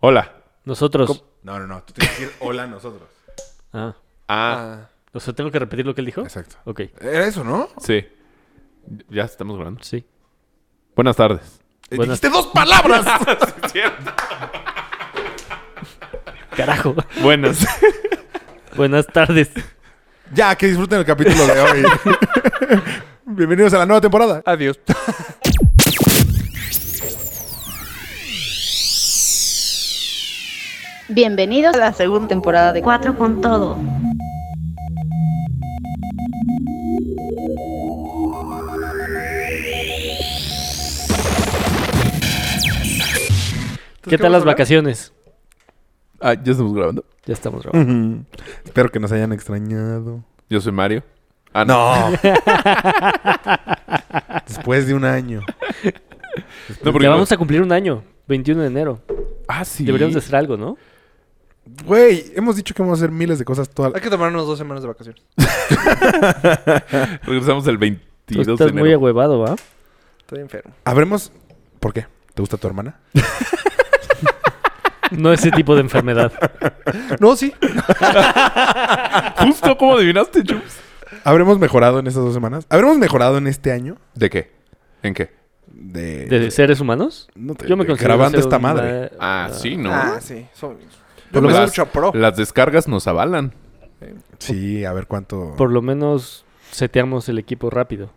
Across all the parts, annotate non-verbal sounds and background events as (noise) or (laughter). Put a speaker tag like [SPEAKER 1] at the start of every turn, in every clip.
[SPEAKER 1] Hola.
[SPEAKER 2] Nosotros.
[SPEAKER 1] No, no, no. Tú tienes que decir hola a nosotros.
[SPEAKER 2] Ah.
[SPEAKER 1] Ah,
[SPEAKER 3] Ah,
[SPEAKER 2] O sea, tengo que repetir lo que él dijo.
[SPEAKER 1] exacto.
[SPEAKER 2] Ok.
[SPEAKER 3] Era eso, ¿no?
[SPEAKER 1] Sí. Ya estamos grabando.
[SPEAKER 2] Sí.
[SPEAKER 1] Buenas tardes.
[SPEAKER 3] Eh,
[SPEAKER 2] Buenas-
[SPEAKER 3] Dijiste dos
[SPEAKER 1] (laughs)
[SPEAKER 3] palabras.
[SPEAKER 2] Carajo. (laughs)
[SPEAKER 1] Buenas.
[SPEAKER 2] Buenas tardes.
[SPEAKER 3] ya, que disfruten el capítulo
[SPEAKER 2] (laughs)
[SPEAKER 3] de hoy. Bienvenidos a la nueva temporada. Adiós.
[SPEAKER 4] Bienvenidos a la segunda temporada de Cuatro con Todo.
[SPEAKER 2] ¿Qué tal las vacaciones?
[SPEAKER 1] (laughs) Ah, ya estamos grabando.
[SPEAKER 2] Ya estamos grabando.
[SPEAKER 3] vacaciones? Espero que nos hayan extrañado.
[SPEAKER 1] Yo soy Mario. Ah,
[SPEAKER 3] No. (laughs) Después de un año.
[SPEAKER 1] No, porque
[SPEAKER 2] ya
[SPEAKER 1] no-
[SPEAKER 2] vamos a cumplir un año. 21 de enero.
[SPEAKER 1] Ah, sí.
[SPEAKER 2] Deberíamos de hacer algo, ¿no?
[SPEAKER 3] Güey, hemos dicho que vamos a hacer miles de cosas todas.
[SPEAKER 5] Hay que tomarnos dos semanas de vacaciones.
[SPEAKER 1] Regresamos el
[SPEAKER 2] Tú
[SPEAKER 1] 22 de
[SPEAKER 2] estás muy
[SPEAKER 1] enero.
[SPEAKER 2] ahuevado, ¿va?
[SPEAKER 5] Estoy enfermo.
[SPEAKER 3] Habremos. ¿Por qué? ¿Te gusta tu
[SPEAKER 2] (laughs)
[SPEAKER 3] hermana?
[SPEAKER 2] No ese tipo de enfermedad.
[SPEAKER 1] (laughs)
[SPEAKER 5] No, sí.
[SPEAKER 1] Justo como adivinaste, Chups.
[SPEAKER 3] ¿Habremos mejorado en estas dos semanas? ¿Habremos mejorado en este año?
[SPEAKER 1] ¿De qué? ¿En qué?
[SPEAKER 3] De.
[SPEAKER 1] Eh,
[SPEAKER 2] ¿De seres humanos?
[SPEAKER 3] No te-
[SPEAKER 2] Yo me
[SPEAKER 3] de-
[SPEAKER 2] considero
[SPEAKER 3] Grabando
[SPEAKER 2] ser
[SPEAKER 3] esta
[SPEAKER 2] un-
[SPEAKER 3] madre.
[SPEAKER 1] Ah, sí, ¿no?
[SPEAKER 5] Ah, sí. Son-
[SPEAKER 1] Por
[SPEAKER 5] Yo
[SPEAKER 1] lo
[SPEAKER 5] me
[SPEAKER 1] menos-
[SPEAKER 5] escucho
[SPEAKER 3] Oh.
[SPEAKER 5] pro.
[SPEAKER 1] Las descargas nos avalan.
[SPEAKER 3] Sí, a ver cuánto.
[SPEAKER 2] Por lo menos seteamos el equipo rápido.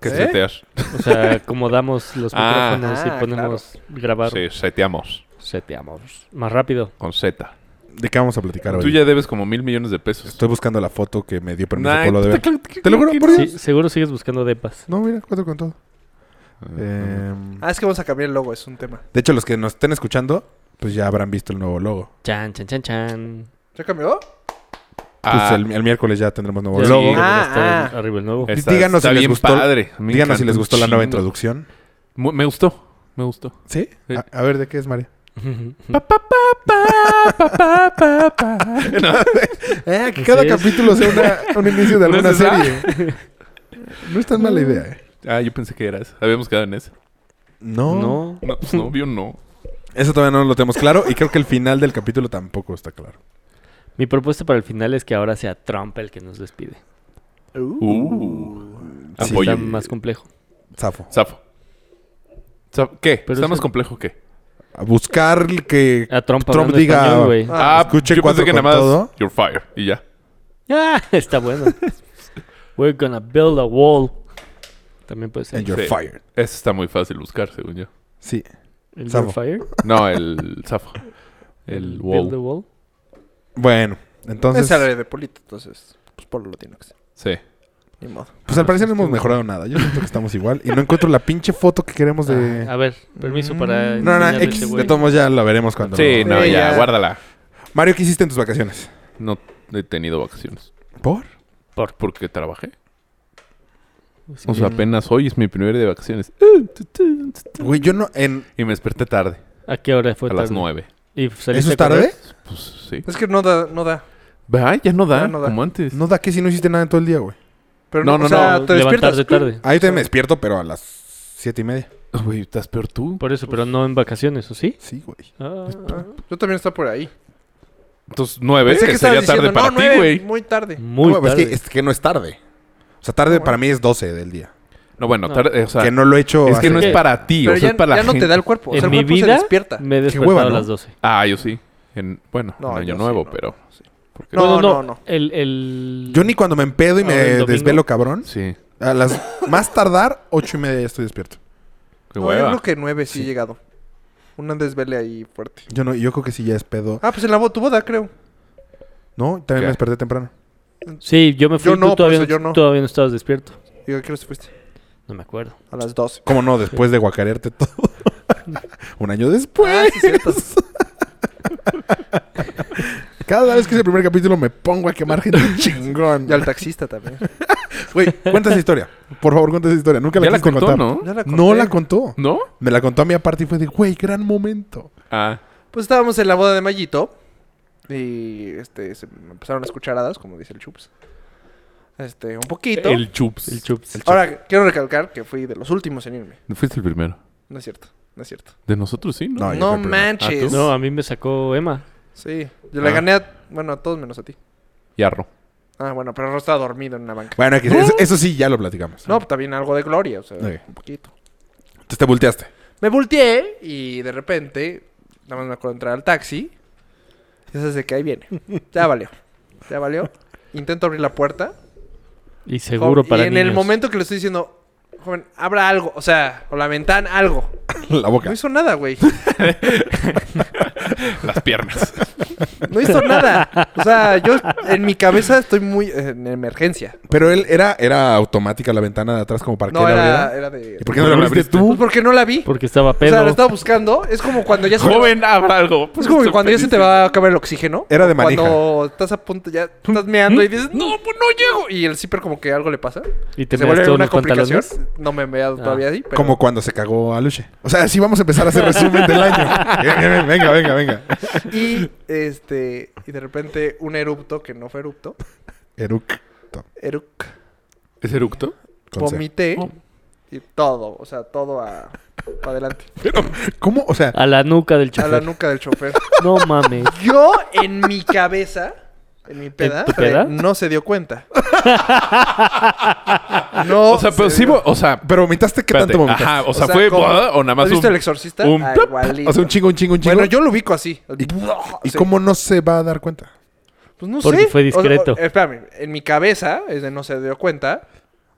[SPEAKER 1] ¿Qué
[SPEAKER 5] ¿Eh?
[SPEAKER 1] setear?
[SPEAKER 2] O sea,
[SPEAKER 1] (laughs)
[SPEAKER 2] acomodamos los
[SPEAKER 1] Ah.
[SPEAKER 2] micrófonos
[SPEAKER 5] Ah,
[SPEAKER 2] y ponemos grabar.
[SPEAKER 1] Sí, seteamos.
[SPEAKER 2] Seteamos. Más rápido.
[SPEAKER 1] Con Z.
[SPEAKER 3] ¿De qué vamos a platicar hoy?
[SPEAKER 1] Tú ya debes como mil millones de pesos.
[SPEAKER 3] Estoy buscando la foto que me dio permiso
[SPEAKER 1] Nah,
[SPEAKER 3] Polo de ver.
[SPEAKER 1] claro que-
[SPEAKER 3] Te lo juro,
[SPEAKER 1] Pues.
[SPEAKER 3] por
[SPEAKER 2] Sí,
[SPEAKER 3] Dios.
[SPEAKER 2] seguro sigues buscando depas.
[SPEAKER 3] No, mira, cuatro con todo.
[SPEAKER 1] Ah,
[SPEAKER 3] Em,
[SPEAKER 5] Ah, es que vamos a cambiar el logo, es un tema.
[SPEAKER 3] de hecho, los que nos estén escuchando, pues ya habrán visto el nuevo logo.
[SPEAKER 2] Chan, chan, chan, chan.
[SPEAKER 5] ¿Ya cambió?
[SPEAKER 1] ah,
[SPEAKER 3] Pues el, el miércoles ya tendremos nuevo
[SPEAKER 2] Ya
[SPEAKER 3] logo.
[SPEAKER 2] vi,
[SPEAKER 5] Ah,
[SPEAKER 2] está
[SPEAKER 5] ah.
[SPEAKER 2] arriba el nuevo.
[SPEAKER 1] está-
[SPEAKER 3] díganos
[SPEAKER 1] está
[SPEAKER 3] si les
[SPEAKER 1] bien
[SPEAKER 3] gustó-
[SPEAKER 1] padre. Me
[SPEAKER 3] Díganos si
[SPEAKER 1] encanta
[SPEAKER 3] les
[SPEAKER 1] un
[SPEAKER 3] gustó la nueva
[SPEAKER 1] chingo.
[SPEAKER 3] introducción.
[SPEAKER 1] Mu- Me gustó, me gustó.
[SPEAKER 3] (laughs) ¿Sí?
[SPEAKER 1] Sí.
[SPEAKER 3] A, a ver, ¿de qué es, (laughs) María?
[SPEAKER 2] (laughs)
[SPEAKER 3] Ah. Eh, que cada
[SPEAKER 2] Así es.
[SPEAKER 3] capítulo sea (laughs) una- un inicio de
[SPEAKER 1] ¿No es
[SPEAKER 3] alguna
[SPEAKER 1] esa?
[SPEAKER 3] serie. No es tan mala idea, ¿eh?
[SPEAKER 1] Ah, yo pensé que era eso. Habíamos quedado en eso.
[SPEAKER 3] No.
[SPEAKER 2] No.
[SPEAKER 1] No, pues no, vio no.
[SPEAKER 3] Eso todavía no lo tenemos claro y creo que el final del capítulo tampoco está claro.
[SPEAKER 2] Mi propuesta para el final es que ahora sea Trump el que nos despide.
[SPEAKER 3] Uh.
[SPEAKER 2] Así
[SPEAKER 1] Uh. Apoyo.
[SPEAKER 2] Está más complejo.
[SPEAKER 3] Zafo.
[SPEAKER 1] Zafo. Zafo. ¿Qué?
[SPEAKER 2] Pero
[SPEAKER 1] ¿Está
[SPEAKER 2] eso-
[SPEAKER 1] más complejo que?
[SPEAKER 3] A buscar que
[SPEAKER 2] A Trump,
[SPEAKER 3] Trump
[SPEAKER 2] hablando
[SPEAKER 3] diga-
[SPEAKER 2] español, güey.
[SPEAKER 5] Ah.
[SPEAKER 3] escuche
[SPEAKER 1] yo
[SPEAKER 3] cuatro
[SPEAKER 1] pensé que
[SPEAKER 3] con
[SPEAKER 1] nada más
[SPEAKER 3] todo.
[SPEAKER 1] you're fired y ya.
[SPEAKER 2] Ah, (laughs) está bueno. We're gonna build a wall. También puede ser.
[SPEAKER 3] and you're
[SPEAKER 1] Sí.
[SPEAKER 3] fired.
[SPEAKER 1] Eso está muy fácil buscar, según yo.
[SPEAKER 3] Sí.
[SPEAKER 2] El
[SPEAKER 3] Zafo.
[SPEAKER 2] fire.
[SPEAKER 1] No, el zafo. El
[SPEAKER 2] Build a
[SPEAKER 1] wow.
[SPEAKER 2] wall.
[SPEAKER 3] Bueno, entonces.
[SPEAKER 5] es área de Polito, entonces, pues Polo lo tiene que hacer.
[SPEAKER 1] Sí.
[SPEAKER 5] Ni modo.
[SPEAKER 3] Pues al parecer no hemos mejorado nada. Yo siento que estamos igual. Y no encuentro la pinche foto que queremos de.
[SPEAKER 2] Ah, a ver, permiso
[SPEAKER 5] Mm.
[SPEAKER 2] para.
[SPEAKER 3] no, no,
[SPEAKER 2] enseñarle a
[SPEAKER 3] X.
[SPEAKER 2] este
[SPEAKER 3] De
[SPEAKER 2] güey.
[SPEAKER 3] todos modos ya la veremos cuando.
[SPEAKER 1] Sí, no,
[SPEAKER 5] Sí,
[SPEAKER 1] ya,
[SPEAKER 5] ya.
[SPEAKER 1] guárdala.
[SPEAKER 3] Mario, ¿qué hiciste en tus vacaciones?
[SPEAKER 1] No he tenido vacaciones.
[SPEAKER 3] ¿Por?
[SPEAKER 1] Porque trabajé.
[SPEAKER 2] Pues Sí.
[SPEAKER 1] O sea, apenas hoy es mi primer día de vacaciones.
[SPEAKER 3] Uh. Güey, yo no. En...
[SPEAKER 1] Y me desperté tarde,
[SPEAKER 2] ¿A qué hora fue?
[SPEAKER 1] a las
[SPEAKER 2] tarde?
[SPEAKER 1] nueve.
[SPEAKER 2] ¿Y
[SPEAKER 3] ¿Eso
[SPEAKER 2] saliste
[SPEAKER 3] es
[SPEAKER 2] a correr?
[SPEAKER 3] tarde?
[SPEAKER 1] Pues sí.
[SPEAKER 5] Es que no da, no da.
[SPEAKER 1] Va, ya no da,
[SPEAKER 5] Ya no da.
[SPEAKER 1] como antes.
[SPEAKER 3] No da que si no hiciste nada en todo el día, güey.
[SPEAKER 5] Pero
[SPEAKER 1] No,
[SPEAKER 5] no,
[SPEAKER 1] no,
[SPEAKER 5] o sea,
[SPEAKER 2] No,
[SPEAKER 5] te
[SPEAKER 2] levantarse
[SPEAKER 5] Ah, despiertas.
[SPEAKER 2] tarde.
[SPEAKER 3] Ahí también me despierto, pero a las siete y media.
[SPEAKER 1] Ah, Güey, estás peor tú.
[SPEAKER 2] Por eso, pero no en vacaciones, ¿o sí?
[SPEAKER 3] Sí, güey.
[SPEAKER 2] Ah,
[SPEAKER 5] Yo también está por ahí.
[SPEAKER 1] Entonces, nueve
[SPEAKER 5] Pensé
[SPEAKER 1] que sería
[SPEAKER 5] estabas
[SPEAKER 1] tarde
[SPEAKER 5] diciendo,
[SPEAKER 1] para
[SPEAKER 5] no,
[SPEAKER 1] ti,
[SPEAKER 5] nueve,
[SPEAKER 1] güey.
[SPEAKER 5] Muy tarde.
[SPEAKER 2] muy
[SPEAKER 3] No, pues
[SPEAKER 2] tarde.
[SPEAKER 3] Es, que, es que no es tarde. O sea, tarde
[SPEAKER 5] No,
[SPEAKER 3] para mí es 12 del día.
[SPEAKER 1] No, bueno,
[SPEAKER 2] No.
[SPEAKER 1] tarde, o sea,
[SPEAKER 3] que no lo he hecho.
[SPEAKER 1] es que
[SPEAKER 3] hace-
[SPEAKER 1] no es
[SPEAKER 2] Sí.
[SPEAKER 1] para ti, o
[SPEAKER 5] Pero
[SPEAKER 1] sea,
[SPEAKER 5] ya,
[SPEAKER 1] es para la
[SPEAKER 5] ya no te
[SPEAKER 1] gente.
[SPEAKER 5] da el cuerpo. O sea,
[SPEAKER 2] en
[SPEAKER 5] el
[SPEAKER 2] mi
[SPEAKER 5] cuerpo se
[SPEAKER 2] vida
[SPEAKER 5] despierta.
[SPEAKER 2] me he despertado
[SPEAKER 3] hueva,
[SPEAKER 2] a
[SPEAKER 3] ¿no?
[SPEAKER 2] las 12.
[SPEAKER 1] Ah, yo sí. En, bueno,
[SPEAKER 5] No,
[SPEAKER 1] en año
[SPEAKER 5] yo sí,
[SPEAKER 1] nuevo,
[SPEAKER 5] no.
[SPEAKER 1] pero. porque-
[SPEAKER 5] No,
[SPEAKER 2] Bueno,
[SPEAKER 5] no, no.
[SPEAKER 2] El, el...
[SPEAKER 3] Yo ni cuando me empedo y
[SPEAKER 2] Ah, el
[SPEAKER 3] me
[SPEAKER 2] domingo.
[SPEAKER 3] desvelo, cabrón.
[SPEAKER 1] Sí.
[SPEAKER 3] A las (laughs) más tardar, ocho y media ya estoy despierto.
[SPEAKER 1] Qué
[SPEAKER 5] No, yo
[SPEAKER 1] hueva.
[SPEAKER 5] creo que nueve sí he llegado. Una desvele ahí fuerte.
[SPEAKER 3] Yo no, yo creo que sí ya es pedo.
[SPEAKER 5] Ah, pues en la bo- tu boda, creo.
[SPEAKER 3] No, también
[SPEAKER 1] ¿Qué?
[SPEAKER 3] me desperté temprano.
[SPEAKER 2] Sí, yo me fui.
[SPEAKER 5] Yo
[SPEAKER 2] tú
[SPEAKER 5] no, por
[SPEAKER 2] todavía,
[SPEAKER 5] eso yo no.
[SPEAKER 2] todavía no estabas despierto.
[SPEAKER 5] ¿Y a qué hora te fuiste?
[SPEAKER 2] No me acuerdo.
[SPEAKER 5] A las 12.
[SPEAKER 3] ¿Cómo no? Después de guacarearte todo. (laughs) Un año después.
[SPEAKER 5] Ah,
[SPEAKER 1] (laughs)
[SPEAKER 5] sí, cierto.
[SPEAKER 3] Cada vez que es el primer capítulo me pongo a quemar gente chingón.
[SPEAKER 5] Y al taxista también.
[SPEAKER 3] Güey, cuenta esa historia. Por favor, cuenta esa historia. Nunca la
[SPEAKER 1] Ya la
[SPEAKER 3] quisiste
[SPEAKER 1] contó,
[SPEAKER 3] contar.
[SPEAKER 1] ¿no?
[SPEAKER 5] Ya la
[SPEAKER 3] No
[SPEAKER 5] conté.
[SPEAKER 3] la contó.
[SPEAKER 1] ¿No?
[SPEAKER 3] Me la contó a mí aparte y fue de, güey, gran momento.
[SPEAKER 1] Ah,
[SPEAKER 5] Pues estábamos en la boda de Mayito. Y este, se me empezaron las cucharadas, como dice el Chups. Este, un poquito.
[SPEAKER 1] el chups.
[SPEAKER 2] El chups.
[SPEAKER 5] Ahora, quiero recalcar que fui de los últimos en irme.
[SPEAKER 1] Fuiste el primero.
[SPEAKER 5] No es cierto. No es cierto.
[SPEAKER 1] De nosotros sí, ¿no?
[SPEAKER 3] No,
[SPEAKER 5] No,
[SPEAKER 3] yo fui el primero. Ah,
[SPEAKER 5] manches.
[SPEAKER 2] No, a mí me sacó Emma.
[SPEAKER 5] Sí. Yo le
[SPEAKER 1] Ah.
[SPEAKER 5] gané a... Bueno, a todos menos a ti.
[SPEAKER 1] Yarro.
[SPEAKER 5] Ah, bueno, pero Ross estaba dormido en una banca.
[SPEAKER 3] Bueno, aquí- eso, eso sí, ya lo platicamos.
[SPEAKER 5] No, pues también algo de gloria, o sea,
[SPEAKER 3] Ok.
[SPEAKER 5] un poquito.
[SPEAKER 3] Entonces te volteaste. (laughs)
[SPEAKER 5] Me volteé y de repente, nada más me acuerdo de entrar al taxi. Y es de que ahí viene. Ya valió. Ya valió. Intento abrir la puerta.
[SPEAKER 2] Y seguro
[SPEAKER 5] Jo-
[SPEAKER 2] para
[SPEAKER 5] Y en el
[SPEAKER 2] niños.
[SPEAKER 5] momento que le estoy diciendo, joven, abra algo, o sea, o la ventana, algo.
[SPEAKER 3] La boca.
[SPEAKER 5] No hizo nada, güey.
[SPEAKER 1] (laughs) Las piernas.
[SPEAKER 5] No hizo nada. O sea, yo en mi cabeza estoy muy eh, en emergencia.
[SPEAKER 3] Pero él era, era automática la ventana de atrás como para que
[SPEAKER 5] No,
[SPEAKER 3] él
[SPEAKER 5] era,
[SPEAKER 3] abriera.
[SPEAKER 5] era de...
[SPEAKER 3] ¿Y por qué no la abriste
[SPEAKER 5] Pues
[SPEAKER 3] tú?
[SPEAKER 5] porque no la vi.
[SPEAKER 2] Porque estaba
[SPEAKER 5] O sea,
[SPEAKER 2] pedo.
[SPEAKER 5] la estaba buscando. (laughs) Es como cuando ya se...
[SPEAKER 1] Joven, abra algo.
[SPEAKER 5] Es como que cuando ya se te va a acabar el oxígeno.
[SPEAKER 3] Era de
[SPEAKER 5] o Cuando estás a punto, ya estás meando y dices, no, pues no llego. Y el zipper como que algo le pasa.
[SPEAKER 2] Y te
[SPEAKER 5] se
[SPEAKER 2] meas
[SPEAKER 5] vuelve
[SPEAKER 2] todos
[SPEAKER 5] una
[SPEAKER 2] los
[SPEAKER 5] complicación.
[SPEAKER 2] pantalones.
[SPEAKER 5] No me he meado
[SPEAKER 2] Ah.
[SPEAKER 5] todavía así, pero...
[SPEAKER 3] Como cuando se cagó Aluche. O sea, así vamos a empezar a hacer resumen del año. (laughs) venga, venga, venga.
[SPEAKER 5] (laughs) Y, este... Y de repente un erupto que no fue erupto.
[SPEAKER 3] Eruk.
[SPEAKER 5] Eruc.
[SPEAKER 1] ¿Es eructo?
[SPEAKER 3] con C.
[SPEAKER 5] Vomité.
[SPEAKER 2] Oh.
[SPEAKER 5] Y todo, o sea, todo a... pa' adelante.
[SPEAKER 3] ¿Cómo? O sea,
[SPEAKER 2] A la nuca del
[SPEAKER 5] A
[SPEAKER 2] chofer.
[SPEAKER 5] la nuca del chofer.
[SPEAKER 2] No mames.
[SPEAKER 5] Yo, en mi cabeza, en mi peda,
[SPEAKER 2] tu peda?
[SPEAKER 5] no se dio
[SPEAKER 2] (laughs)
[SPEAKER 5] cuenta. Oh, No.
[SPEAKER 1] O sea, pero
[SPEAKER 5] se
[SPEAKER 1] sí,
[SPEAKER 5] dio-
[SPEAKER 1] vo- o sea,
[SPEAKER 3] pero vomitaste qué
[SPEAKER 1] espérate,
[SPEAKER 3] tanto vomitaste.
[SPEAKER 1] Ajá, o sea,
[SPEAKER 5] sea,
[SPEAKER 1] fue
[SPEAKER 5] como-
[SPEAKER 1] boda o nada más
[SPEAKER 5] ¿Has visto
[SPEAKER 1] un-
[SPEAKER 5] el exorcista?
[SPEAKER 1] un
[SPEAKER 5] Ah,
[SPEAKER 1] plop.
[SPEAKER 5] igualito.
[SPEAKER 3] O sea, un chingo, un chingo, un chingo.
[SPEAKER 5] Bueno, yo lo ubico así.
[SPEAKER 3] ¿Y, y
[SPEAKER 5] Sí.
[SPEAKER 3] cómo no se va a dar cuenta?
[SPEAKER 5] Pues no
[SPEAKER 2] Porque
[SPEAKER 5] sé.
[SPEAKER 2] fue
[SPEAKER 5] O sea, o-
[SPEAKER 2] discreto.
[SPEAKER 5] espérame, en mi cabeza, es de no se dio cuenta.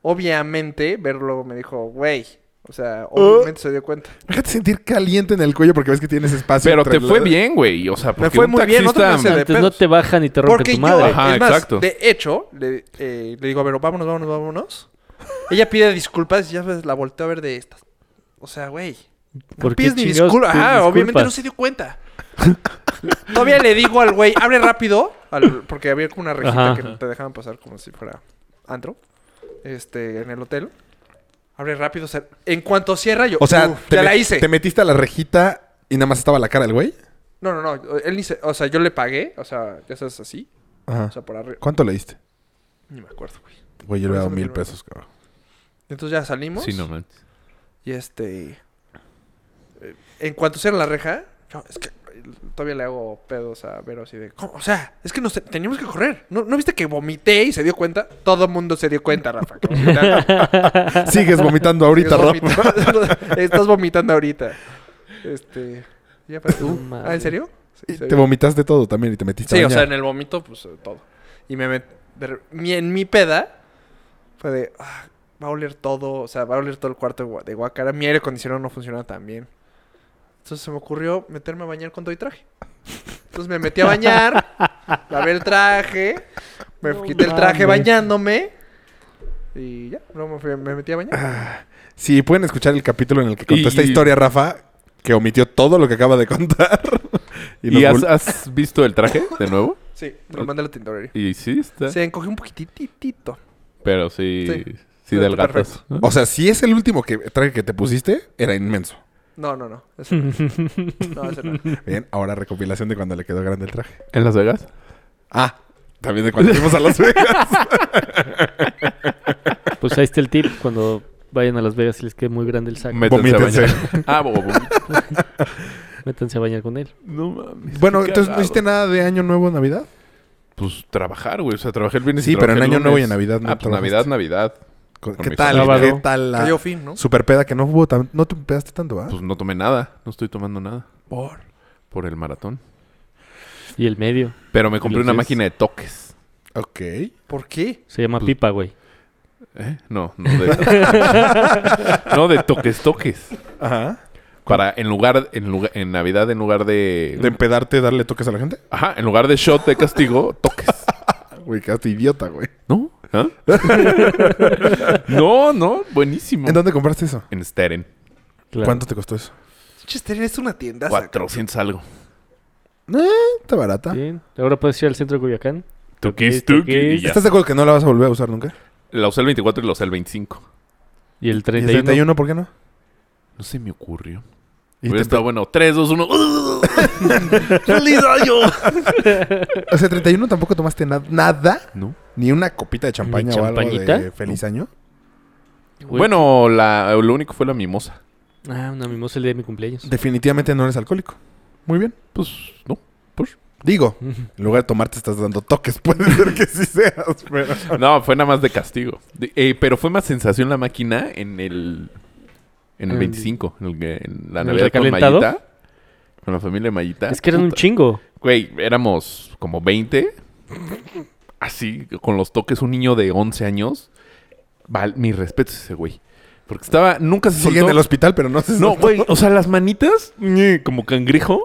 [SPEAKER 5] Obviamente, verlo me dijo, güey. O sea,
[SPEAKER 1] ¿Eh?
[SPEAKER 5] obviamente se dio cuenta.
[SPEAKER 3] Déjate sentir caliente en el cuello porque ves que tienes espacio.
[SPEAKER 1] Pero
[SPEAKER 3] entre
[SPEAKER 1] te fue
[SPEAKER 3] la-
[SPEAKER 1] bien, güey. O sea, porque
[SPEAKER 5] fue
[SPEAKER 1] un
[SPEAKER 5] muy bien, otro
[SPEAKER 1] taxista-
[SPEAKER 5] no (laughs) se de
[SPEAKER 2] Antes no
[SPEAKER 5] pedos.
[SPEAKER 2] te bajan y te rompe
[SPEAKER 5] Porque
[SPEAKER 2] tu
[SPEAKER 5] yo,
[SPEAKER 2] madre.
[SPEAKER 1] Ajá,
[SPEAKER 5] es más,
[SPEAKER 1] exacto.
[SPEAKER 5] de hecho, le, eh, le digo, pero vámonos, vámonos, vámonos. Ella pide disculpas y ya ves, la volteo a ver de estas. O sea, güey.
[SPEAKER 2] ¿Por
[SPEAKER 5] No
[SPEAKER 2] qué
[SPEAKER 5] pides ni
[SPEAKER 2] chingados
[SPEAKER 5] disculpas.
[SPEAKER 2] pides
[SPEAKER 5] Ajá,
[SPEAKER 2] disculpas?
[SPEAKER 5] obviamente no se dio cuenta. (laughs) Todavía le digo al güey, abre rápido. al- porque había como una rejita
[SPEAKER 2] Ajá.
[SPEAKER 5] que te dejaban pasar como si fuera antro. Este, en el hotel. Abre rápido. o sea, en cuanto cierra, yo.
[SPEAKER 3] O sea,
[SPEAKER 5] "Uf,
[SPEAKER 3] te,
[SPEAKER 5] ya la
[SPEAKER 3] met-
[SPEAKER 5] hice.
[SPEAKER 3] te metiste a la rejita y nada más estaba la cara del güey.
[SPEAKER 5] No, no, no. Él ni se- O sea, yo le pagué. O sea, ya sabes así.
[SPEAKER 3] Ajá.
[SPEAKER 5] O sea, por arriba.
[SPEAKER 3] ¿Cuánto le diste?
[SPEAKER 5] Ni me acuerdo, güey.
[SPEAKER 3] Güey, yo le he
[SPEAKER 5] Por
[SPEAKER 3] dado
[SPEAKER 5] eso me
[SPEAKER 3] mil
[SPEAKER 5] quiero-
[SPEAKER 3] pesos, cabrón.
[SPEAKER 5] Entonces ya salimos.
[SPEAKER 1] Sí, no manches.
[SPEAKER 5] Y este. eh, En cuanto cierra la reja, yo, es que eh, todavía le hago pedos a Vero así de. "¿Cómo? O sea, es que nos te- teníamos que correr. ¿No, ¿No viste que vomité y se dio cuenta? Todo el mundo se dio cuenta, Rafa.
[SPEAKER 2] (laughs)
[SPEAKER 5] que vomitaste.
[SPEAKER 3] Sigues vomitando ahorita,
[SPEAKER 5] Estás
[SPEAKER 3] Rafa.
[SPEAKER 5] vomitando- Estás vomitando ahorita. Este. Ya para
[SPEAKER 2] No
[SPEAKER 5] tú.
[SPEAKER 2] mames.
[SPEAKER 5] ¿Ah, en serio? Sí,
[SPEAKER 3] Y
[SPEAKER 5] se
[SPEAKER 3] te
[SPEAKER 5] dio-
[SPEAKER 3] vomitaste todo también y te metiste
[SPEAKER 5] Sí,
[SPEAKER 3] a
[SPEAKER 5] o sea,
[SPEAKER 3] bañar.
[SPEAKER 5] en el vómito, pues eh, todo. Y me met... de re- mi- En mi peda fue de. "Ah, va a oler todo, o sea, va a oler todo el cuarto de, gua- de guacara. Mi aire acondicionado no funciona tan bien. Entonces se me ocurrió meterme a bañar con todo y traje. Entonces me metí a bañar, lavé el traje, me
[SPEAKER 2] No
[SPEAKER 5] quité el traje
[SPEAKER 2] mames.
[SPEAKER 5] bañándome. Y ya, luego me, fui- me metí a bañar.
[SPEAKER 3] Si pueden escuchar el capítulo en el que contó
[SPEAKER 1] Y-
[SPEAKER 3] esta historia, Rafa, que omitió todo lo que acaba de contar. (laughs) Y, nos
[SPEAKER 1] ¿Y has,
[SPEAKER 3] vol-
[SPEAKER 1] has visto el traje de nuevo?
[SPEAKER 5] Sí, lo mandé a la tintorería.
[SPEAKER 1] Y sí está.
[SPEAKER 5] Se encogió un poquititito.
[SPEAKER 1] Pero sí. Sí,
[SPEAKER 5] Sí. Sí,
[SPEAKER 1] del
[SPEAKER 5] está
[SPEAKER 1] gato.
[SPEAKER 5] perfecto.
[SPEAKER 3] O sea, si es el último que traje que te pusiste, era inmenso.
[SPEAKER 5] No, no, no. ese no. No, ese no.
[SPEAKER 3] Bien, ahora recopilación de cuando le quedó grande el traje.
[SPEAKER 1] ¿En Las Vegas?
[SPEAKER 3] Ah, también de cuando fuimos a Las Vegas.
[SPEAKER 2] (laughs) Pues ahí está el tip. Cuando vayan a Las Vegas y les quede muy grande el saco,
[SPEAKER 1] Métanse a
[SPEAKER 3] Vomítense.
[SPEAKER 1] bañar. (laughs) ah, bo- bo-
[SPEAKER 2] métanse a bañar con él.
[SPEAKER 1] No mames.
[SPEAKER 3] (laughs) bueno,
[SPEAKER 1] qué
[SPEAKER 3] entonces no
[SPEAKER 1] cagado.
[SPEAKER 3] hiciste nada de Año Nuevo, Navidad.
[SPEAKER 1] Pues trabajar, güey. O sea, trabajé el viernes y
[SPEAKER 3] Sí, pero en
[SPEAKER 1] trabajé el
[SPEAKER 3] Año Nuevo y en
[SPEAKER 1] lunes.
[SPEAKER 3] Navidad no
[SPEAKER 1] Ah, pues
[SPEAKER 3] trabajaste.
[SPEAKER 1] Navidad, Navidad.
[SPEAKER 3] Co-
[SPEAKER 1] Con
[SPEAKER 3] ¿Qué
[SPEAKER 1] mi
[SPEAKER 3] tal?
[SPEAKER 2] sábado.
[SPEAKER 3] ¿Qué tal la
[SPEAKER 5] Cayó fin, ¿no?
[SPEAKER 3] super peda que no hubo? tan- No te pedaste tanto, ¿ah?
[SPEAKER 1] Pues no tomé nada. No estoy tomando nada. ¿Por? Por el maratón.
[SPEAKER 2] Y el medio.
[SPEAKER 1] Pero me compré una
[SPEAKER 2] Entonces-
[SPEAKER 1] máquina de toques.
[SPEAKER 3] Ok.
[SPEAKER 5] ¿Por qué?
[SPEAKER 2] Se llama pipa, güey.
[SPEAKER 1] ¿Eh? No, no de (laughs) esas. No de toques, toques.
[SPEAKER 3] Ajá.
[SPEAKER 1] Para en lugar, en lugar, en Navidad, en lugar de.
[SPEAKER 3] ¿De empedarte, darle toques a la gente?
[SPEAKER 1] Ajá, en lugar de shot de (laughs) castigo, toques.
[SPEAKER 3] Güey, quedaste idiota, güey.
[SPEAKER 1] ¿No? ¿Ah? (laughs) no, no, buenísimo.
[SPEAKER 3] ¿En dónde compraste eso?
[SPEAKER 1] En Steren.
[SPEAKER 2] Claro.
[SPEAKER 3] ¿Cuánto te costó eso?
[SPEAKER 5] Chester, es una tienda.
[SPEAKER 1] 400 algo.
[SPEAKER 3] Eh, Está barata.
[SPEAKER 2] Bien. Ahora puedes ir al centro de Culiacán.
[SPEAKER 1] Toques,
[SPEAKER 2] Toques,
[SPEAKER 1] toques. y ya.
[SPEAKER 3] ¿Estás de acuerdo que no la vas a volver a usar nunca?
[SPEAKER 1] La usé el 24 y la usé el 25.
[SPEAKER 2] Y el
[SPEAKER 3] ¿Y el
[SPEAKER 2] 31.
[SPEAKER 3] 31 por qué no?
[SPEAKER 1] No se me ocurrió.
[SPEAKER 3] Y
[SPEAKER 1] Hubiera
[SPEAKER 3] te-
[SPEAKER 1] estado bueno. 3, 2, 1. (laughs) ¡Feliz año!
[SPEAKER 3] O sea, 31 tampoco tomaste na- nada,
[SPEAKER 1] No.
[SPEAKER 3] ni una copita de champaña o algo
[SPEAKER 2] champañita?
[SPEAKER 3] de feliz año.
[SPEAKER 2] Güey,
[SPEAKER 1] Bueno, la, lo único fue la mimosa.
[SPEAKER 2] Ah, una mimosa el día de mi cumpleaños.
[SPEAKER 3] Definitivamente no eres alcohólico. Muy bien, pues no. pues. Digo, en lugar de tomar te estás dando toques. (laughs) Puede ser que sí seas, pero... (laughs)
[SPEAKER 1] No, fue nada más de castigo. De- eh, pero fue más sensación la máquina en el. En el
[SPEAKER 2] En-
[SPEAKER 1] 25, en, el que- en la
[SPEAKER 2] ¿En el
[SPEAKER 1] Navidad con
[SPEAKER 2] recalentado?
[SPEAKER 1] Mayita. Con la familia de Mayita.
[SPEAKER 2] Es que eran un
[SPEAKER 1] Puta.
[SPEAKER 2] chingo.
[SPEAKER 1] Güey, éramos como 20. Así, con los toques, un niño de 11 años. Val, mi respeto ese güey. Porque estaba, nunca se
[SPEAKER 3] Sigue
[SPEAKER 1] soltó.
[SPEAKER 3] en el hospital, pero no se
[SPEAKER 1] No,
[SPEAKER 3] soltó.
[SPEAKER 1] güey, o sea, las manitas, ñe, como cangrejo.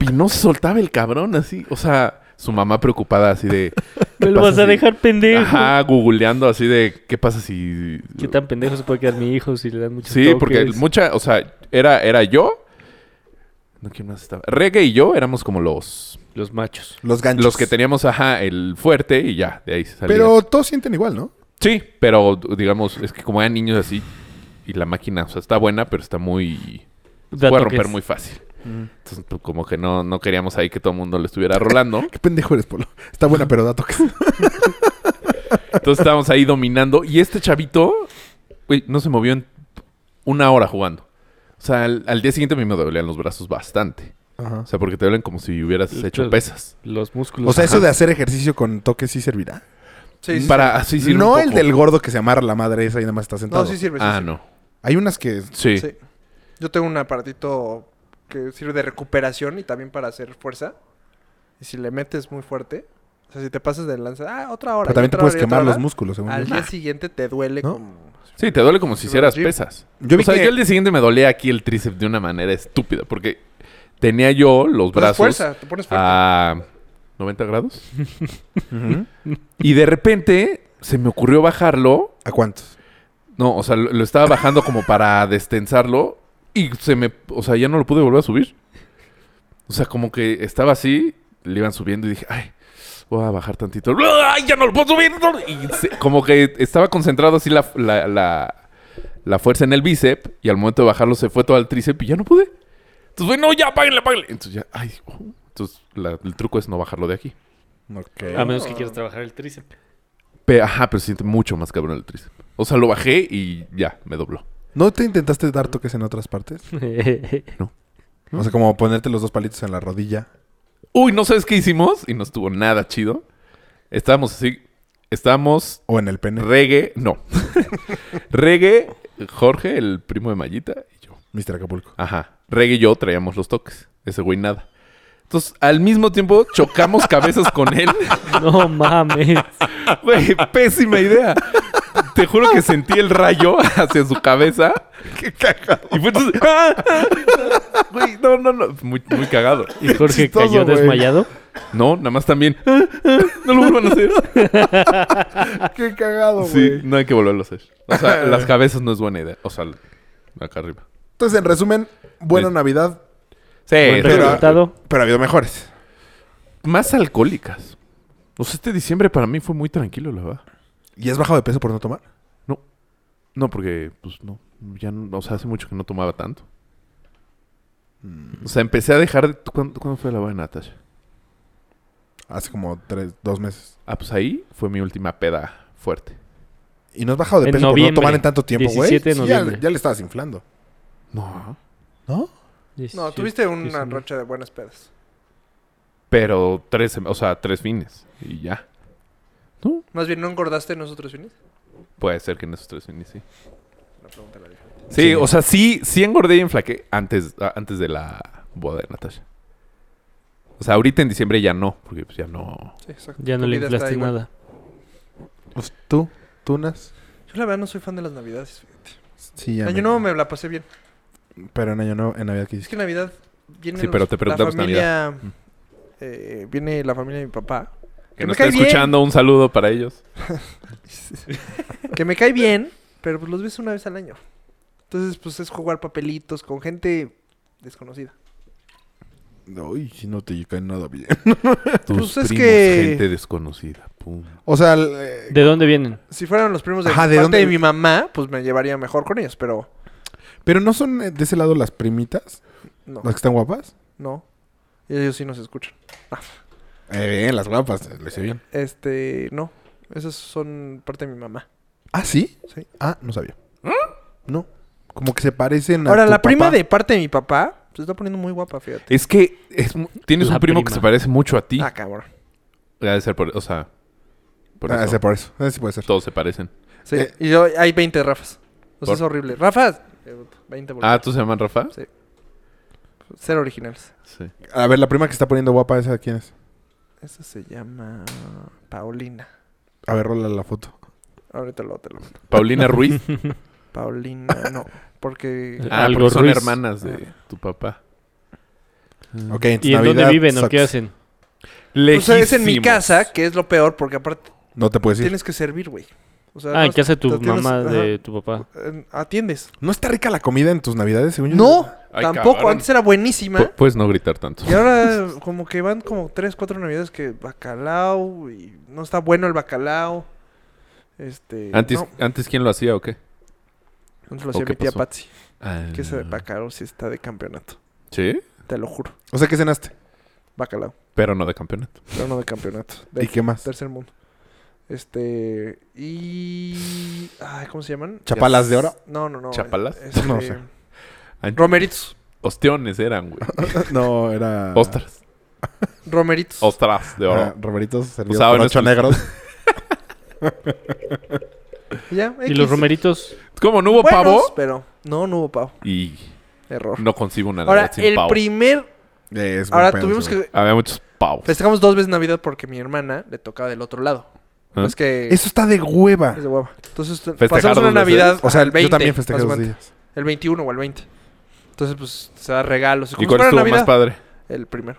[SPEAKER 1] Y no se soltaba el cabrón, así. O sea, su mamá preocupada, así de. ¿qué
[SPEAKER 2] Me lo
[SPEAKER 1] pasa
[SPEAKER 2] vas a
[SPEAKER 1] si-
[SPEAKER 2] dejar pendejo. (laughs)
[SPEAKER 1] Ajá, googleando así de qué pasa si.
[SPEAKER 2] Qué tan pendejo se puede quedar mi hijo si le dan muchos
[SPEAKER 1] Sí, porque
[SPEAKER 2] toques?
[SPEAKER 1] mucha, o sea, era, era yo. No, ¿quién más estaba? Reggae y yo éramos como los.
[SPEAKER 2] Los machos.
[SPEAKER 3] Los ganchos.
[SPEAKER 1] Los que teníamos, ajá, el fuerte y ya, de ahí se salía.
[SPEAKER 3] Pero todos sienten igual, ¿no?
[SPEAKER 1] Sí, pero digamos, es que como eran niños así. Y la máquina, o sea, está buena, pero está muy.
[SPEAKER 2] Da
[SPEAKER 1] puede
[SPEAKER 2] toques.
[SPEAKER 1] romper muy fácil.
[SPEAKER 2] Mm.
[SPEAKER 1] Entonces, tú- como que no, no queríamos ahí que todo el mundo lo estuviera rolando.
[SPEAKER 3] Qué pendejo eres, Polo. Está buena, pero da toques.
[SPEAKER 1] Entonces estábamos ahí dominando. Y este chavito, güey, no se movió en una hora jugando. O sea, al, al día siguiente a mí me dolían los brazos bastante.
[SPEAKER 3] Ajá.
[SPEAKER 1] O sea, porque te duelen como si hubieras hecho pesas.
[SPEAKER 2] Los músculos.
[SPEAKER 3] O sea, eso
[SPEAKER 2] Ajá.
[SPEAKER 3] de hacer ejercicio con toques sí servirá. Mm.
[SPEAKER 5] Sí, sí,
[SPEAKER 1] Para así sirve
[SPEAKER 3] no
[SPEAKER 1] un
[SPEAKER 3] el
[SPEAKER 1] poco.
[SPEAKER 3] del gordo que se amarra la madre esa y nada más está
[SPEAKER 5] sí.
[SPEAKER 3] sentado.
[SPEAKER 5] No, sí sirve. sí
[SPEAKER 1] Ah,
[SPEAKER 5] sirve.
[SPEAKER 1] no.
[SPEAKER 3] Hay unas que
[SPEAKER 1] Sí.
[SPEAKER 5] Sí. Yo tengo un aparatito que sirve de recuperación y también para hacer fuerza. Y si le metes muy fuerte, o sea, si te pasas de lanza, ah, otra hora.
[SPEAKER 3] pero
[SPEAKER 5] y
[SPEAKER 3] también te
[SPEAKER 5] otra hora,
[SPEAKER 3] puedes
[SPEAKER 5] y otra
[SPEAKER 3] quemar
[SPEAKER 5] hora,
[SPEAKER 3] los músculos, según
[SPEAKER 5] Al
[SPEAKER 3] yo.
[SPEAKER 5] día siguiente te duele
[SPEAKER 3] ¿No?
[SPEAKER 5] como...
[SPEAKER 1] Sí, te duele como si
[SPEAKER 5] Sí,
[SPEAKER 1] hicieras
[SPEAKER 5] sí.
[SPEAKER 1] pesas.
[SPEAKER 3] Yo vi
[SPEAKER 1] o sea,
[SPEAKER 3] que-
[SPEAKER 1] yo el día siguiente me dolía aquí el tríceps de una manera estúpida. Porque tenía yo los
[SPEAKER 5] Pues es
[SPEAKER 1] brazos
[SPEAKER 5] fuerza, te pones fuerte.
[SPEAKER 3] Ah,
[SPEAKER 1] a 90 grados.
[SPEAKER 3] Ujú.
[SPEAKER 1] Y de repente se me ocurrió bajarlo
[SPEAKER 3] ¿A cuántos?
[SPEAKER 1] No, o sea, lo, lo estaba bajando como para destensarlo y se me, o sea, ya no lo pude volver a subir. O sea, como que estaba así, le iban subiendo y dije, ay, voy a bajar tantito. ¡Ay, ya no lo puedo subir! no! Y se- como que estaba concentrado así la, la, la- la fuerza en el bíceps y al momento de bajarlo se fue todo al tríceps y ya no pude. Entonces, güey, no, ya, apáguenle, apáguenle. Entonces ya, ay, uh. entonces la- el truco es no bajarlo de aquí.
[SPEAKER 2] A menos que quieras trabajar el tríceps.
[SPEAKER 1] Pe- ajá, pero se siente mucho más cabrón el tríceps. O sea, lo bajé y ya, me dobló.
[SPEAKER 3] ¿No te intentaste dar toques en otras partes? O sea, como ponerte los dos palitos en la rodilla.
[SPEAKER 1] Uy, ¿no sabes qué hicimos? Y no estuvo nada chido. Estábamos así. Estábamos
[SPEAKER 3] O en el pene.
[SPEAKER 1] reggae. No. (laughs) reggae, Jorge, el primo de Mayita y yo.
[SPEAKER 3] Mr. Acapulco.
[SPEAKER 1] Ajá. Reggae y yo traíamos los toques. Ese güey nada. Entonces, al mismo tiempo, chocamos cabezas con él.
[SPEAKER 2] (laughs)
[SPEAKER 1] (laughs)
[SPEAKER 2] No
[SPEAKER 5] (laughs)
[SPEAKER 2] mames.
[SPEAKER 1] Güey, pésima idea. Te juro que sentí el rayo (laughs) hacia su cabeza. Qué cagado. Y fue entonces. (laughs) ¡ah! Güey, no, no, no. Muy, muy cagado.
[SPEAKER 2] Y Jorge
[SPEAKER 3] chistoso,
[SPEAKER 2] cayó
[SPEAKER 3] güey.
[SPEAKER 2] desmayado.
[SPEAKER 1] No, nada más también. ¡ah, ah! No lo vuelvan a hacer.
[SPEAKER 3] Qué cagado,
[SPEAKER 1] Sí, no hay que volverlo a hacer. O (laughs) sea, las cabezas no es buena idea. O sea, acá arriba.
[SPEAKER 3] Entonces, en resumen, buena
[SPEAKER 1] Sí.
[SPEAKER 3] Navidad,
[SPEAKER 1] Sí,
[SPEAKER 2] Buen
[SPEAKER 1] Eh, pero-
[SPEAKER 2] resultado.
[SPEAKER 3] pero ha habido mejores.
[SPEAKER 1] más alcohólicas. O sea, este diciembre para mí fue muy tranquilo, la verdad.
[SPEAKER 3] ¿Y has bajado de peso por no tomar?
[SPEAKER 1] No, porque, pues no, ya no, o sea, hace mucho que no tomaba tanto. O sea, empecé a dejar de... ¿tú ¿Cuándo, cuándo fue la boda de Natasha?
[SPEAKER 3] Hace como tres, dos meses.
[SPEAKER 1] Ah, pues ahí fue mi última peda fuerte.
[SPEAKER 3] Y no has bajado de
[SPEAKER 2] En
[SPEAKER 3] peso por no
[SPEAKER 2] noviembre.
[SPEAKER 3] tomar en tanto tiempo, güey.
[SPEAKER 2] 17 de
[SPEAKER 3] Sí, ya-
[SPEAKER 2] noviembre.
[SPEAKER 3] ya le estabas inflando.
[SPEAKER 1] No.
[SPEAKER 3] ¿No?
[SPEAKER 5] No, tuviste una racha de buenas pedas.
[SPEAKER 1] Pero tres, sem- o sea, tres fines y ya. ¿No?
[SPEAKER 5] Más bien, ¿no engordaste en nosotros fines?
[SPEAKER 1] Puede ser que en esos tres fines sí.
[SPEAKER 5] La pregunta la dije.
[SPEAKER 1] Sí, o sea, sí, sí engordé y enflaqué antes, a- antes de la boda de Natasha. O sea, ahorita en diciembre ya no, porque pues ya no.
[SPEAKER 5] Sí, exacto.
[SPEAKER 2] Ya no
[SPEAKER 5] Tu
[SPEAKER 2] le
[SPEAKER 5] vida está
[SPEAKER 2] inflaste
[SPEAKER 5] igual.
[SPEAKER 2] nada.
[SPEAKER 3] Pues, ¿Tú? ¿Tunas?
[SPEAKER 5] Yo la verdad no soy fan de las navidades, fíjate.
[SPEAKER 3] Sí, ya.
[SPEAKER 5] Año nuevo me la pasé bien.
[SPEAKER 3] Pero en Año Nuevo, en Navidad, ¿qué
[SPEAKER 5] Es
[SPEAKER 3] hiciste?
[SPEAKER 5] que Navidad viene
[SPEAKER 1] Sí, pero
[SPEAKER 5] los-
[SPEAKER 1] te preguntamos
[SPEAKER 5] la familia,
[SPEAKER 3] Mm.
[SPEAKER 5] eh, viene la familia de mi papá.
[SPEAKER 1] Que nos
[SPEAKER 5] me
[SPEAKER 1] está
[SPEAKER 5] cae bien.
[SPEAKER 1] escuchando, un saludo para
[SPEAKER 5] (laughs)
[SPEAKER 1] ellos.
[SPEAKER 5] que me cae bien, pero pues los ves una vez al año. Entonces, pues es jugar papelitos con gente desconocida.
[SPEAKER 3] Uy, si no te cae nada bien. (laughs)
[SPEAKER 1] Tus
[SPEAKER 5] Pues es
[SPEAKER 1] primos,
[SPEAKER 5] que-
[SPEAKER 1] gente desconocida. pum.
[SPEAKER 3] O sea, el, eh,
[SPEAKER 2] ¿De dónde vienen?
[SPEAKER 5] Si fueran los primos de,
[SPEAKER 3] Ajá, ¿de
[SPEAKER 5] parte
[SPEAKER 3] dónde?
[SPEAKER 5] de mi mamá, pues me llevaría mejor con ellos, pero
[SPEAKER 3] pero no son eh, de ese lado las primitas,
[SPEAKER 5] no,
[SPEAKER 3] las que están guapas.
[SPEAKER 5] no. Ellos sí nos escuchan. Ah,
[SPEAKER 3] Eh, bien, las guapas, eh, le hice bien.
[SPEAKER 5] Este, no. Esas son parte de mi mamá.
[SPEAKER 3] ¿Ah, sí?
[SPEAKER 5] Sí.
[SPEAKER 3] Ah, no sabía. No. Como que se parecen a
[SPEAKER 5] Ahora,
[SPEAKER 3] tu
[SPEAKER 5] la prima
[SPEAKER 3] papá.
[SPEAKER 5] de parte de mi papá se está poniendo muy guapa, fíjate.
[SPEAKER 1] Es que es mu- tienes
[SPEAKER 2] La
[SPEAKER 1] un primo que
[SPEAKER 2] prima.
[SPEAKER 1] se parece mucho a ti.
[SPEAKER 5] Ah, cabrón.
[SPEAKER 1] Ha de ser por- o sea, por
[SPEAKER 3] Ah,
[SPEAKER 1] eso.
[SPEAKER 3] sí, por eso. Ah, sí puede ser.
[SPEAKER 1] Todos se parecen.
[SPEAKER 5] Sí.
[SPEAKER 3] Eh.
[SPEAKER 5] Y yo, hay 20 Rafas. O sea,
[SPEAKER 1] ¿Por?
[SPEAKER 5] es horrible. Rafas. Eh, 20 por
[SPEAKER 1] Ah, ¿tú se llaman Rafa?
[SPEAKER 5] Sí. Ser originales.
[SPEAKER 1] Sí.
[SPEAKER 3] A ver, la prima que se está poniendo guapa, ¿esa quién es?
[SPEAKER 5] Esa se llama Paulina.
[SPEAKER 3] A ver, rola la foto.
[SPEAKER 5] Ahorita lo te lo mando.
[SPEAKER 1] Paulina
[SPEAKER 5] (laughs)
[SPEAKER 1] Ruiz. (laughs)
[SPEAKER 5] Paulina, no. Porque
[SPEAKER 2] Eh,
[SPEAKER 1] ah,
[SPEAKER 2] Algo
[SPEAKER 1] porque son
[SPEAKER 2] Ruiz.
[SPEAKER 1] hermanas de tu papá.
[SPEAKER 3] Ok,
[SPEAKER 1] Pues
[SPEAKER 3] entonces
[SPEAKER 2] ¿Y en dónde
[SPEAKER 3] Navidad,
[SPEAKER 2] viven o
[SPEAKER 3] sats.
[SPEAKER 2] qué hacen?
[SPEAKER 5] O sea, es en mi
[SPEAKER 1] Lejísimos.
[SPEAKER 5] casa, que es lo peor, porque aparte
[SPEAKER 3] No te puedes ir.
[SPEAKER 5] tienes que servir, güey. O sea,
[SPEAKER 2] Ah, ¿en
[SPEAKER 5] no-
[SPEAKER 2] qué hace tu
[SPEAKER 5] te tienes-
[SPEAKER 2] mamá
[SPEAKER 5] ajá,
[SPEAKER 2] de tu papá?
[SPEAKER 5] eh, Atiendes.
[SPEAKER 3] ¿No está rica la comida en tus navidades, según yo?
[SPEAKER 5] No,
[SPEAKER 1] Ay,
[SPEAKER 5] tampoco.
[SPEAKER 1] cabrón.
[SPEAKER 5] Antes era buenísima.
[SPEAKER 1] Pu- puedes no gritar tanto.
[SPEAKER 5] Y ahora como que van como tres, cuatro navidades que bacalao y no está bueno el bacalao. Este,
[SPEAKER 1] Antes,
[SPEAKER 5] no,
[SPEAKER 1] antes quién lo hacía o qué?
[SPEAKER 5] antes lo
[SPEAKER 1] ¿o
[SPEAKER 5] hacía
[SPEAKER 1] qué
[SPEAKER 5] mi tía
[SPEAKER 1] pasó?
[SPEAKER 5] Patsy,
[SPEAKER 1] Ah.
[SPEAKER 5] que ese bacalao sí está de campeonato,
[SPEAKER 1] Sí,
[SPEAKER 5] te lo juro.
[SPEAKER 3] O sea, ¿qué cenaste?
[SPEAKER 5] Bacalao,
[SPEAKER 1] pero no de campeonato.
[SPEAKER 5] pero no de campeonato. De
[SPEAKER 3] ¿Y qué más?
[SPEAKER 5] tercer mundo. Este, y ay, ¿cómo se llaman?
[SPEAKER 3] ¿Chapalas de oro?
[SPEAKER 5] (laughs)
[SPEAKER 3] (laughs)
[SPEAKER 5] No, no, no.
[SPEAKER 1] ¿Chapalas?
[SPEAKER 5] este,
[SPEAKER 3] No sé.
[SPEAKER 1] An-
[SPEAKER 5] Romeritos.
[SPEAKER 1] Ostiones eran, güey.
[SPEAKER 5] Ah.
[SPEAKER 3] no, era...
[SPEAKER 1] Ostras.
[SPEAKER 5] Romeritos.
[SPEAKER 1] Ostras de oro.
[SPEAKER 3] Ah, romeritos servidos
[SPEAKER 1] Usaban
[SPEAKER 3] por ocho
[SPEAKER 1] estos.
[SPEAKER 3] negros.
[SPEAKER 5] Ya,
[SPEAKER 2] ¿Y los
[SPEAKER 5] X.
[SPEAKER 2] romeritos?
[SPEAKER 1] ¿Cómo no hubo
[SPEAKER 5] Buenos,
[SPEAKER 1] pavo?
[SPEAKER 5] Pero no, no hubo pavo.
[SPEAKER 1] Y
[SPEAKER 5] Error.
[SPEAKER 1] no consigo una
[SPEAKER 5] Ahora,
[SPEAKER 1] Navidad sin
[SPEAKER 5] el
[SPEAKER 1] pavo.
[SPEAKER 5] primer.
[SPEAKER 3] Eh, es buen
[SPEAKER 5] Ahora
[SPEAKER 3] pedo,
[SPEAKER 5] tuvimos
[SPEAKER 3] seguro.
[SPEAKER 5] que.
[SPEAKER 1] Había muchos pavos.
[SPEAKER 5] Festejamos dos veces Navidad porque mi hermana le tocaba del otro lado.
[SPEAKER 1] ¿Ah?
[SPEAKER 5] Es pues, que.
[SPEAKER 3] Eso está de hueva.
[SPEAKER 5] es de hueva. Entonces tu-
[SPEAKER 1] ¿Festejar
[SPEAKER 5] pasamos una
[SPEAKER 1] dos veces?
[SPEAKER 5] Navidad.
[SPEAKER 3] O sea,
[SPEAKER 5] al 20,
[SPEAKER 3] yo también festejé
[SPEAKER 5] haz de
[SPEAKER 3] dos
[SPEAKER 5] cuenta.
[SPEAKER 3] días.
[SPEAKER 5] El 21 o el 20. Entonces, pues se da regalos.
[SPEAKER 1] ¿Y
[SPEAKER 5] como
[SPEAKER 1] cuál
[SPEAKER 5] si fuera
[SPEAKER 1] estuvo más padre?
[SPEAKER 5] El primero.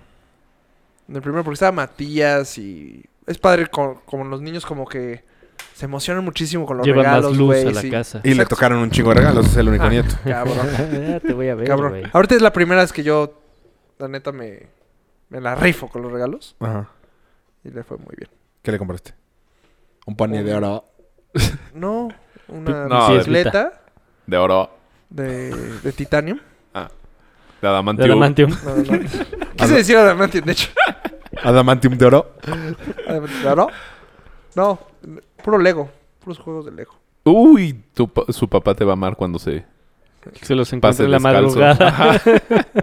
[SPEAKER 5] El primero porque estaba Matías y... Es padre co- como los niños como que se emocionan muchísimo con los
[SPEAKER 2] Llevan
[SPEAKER 5] regalos,
[SPEAKER 2] más luz
[SPEAKER 5] güey,
[SPEAKER 2] a la
[SPEAKER 5] sí.
[SPEAKER 2] casa.
[SPEAKER 3] Y le tocaron un chingo de regalos, es el único
[SPEAKER 5] Ah,
[SPEAKER 3] nieto.
[SPEAKER 5] Cabrón,
[SPEAKER 2] (laughs) Ah, Te voy (laughs) a ver,
[SPEAKER 5] cabrón.
[SPEAKER 2] güey.
[SPEAKER 5] Ahorita es la primera vez que yo, la neta, me, me la rifo con los regalos.
[SPEAKER 3] Ajá.
[SPEAKER 5] Y le fue muy bien.
[SPEAKER 3] ¿Qué le compraste? Un pony de oro.
[SPEAKER 5] No, una
[SPEAKER 1] No, a ver.
[SPEAKER 5] bicicleta
[SPEAKER 1] De oro.
[SPEAKER 5] de, de titanio.
[SPEAKER 1] De
[SPEAKER 2] De
[SPEAKER 1] adamantium.
[SPEAKER 2] (laughs) adamantium.
[SPEAKER 5] No, no. Quise decir adamantium, de hecho.
[SPEAKER 3] Adamantium de oro.
[SPEAKER 5] ¿Claro? No, puro Lego. Puros juegos de Lego.
[SPEAKER 1] Uy, tu pa- su papá te va a amar cuando se
[SPEAKER 2] Se los encuentra
[SPEAKER 1] pase
[SPEAKER 2] en la
[SPEAKER 1] descalzo.
[SPEAKER 2] madrugada.
[SPEAKER 1] Ajá.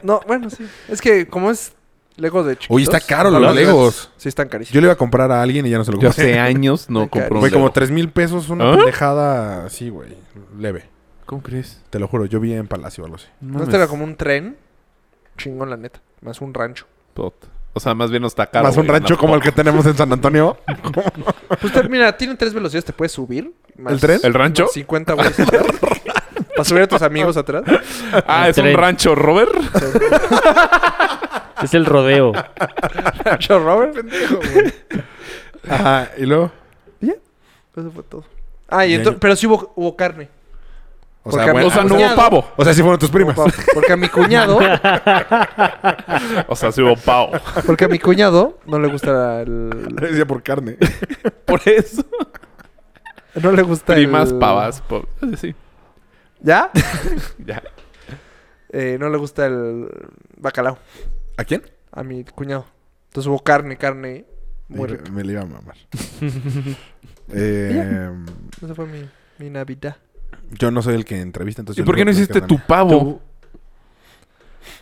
[SPEAKER 5] No, bueno, sí. Es que como es Lego de chiquitos...
[SPEAKER 3] Oye, está caro
[SPEAKER 5] no
[SPEAKER 3] los
[SPEAKER 5] lo-
[SPEAKER 3] Legos.
[SPEAKER 5] Sí, están carísimos.
[SPEAKER 3] Yo le iba a comprar a alguien y ya no se lo
[SPEAKER 1] Yo
[SPEAKER 3] compré.
[SPEAKER 1] hace años no
[SPEAKER 5] Ay,
[SPEAKER 1] compro un
[SPEAKER 3] Güey, como
[SPEAKER 1] Lego.
[SPEAKER 3] tres mil pesos una
[SPEAKER 1] ¿Ah?
[SPEAKER 3] pendejada así, güey. Leve.
[SPEAKER 1] ¿Cómo crees?
[SPEAKER 3] Te lo juro, yo vi en Palacio o algo así.
[SPEAKER 5] No
[SPEAKER 1] mames.
[SPEAKER 5] este era como un tren. Chingón, la neta. Más un rancho.
[SPEAKER 1] Tot. O sea, más bien no está caro.
[SPEAKER 3] Más un
[SPEAKER 1] güey,
[SPEAKER 3] rancho
[SPEAKER 1] más
[SPEAKER 3] como el
[SPEAKER 1] poco.
[SPEAKER 3] que tenemos en San
[SPEAKER 1] (laughs)
[SPEAKER 3] Antonio.
[SPEAKER 5] Pues te- mira, (laughs) tiene tres velocidades. Te puedes subir. más-
[SPEAKER 3] ¿El tren?
[SPEAKER 1] ¿El rancho?
[SPEAKER 5] más 50 güeyes atrás. (laughs) Para subir a tus amigos atrás.
[SPEAKER 1] Ah,
[SPEAKER 2] El
[SPEAKER 1] es un
[SPEAKER 2] tren.
[SPEAKER 1] rancho, Robert.
[SPEAKER 2] (laughs) Es el rodeo.
[SPEAKER 5] (laughs) Rancho Robert.
[SPEAKER 3] Ajá, y luego.
[SPEAKER 5] Eso fue todo. Ah, y
[SPEAKER 3] Ya,
[SPEAKER 5] entonces,
[SPEAKER 3] ya.
[SPEAKER 5] pero sí hubo, hubo carne.
[SPEAKER 3] O sea,
[SPEAKER 5] Porque a mí-
[SPEAKER 3] bueno,
[SPEAKER 1] O sea,
[SPEAKER 5] ah,
[SPEAKER 1] no
[SPEAKER 5] o sea,
[SPEAKER 1] hubo pavo.
[SPEAKER 3] o sea, sí fueron tus primas. (laughs)
[SPEAKER 5] Pa- Porque a mi cuñado,
[SPEAKER 1] O sea, sí hubo pavo.
[SPEAKER 5] porque a mi cuñado no le gusta el.
[SPEAKER 3] Decía por carne.
[SPEAKER 1] (laughs) Por eso.
[SPEAKER 5] No le gusta el-
[SPEAKER 1] Primas, pavas. po- Sí,
[SPEAKER 5] ¿Ya?
[SPEAKER 1] ya.
[SPEAKER 5] Pues Eh, no le gusta el bacalao.
[SPEAKER 3] ¿A quién?
[SPEAKER 5] a mi cuñado. Entonces hubo carne, carne. Muy
[SPEAKER 3] Dije,
[SPEAKER 5] rica.
[SPEAKER 3] Me le iba a
[SPEAKER 1] (laughs)
[SPEAKER 3] mamar. eh,
[SPEAKER 5] Esa fue mi, mi Navidad.
[SPEAKER 3] yo no soy el que entrevista, entonces.
[SPEAKER 1] ¿Y
[SPEAKER 3] yo
[SPEAKER 1] por qué no
[SPEAKER 3] puedo
[SPEAKER 1] hiciste
[SPEAKER 3] platicar
[SPEAKER 1] tu pavo?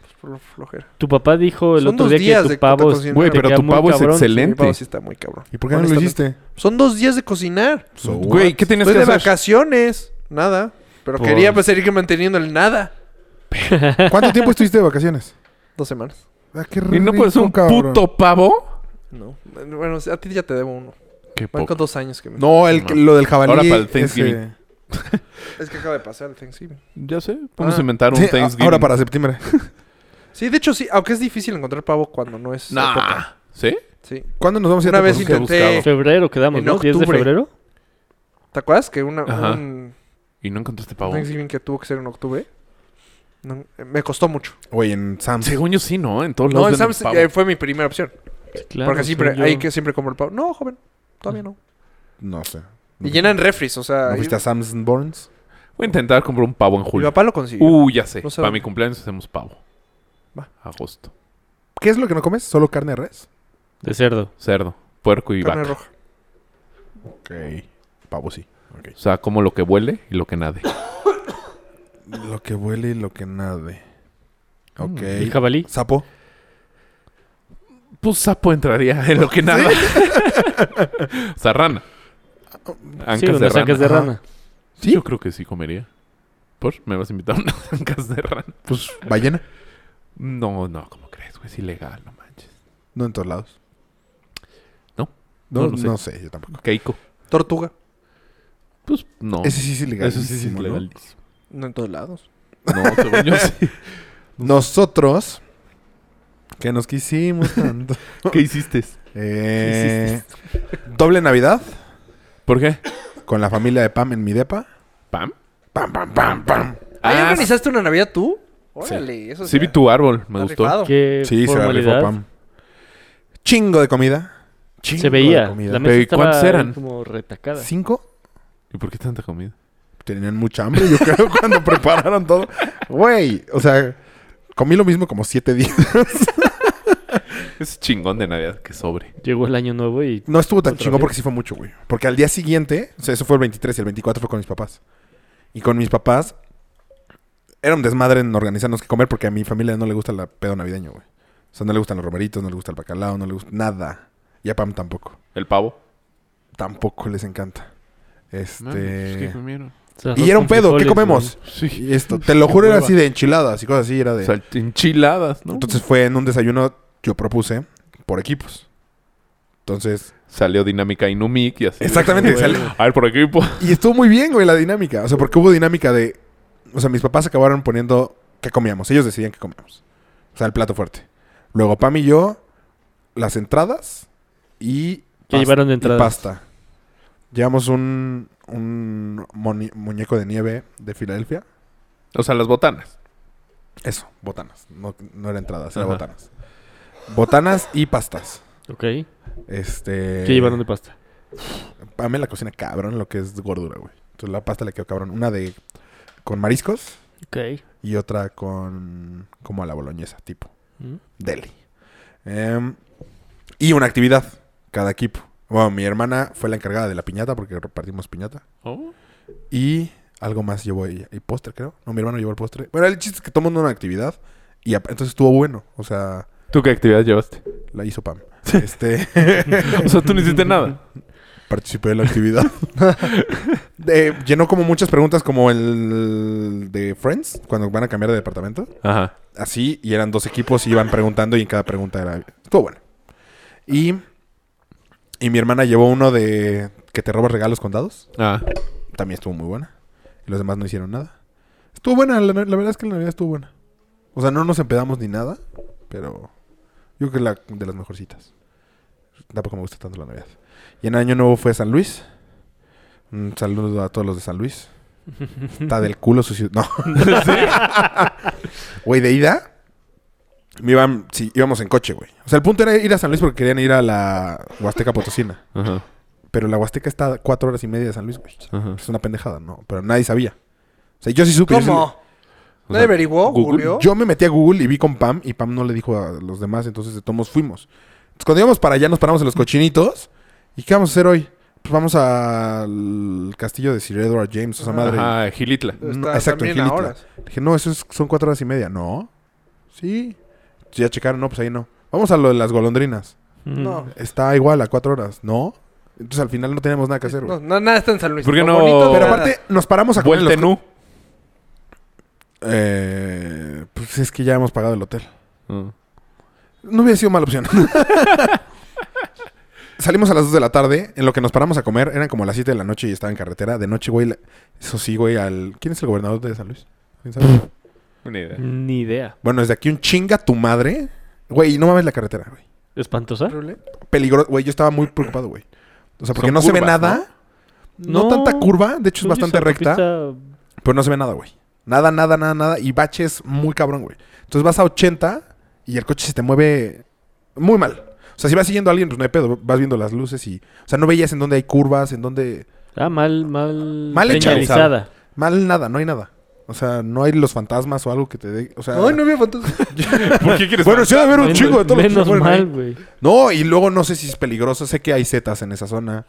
[SPEAKER 5] Pues, por lo flojera.
[SPEAKER 2] Tu papá dijo el
[SPEAKER 5] Son
[SPEAKER 2] otro
[SPEAKER 5] dos
[SPEAKER 2] día
[SPEAKER 5] días
[SPEAKER 2] que
[SPEAKER 5] de
[SPEAKER 2] tu pavo
[SPEAKER 5] cocina.
[SPEAKER 1] Güey,
[SPEAKER 2] te
[SPEAKER 1] pero
[SPEAKER 2] queda
[SPEAKER 1] tu
[SPEAKER 2] muy
[SPEAKER 1] pavo es
[SPEAKER 2] cabrón.
[SPEAKER 5] Sí, mi
[SPEAKER 1] excelente.
[SPEAKER 5] pavo sí está muy cabrón.
[SPEAKER 3] nada? ¿Y por qué no lo
[SPEAKER 5] Honestamente.
[SPEAKER 3] hiciste?
[SPEAKER 5] Son dos días de cocinar.
[SPEAKER 3] So
[SPEAKER 1] Güey,
[SPEAKER 3] what?
[SPEAKER 1] ¿qué tenías
[SPEAKER 5] Estoy
[SPEAKER 1] que
[SPEAKER 5] de
[SPEAKER 1] hacer?
[SPEAKER 5] vacaciones. Nada. Pero
[SPEAKER 3] Por-
[SPEAKER 5] quería pues seguir manteniendo el nada.
[SPEAKER 3] ¿Cuánto tiempo estuviste de vacaciones?
[SPEAKER 5] Dos semanas.
[SPEAKER 3] Ah, qué
[SPEAKER 1] ¿Y no puedes
[SPEAKER 3] rico,
[SPEAKER 1] un
[SPEAKER 3] cabrón.
[SPEAKER 1] puto pavo?
[SPEAKER 5] No. Bueno, a ti ya te debo uno.
[SPEAKER 1] Qué
[SPEAKER 5] Van
[SPEAKER 1] poco.
[SPEAKER 5] con dos años que me...
[SPEAKER 3] No, el, que- lo del jabalí.
[SPEAKER 1] Ahora para el
[SPEAKER 3] ese-
[SPEAKER 1] Thanksgiving.
[SPEAKER 5] Es que acaba de pasar el Thanksgiving.
[SPEAKER 1] Ya sé. Vamos
[SPEAKER 5] Ah.
[SPEAKER 1] a inventar un
[SPEAKER 3] Sí, a-
[SPEAKER 1] Thanksgiving.
[SPEAKER 3] ahora para septiembre.
[SPEAKER 5] Sí, de hecho sí. Aunque es difícil encontrar pavo cuando no es época.
[SPEAKER 1] Nah. ¿Sí?
[SPEAKER 5] Sí.
[SPEAKER 3] ¿Cuándo nos vamos a ir
[SPEAKER 5] Una
[SPEAKER 3] a
[SPEAKER 5] vez
[SPEAKER 3] Tepoztlán?
[SPEAKER 2] (laughs)
[SPEAKER 5] intenté...
[SPEAKER 2] Febrero quedamos,
[SPEAKER 5] En
[SPEAKER 2] ¿no? 10 de
[SPEAKER 5] octubre.
[SPEAKER 2] febrero.
[SPEAKER 5] ¿Te acuerdas que una,
[SPEAKER 1] Ajá.
[SPEAKER 5] un
[SPEAKER 1] Y no encontraste pavo.
[SPEAKER 5] Thanksgiving que tuvo que ser en octubre. no, eh, me costó mucho.
[SPEAKER 3] Güey, en Sam's.
[SPEAKER 1] Según yo sí, ¿no? En todos
[SPEAKER 5] No,
[SPEAKER 1] lados
[SPEAKER 5] en
[SPEAKER 1] venden
[SPEAKER 5] Sam's
[SPEAKER 1] pavo.
[SPEAKER 5] eh, fue mi primera opción.
[SPEAKER 2] Sí, claro,
[SPEAKER 5] porque siempre,
[SPEAKER 2] según yo.
[SPEAKER 5] ahí que siempre compro el pavo. No, joven, todavía no.
[SPEAKER 3] No sé.
[SPEAKER 5] Y llenan refries, o sea.
[SPEAKER 3] ¿No
[SPEAKER 5] y-
[SPEAKER 3] fuiste a Sam's Burns?
[SPEAKER 1] Voy a intentar comprar un pavo en
[SPEAKER 5] mi
[SPEAKER 1] julio.
[SPEAKER 5] papá lo consiguió.
[SPEAKER 1] Uh, ya sé.
[SPEAKER 5] No sé
[SPEAKER 1] Para
[SPEAKER 5] dónde.
[SPEAKER 1] mi cumpleaños hacemos pavo.
[SPEAKER 5] Va.
[SPEAKER 1] Agosto.
[SPEAKER 3] ¿Qué es lo que no comes? ¿Solo carne de res?
[SPEAKER 2] De cerdo.
[SPEAKER 1] Cerdo, puerco y
[SPEAKER 5] carne
[SPEAKER 1] vaca.
[SPEAKER 5] roja.
[SPEAKER 3] Ok. Pavo sí. Ok.
[SPEAKER 1] O sea, como lo que huele y lo que nade.
[SPEAKER 3] Lo que huele y lo que nade.
[SPEAKER 1] Mm,
[SPEAKER 3] Ok.
[SPEAKER 2] ¿El jabalí?
[SPEAKER 3] Sapo.
[SPEAKER 1] Pues sapo entraría en lo que nada. (laughs) o sea, rana. Ah,
[SPEAKER 2] sí,
[SPEAKER 1] Ancas de
[SPEAKER 2] unas
[SPEAKER 1] rana.
[SPEAKER 2] ancas de
[SPEAKER 3] ajá.
[SPEAKER 2] rana.
[SPEAKER 3] ¿Sí?
[SPEAKER 1] Yo creo que sí comería. ¿Por? ¿Me vas a invitar unas (laughs) ancas de rana?
[SPEAKER 3] Pues ballena.
[SPEAKER 1] No, no, ¿cómo crees, güey? Es ilegal, no manches.
[SPEAKER 3] No en todos lados.
[SPEAKER 1] No.
[SPEAKER 3] No,
[SPEAKER 1] No
[SPEAKER 3] no,
[SPEAKER 1] lo sé.
[SPEAKER 3] sé. yo tampoco.
[SPEAKER 1] Keiko.
[SPEAKER 5] Tortuga.
[SPEAKER 1] Pues no.
[SPEAKER 3] Ese sí es ilegal.
[SPEAKER 1] Eso sí es ilegal.
[SPEAKER 5] No en todos lados.
[SPEAKER 1] No, según yo sí.
[SPEAKER 3] Nosotros, que
[SPEAKER 1] (laughs)
[SPEAKER 3] nos quisimos tanto.
[SPEAKER 1] (laughs) ¿Qué hiciste?
[SPEAKER 3] Eh, doble Navidad
[SPEAKER 1] ¿Por qué?
[SPEAKER 3] con la familia de Pam en mi depa.
[SPEAKER 1] ¿Pam?
[SPEAKER 3] Pam, pam, pam, pam.
[SPEAKER 5] ¿Ahí
[SPEAKER 1] Ah,
[SPEAKER 5] organizaste una Navidad tú? Órale, eso
[SPEAKER 1] sí vi tu árbol. Me gustó.
[SPEAKER 2] ¿Qué
[SPEAKER 3] Sí, se la
[SPEAKER 2] formalidad?
[SPEAKER 3] rifó Pam. Chingo de comida. Chingo
[SPEAKER 2] Se
[SPEAKER 3] de
[SPEAKER 2] veía.
[SPEAKER 3] comida.
[SPEAKER 2] La mesa
[SPEAKER 1] Pero, ¿y
[SPEAKER 2] estaba
[SPEAKER 1] cuántos eran?
[SPEAKER 2] como retacada.
[SPEAKER 3] Cinco.
[SPEAKER 1] ¿Y por qué tanta comida?
[SPEAKER 3] Tenían mucha hambre, yo (laughs) creo, cuando prepararon todo. Güey, o sea, comí lo mismo como siete días.
[SPEAKER 1] Es chingón de Navidad que sobre.
[SPEAKER 2] Llegó el año nuevo y
[SPEAKER 3] No estuvo tan
[SPEAKER 2] Otra
[SPEAKER 3] chingón
[SPEAKER 2] vez.
[SPEAKER 3] porque sí fue mucho, güey. Porque al día siguiente, o sea, eso fue el 23 y el 24 fue con mis papás. Y con mis papás era un desmadre en organizarnos que comer porque a mi familia no le gusta el pedo navideño, güey. O sea, no le gustan los romeritos, no le gusta el bacalao, no le gusta nada. Y a Pam tampoco.
[SPEAKER 1] El pavo.
[SPEAKER 3] Tampoco les encanta.
[SPEAKER 2] pues,
[SPEAKER 1] Mames, pues,
[SPEAKER 3] Este...
[SPEAKER 1] ¿qué comieron?
[SPEAKER 2] O sea, arroz
[SPEAKER 3] Y era un
[SPEAKER 2] con
[SPEAKER 3] pedo, ¿qué
[SPEAKER 2] frijoles,
[SPEAKER 3] comemos?
[SPEAKER 1] Sí.
[SPEAKER 3] Y esto, te lo juro, era
[SPEAKER 1] Hueva.
[SPEAKER 3] así de enchiladas y cosas así, era de...
[SPEAKER 1] O sea, enchiladas, ¿no?
[SPEAKER 3] Entonces fue en un desayuno yo propuse por equipos. Entonces,
[SPEAKER 1] Salió Dinámica Inumic y así.
[SPEAKER 3] exactamente,
[SPEAKER 2] güey.
[SPEAKER 3] sal-
[SPEAKER 1] A ver, por aquí. po-
[SPEAKER 3] Y estuvo muy bien, güey, la dinámica. O sea, porque hubo dinámica de. O sea, mis papás acabaron poniendo qué comíamos. Ellos decidían qué comíamos. O sea, el plato fuerte. Luego, Pam y yo, las entradas y.
[SPEAKER 2] ¿Qué
[SPEAKER 3] pas-
[SPEAKER 2] llevaron de
[SPEAKER 3] y
[SPEAKER 2] entradas?
[SPEAKER 3] pasta. Llevamos un, un moni- muñeco de nieve de Filadelfia.
[SPEAKER 1] O sea, las botanas.
[SPEAKER 3] Eso, botanas. No, no era entradas, era
[SPEAKER 1] Ajá.
[SPEAKER 3] botanas. Botanas y pastas.
[SPEAKER 2] ¿no? Ok. ¿Qué
[SPEAKER 3] Este.
[SPEAKER 2] llevaron de pasta?
[SPEAKER 3] A mí la cocina cabrón lo que es gordura, güey. Entonces la pasta le quedó cabrón. Una de. con mariscos.
[SPEAKER 2] Ok.
[SPEAKER 3] y otra con como a la boloñesa, tipo
[SPEAKER 2] Mm.
[SPEAKER 3] deli. Em, y una actividad cada equipo. Bueno, mi hermana fue la encargada de la piñata porque repartimos piñata
[SPEAKER 1] Oh.
[SPEAKER 3] y algo más llevó ella, y postre creo. No, mi hermano llevó el postre. Bueno, el chiste es que todo mundo una actividad y ap- entonces estuvo bueno, o sea,
[SPEAKER 1] ¿Tú qué actividad
[SPEAKER 3] (laughs)
[SPEAKER 1] llevaste?
[SPEAKER 3] la hizo Pam. Este
[SPEAKER 1] O sea, tú no hiciste nada.
[SPEAKER 3] participé de la actividad. (laughs) De- llenó como muchas preguntas como el de Friends cuando van a cambiar de departamento.
[SPEAKER 1] Ajá.
[SPEAKER 3] así y eran dos equipos y iban preguntando y en cada pregunta era estuvo bueno y y mi hermana llevó uno de que te robas regalos con dados
[SPEAKER 1] Ah.
[SPEAKER 3] también estuvo muy buena y los demás no hicieron nada estuvo buena la, la verdad es que la navidad estuvo buena o sea no nos empedamos ni nada pero yo creo que la de las mejorcitas tampoco me gusta tanto la navidad y en año nuevo fue a San Luis un saludo a todos los de San Luis Está del culo su ciudad. No. (laughs) Güey, de ida. me iban, sí, íbamos en coche, güey. O sea, el punto era ir a San Luis porque querían ir a la Huasteca Potosina.
[SPEAKER 1] Ajá.
[SPEAKER 3] Pero la Huasteca está a cuatro horas y media de San Luis, güey.
[SPEAKER 1] Ajá.
[SPEAKER 3] Es una pendejada, ¿no? Pero nadie sabía. O sea, yo sí supe. yo sí-
[SPEAKER 5] ¿Cómo?
[SPEAKER 1] O
[SPEAKER 5] ¿No
[SPEAKER 1] sea,
[SPEAKER 5] averiguó?
[SPEAKER 1] Google-
[SPEAKER 5] ¿Googleó?
[SPEAKER 3] Yo me metí a Google y vi con Pam y Pam no le dijo a los demás, entonces de tomos fuimos. Entonces, cuando íbamos para allá nos paramos en los cochinitos. ¿Y qué vamos a hacer hoy? Pues vamos al castillo de Sir Edward James, o sea, madre.
[SPEAKER 1] Ajá, Gilitla.
[SPEAKER 5] Está
[SPEAKER 3] No, exacto,
[SPEAKER 5] también
[SPEAKER 3] en
[SPEAKER 5] a
[SPEAKER 3] Gilitla.
[SPEAKER 5] horas.
[SPEAKER 3] Dije, no, eso es- son cuatro horas y media. No. Sí. Ya checaron, no, pues ahí no. Vamos a lo de las golondrinas.
[SPEAKER 2] Mm.
[SPEAKER 5] No.
[SPEAKER 3] Está igual a cuatro horas. No. Entonces al final no tenemos nada que hacer, güey.
[SPEAKER 5] No, no, nada está en San Luis.
[SPEAKER 1] ¿Por qué
[SPEAKER 5] Lo
[SPEAKER 1] no?
[SPEAKER 5] bonito de
[SPEAKER 3] Pero
[SPEAKER 5] nada.
[SPEAKER 3] aparte, nos paramos a comer. en
[SPEAKER 1] Vuelta en
[SPEAKER 3] los-
[SPEAKER 1] U.
[SPEAKER 3] Eh, pues es que ya hemos pagado el hotel.
[SPEAKER 1] Ah.
[SPEAKER 3] No hubiera sido mala opción. (laughs) Salimos a las 2 de la tarde. En lo que nos paramos a comer, eran como las 7 de la noche y estaba en carretera. De noche, güey. la- Eso sí, güey, al. ¿Quién es el gobernador de San Luis? ¿Quién sabe?
[SPEAKER 1] Una idea.
[SPEAKER 3] (laughs)
[SPEAKER 2] Mm, Ni idea.
[SPEAKER 3] bueno, desde aquí un chinga tu madre. Güey, no mames la carretera, güey.
[SPEAKER 2] ¿Espantosa?
[SPEAKER 5] Horrible.
[SPEAKER 3] peligroso. Güey, yo estaba muy preocupado, güey. O sea, porque
[SPEAKER 1] Son
[SPEAKER 3] no se ve
[SPEAKER 1] curvas,
[SPEAKER 3] nada. No,
[SPEAKER 2] No.
[SPEAKER 3] tanta curva. De hecho, es
[SPEAKER 2] Pinche
[SPEAKER 3] bastante recta.
[SPEAKER 2] autopista
[SPEAKER 3] Pero no se ve nada, güey. Nada, nada, nada, nada. Y baches muy cabrón, güey. Entonces vas a 80 y el coche se te mueve muy mal. O sea, si vas siguiendo a alguien, pues no hay pedo. Vas viendo las luces y... O sea, no veías en dónde hay curvas, en dónde...
[SPEAKER 2] Ah, mal, mal.
[SPEAKER 3] Mal hecha.
[SPEAKER 2] señalizada.
[SPEAKER 3] Mal nada, no hay nada. O sea, no hay los fantasmas o algo que te dé... O sea...
[SPEAKER 5] Ay, no había fantasma.
[SPEAKER 1] ¿Por qué quieres
[SPEAKER 3] bueno, sí ha de haber un
[SPEAKER 2] Menos-
[SPEAKER 3] chingo de todo
[SPEAKER 2] Menos mal, güey.
[SPEAKER 3] No, y luego no sé si es peligroso. Sé que hay setas en esa zona.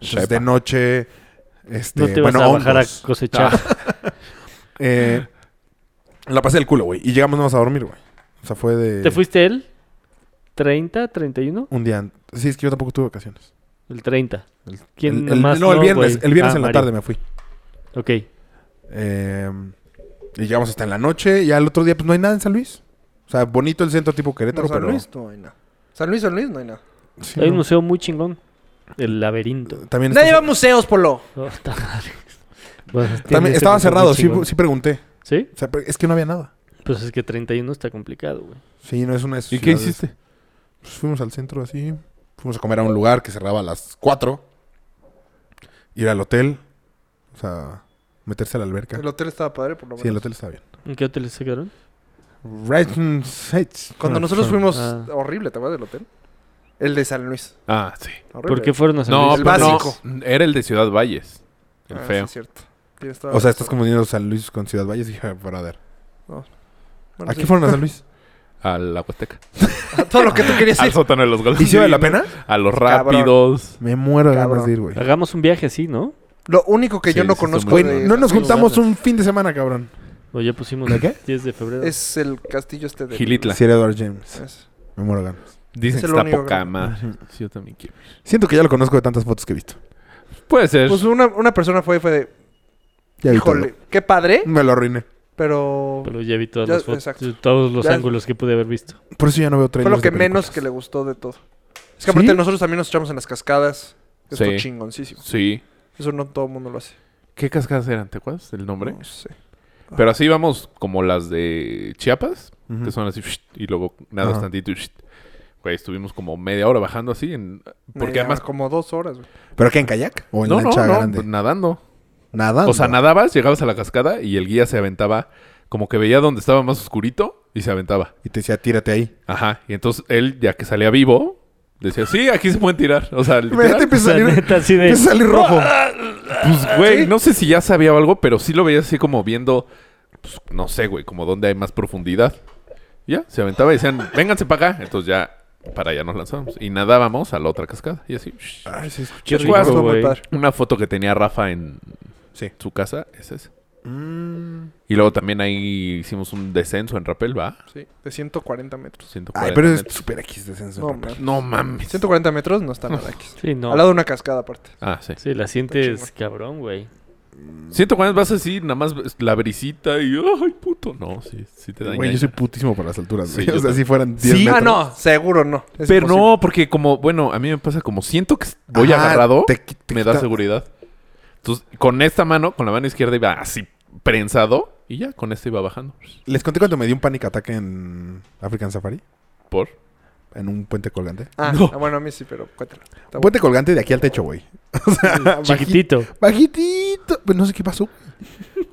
[SPEAKER 3] Entonces, de noche... Este,
[SPEAKER 2] No te
[SPEAKER 3] bueno, Ah,
[SPEAKER 2] vas a bajar
[SPEAKER 3] hongos.
[SPEAKER 2] a cosechar.
[SPEAKER 3] Eh, La pasé del culo, güey. Y llegamos nomás a dormir, güey. O sea, fue de...
[SPEAKER 2] ¿Te fuiste él? ¿30? ¿31?
[SPEAKER 3] Un día antes. Sí, es que yo tampoco tuve vacaciones.
[SPEAKER 2] El 30.
[SPEAKER 3] El-
[SPEAKER 2] ¿Quién
[SPEAKER 3] el- el-
[SPEAKER 2] más
[SPEAKER 3] no, el viernes.
[SPEAKER 2] güey?
[SPEAKER 3] El viernes
[SPEAKER 2] Ah,
[SPEAKER 3] en la
[SPEAKER 2] Mario.
[SPEAKER 3] tarde me fui.
[SPEAKER 2] Ok.
[SPEAKER 3] Eh, y llegamos hasta en la noche. Y al otro día, pues no hay nada en San Luis. O sea, bonito el centro tipo
[SPEAKER 5] No,
[SPEAKER 3] Querétaro,
[SPEAKER 5] San
[SPEAKER 3] pero.
[SPEAKER 5] Luis no hay nada. San Luis, San Luis no hay nada.
[SPEAKER 3] Sí,
[SPEAKER 2] Hay un
[SPEAKER 3] no.
[SPEAKER 2] museo muy chingón. El
[SPEAKER 3] (laughs)
[SPEAKER 2] laberinto.
[SPEAKER 3] También,
[SPEAKER 5] Nadie va
[SPEAKER 3] está-
[SPEAKER 5] a museos, Polo.
[SPEAKER 2] Oh, está madre. Bueno, tiene
[SPEAKER 3] también
[SPEAKER 2] ese
[SPEAKER 3] estaba
[SPEAKER 2] museo muy
[SPEAKER 3] cerrado, sí,
[SPEAKER 2] chingón.
[SPEAKER 3] sí pregunté.
[SPEAKER 2] ¿Sí?
[SPEAKER 3] O sea, pero es que no había nada.
[SPEAKER 2] Pues es que 31 está complicado, güey.
[SPEAKER 3] Sí, no es una de esas
[SPEAKER 1] ¿Y qué
[SPEAKER 3] ciudades.
[SPEAKER 1] hiciste?
[SPEAKER 3] Pues fuimos al centro así. Fuimos a comer a un lugar que cerraba a las 4. Ir al hotel. O sea, meterse a la alberca.
[SPEAKER 5] El hotel estaba padre, por lo menos.
[SPEAKER 3] Sí, el hotel está bien.
[SPEAKER 2] ¿En qué hotel se quedaron?
[SPEAKER 3] Brighton Heights.
[SPEAKER 5] Cuando
[SPEAKER 3] Ah,
[SPEAKER 5] nosotros
[SPEAKER 3] ah.
[SPEAKER 5] fuimos,
[SPEAKER 2] Ah.
[SPEAKER 5] horrible, ¿te acuerdas del hotel? El de San Luis.
[SPEAKER 1] Ah, sí.
[SPEAKER 5] Horrible.
[SPEAKER 2] ¿Por qué fueron a San
[SPEAKER 1] No,
[SPEAKER 2] Luis?
[SPEAKER 5] El
[SPEAKER 1] pero no,
[SPEAKER 5] básico.
[SPEAKER 1] era el de Ciudad Valles. El
[SPEAKER 5] Ah, sí,
[SPEAKER 1] feo.
[SPEAKER 5] es cierto. Tienes toda
[SPEAKER 3] O sea,
[SPEAKER 5] la
[SPEAKER 3] estás
[SPEAKER 5] razón.
[SPEAKER 3] confundiendo San Luis con Ciudad Valles. Dije, brother.
[SPEAKER 5] Bueno,
[SPEAKER 3] ¿A qué
[SPEAKER 5] sí. (laughs)
[SPEAKER 3] fueron a San (laughs) Luis?
[SPEAKER 1] A la Huasteca.
[SPEAKER 5] Todo lo que tú querías
[SPEAKER 1] Al
[SPEAKER 5] decir.
[SPEAKER 1] sótano de los goles.
[SPEAKER 3] ¿Y si vale la pena?
[SPEAKER 1] A los
[SPEAKER 5] Cabrón.
[SPEAKER 1] rápidos.
[SPEAKER 3] Me muero de ganas
[SPEAKER 5] Cabrón.
[SPEAKER 3] de ir, güey.
[SPEAKER 2] Hagamos un viaje así, ¿no?
[SPEAKER 5] Lo único que yo
[SPEAKER 1] Sí,
[SPEAKER 5] no
[SPEAKER 1] sí, está
[SPEAKER 5] conozco
[SPEAKER 1] muy
[SPEAKER 3] Güey,
[SPEAKER 1] Bueno,
[SPEAKER 5] de
[SPEAKER 3] no nos
[SPEAKER 5] San Luis
[SPEAKER 3] juntamos un fin de semana, cabrón.
[SPEAKER 2] O ya pusimos
[SPEAKER 3] ¿De qué?
[SPEAKER 2] 10 de febrero.
[SPEAKER 5] Es el castillo este de...
[SPEAKER 1] Gilitla.
[SPEAKER 3] Si era Edward James.
[SPEAKER 5] Es-
[SPEAKER 3] Me muero de ganas.
[SPEAKER 1] Dicen
[SPEAKER 5] Es
[SPEAKER 1] que
[SPEAKER 5] el
[SPEAKER 1] está
[SPEAKER 5] único
[SPEAKER 1] poca
[SPEAKER 5] que-
[SPEAKER 1] madre. Sí, yo también quiero.
[SPEAKER 3] Siento que ya lo conozco de tantas fotos que he visto.
[SPEAKER 1] Puede ser.
[SPEAKER 5] Pues una, una persona fue y fue de...
[SPEAKER 3] Ya vi
[SPEAKER 5] Híjole, qué padre,
[SPEAKER 3] todo. Me lo arruiné.
[SPEAKER 5] pero...
[SPEAKER 2] Pero ya vi todas
[SPEAKER 5] Ya,
[SPEAKER 2] las fotos,
[SPEAKER 5] exacto.
[SPEAKER 2] todos los
[SPEAKER 5] Ya-
[SPEAKER 2] ángulos que pude haber
[SPEAKER 3] (laughs)
[SPEAKER 2] visto.
[SPEAKER 3] Por eso ya no veo
[SPEAKER 5] Fue
[SPEAKER 3] trailers
[SPEAKER 5] lo que
[SPEAKER 3] de
[SPEAKER 5] menos
[SPEAKER 3] películas.
[SPEAKER 5] que le gustó de todo. Es que aparte
[SPEAKER 3] ¿Sí?
[SPEAKER 5] nosotros también nos echamos en las cascadas. que Estuvo
[SPEAKER 1] Sí.
[SPEAKER 5] chingoncísimo.
[SPEAKER 1] Sí.
[SPEAKER 5] Eso no todo el mundo lo hace.
[SPEAKER 1] ¿Qué cascadas eran? ¿Te acuerdas el nombre?
[SPEAKER 5] No sé.
[SPEAKER 1] Pero así vamos como las de Chiapas,
[SPEAKER 3] Ujú.
[SPEAKER 1] que son así, y luego nadas
[SPEAKER 3] Ajá.
[SPEAKER 1] tantito. y Güey, estuvimos como media hora bajando así. En... Porque
[SPEAKER 5] Media-
[SPEAKER 1] además...
[SPEAKER 5] Como dos horas, güey.
[SPEAKER 3] ¿Pero qué, en kayak? ¿O en
[SPEAKER 1] No, no,
[SPEAKER 3] lancha
[SPEAKER 1] no, pues,
[SPEAKER 3] grande?
[SPEAKER 1] nadando.
[SPEAKER 3] Nada.
[SPEAKER 1] O sea, nadabas, llegabas a la cascada y el guía se aventaba, como que veía donde estaba más oscurito y se aventaba.
[SPEAKER 3] Y te decía, tírate
[SPEAKER 1] (laughs)
[SPEAKER 3] ahí.
[SPEAKER 1] Ajá. Y entonces él, ya que salía vivo, decía, sí, aquí se pueden tirar. O
[SPEAKER 3] (laughs)
[SPEAKER 1] sea,
[SPEAKER 3] Pero ya
[SPEAKER 1] literal,
[SPEAKER 3] (laughs) te empieza
[SPEAKER 2] O
[SPEAKER 3] a
[SPEAKER 2] sea,
[SPEAKER 3] salir,
[SPEAKER 2] neta, así de-
[SPEAKER 3] empieza a salir rojo. Ah,
[SPEAKER 1] pues, güey, no sé si ya sabía o algo, pero sí lo veía así como viendo, pues, no sé, güey, como donde hay más profundidad. Ya, se aventaba y decían, vénganse para acá. Entonces ya, para allá nos lanzamos. Y nadábamos a la otra cascada. Y así, shh.
[SPEAKER 3] Ay, sí, escuché.
[SPEAKER 2] Qué
[SPEAKER 1] Los cuadros
[SPEAKER 2] rico,
[SPEAKER 5] Estuvo
[SPEAKER 2] güey.
[SPEAKER 5] muy padre.
[SPEAKER 1] una foto que tenía Rafa en
[SPEAKER 3] Sí.
[SPEAKER 1] su casa, es esa.
[SPEAKER 3] Mm.
[SPEAKER 1] Y luego también ahí hicimos un descenso en rappel, ¿va?
[SPEAKER 5] Sí, de 140 metros.
[SPEAKER 1] 140
[SPEAKER 3] Ay, pero es
[SPEAKER 1] metros.
[SPEAKER 3] super X descenso.
[SPEAKER 5] No,
[SPEAKER 3] papá.
[SPEAKER 5] man.
[SPEAKER 1] No mames.
[SPEAKER 5] 140 metros no está nada aquí.
[SPEAKER 2] Sí, no.
[SPEAKER 5] Al lado de una cascada aparte.
[SPEAKER 1] Ah, sí.
[SPEAKER 2] Sí, la sientes cabrón,
[SPEAKER 3] (laughs)
[SPEAKER 2] güey.
[SPEAKER 1] 140 vas así, nada más ves la brisita y ay, puto. No, sí, sí te da
[SPEAKER 3] Güey, yo
[SPEAKER 1] ñaña.
[SPEAKER 3] soy putísimo para las alturas, güey.
[SPEAKER 1] Sí, yo
[SPEAKER 3] o sea, si fueran 10
[SPEAKER 1] Sí,
[SPEAKER 3] metros.
[SPEAKER 5] Ah, no, seguro no. Es
[SPEAKER 1] Pero
[SPEAKER 5] imposible.
[SPEAKER 1] no, porque como, bueno, a mí me pasa como siento que voy
[SPEAKER 3] Ajá,
[SPEAKER 1] agarrado,
[SPEAKER 3] te qui- te
[SPEAKER 1] me da
[SPEAKER 3] quita-
[SPEAKER 1] seguridad. Entonces, con esta mano, con la mano izquierda iba así prensado y ya, con esta iba bajando. pues,
[SPEAKER 3] ¿Les conté cuando me dio un panic ataque en African Safari?
[SPEAKER 1] Por.
[SPEAKER 3] En un puente colgante.
[SPEAKER 5] Ah,
[SPEAKER 1] No.
[SPEAKER 5] ah, bueno, a mí sí, pero cuéntalo. Está
[SPEAKER 3] Puente colgante de aquí al techo, güey. O sea,
[SPEAKER 2] Chiquitito.
[SPEAKER 3] baji- Bajitito. Pues no sé qué pasó.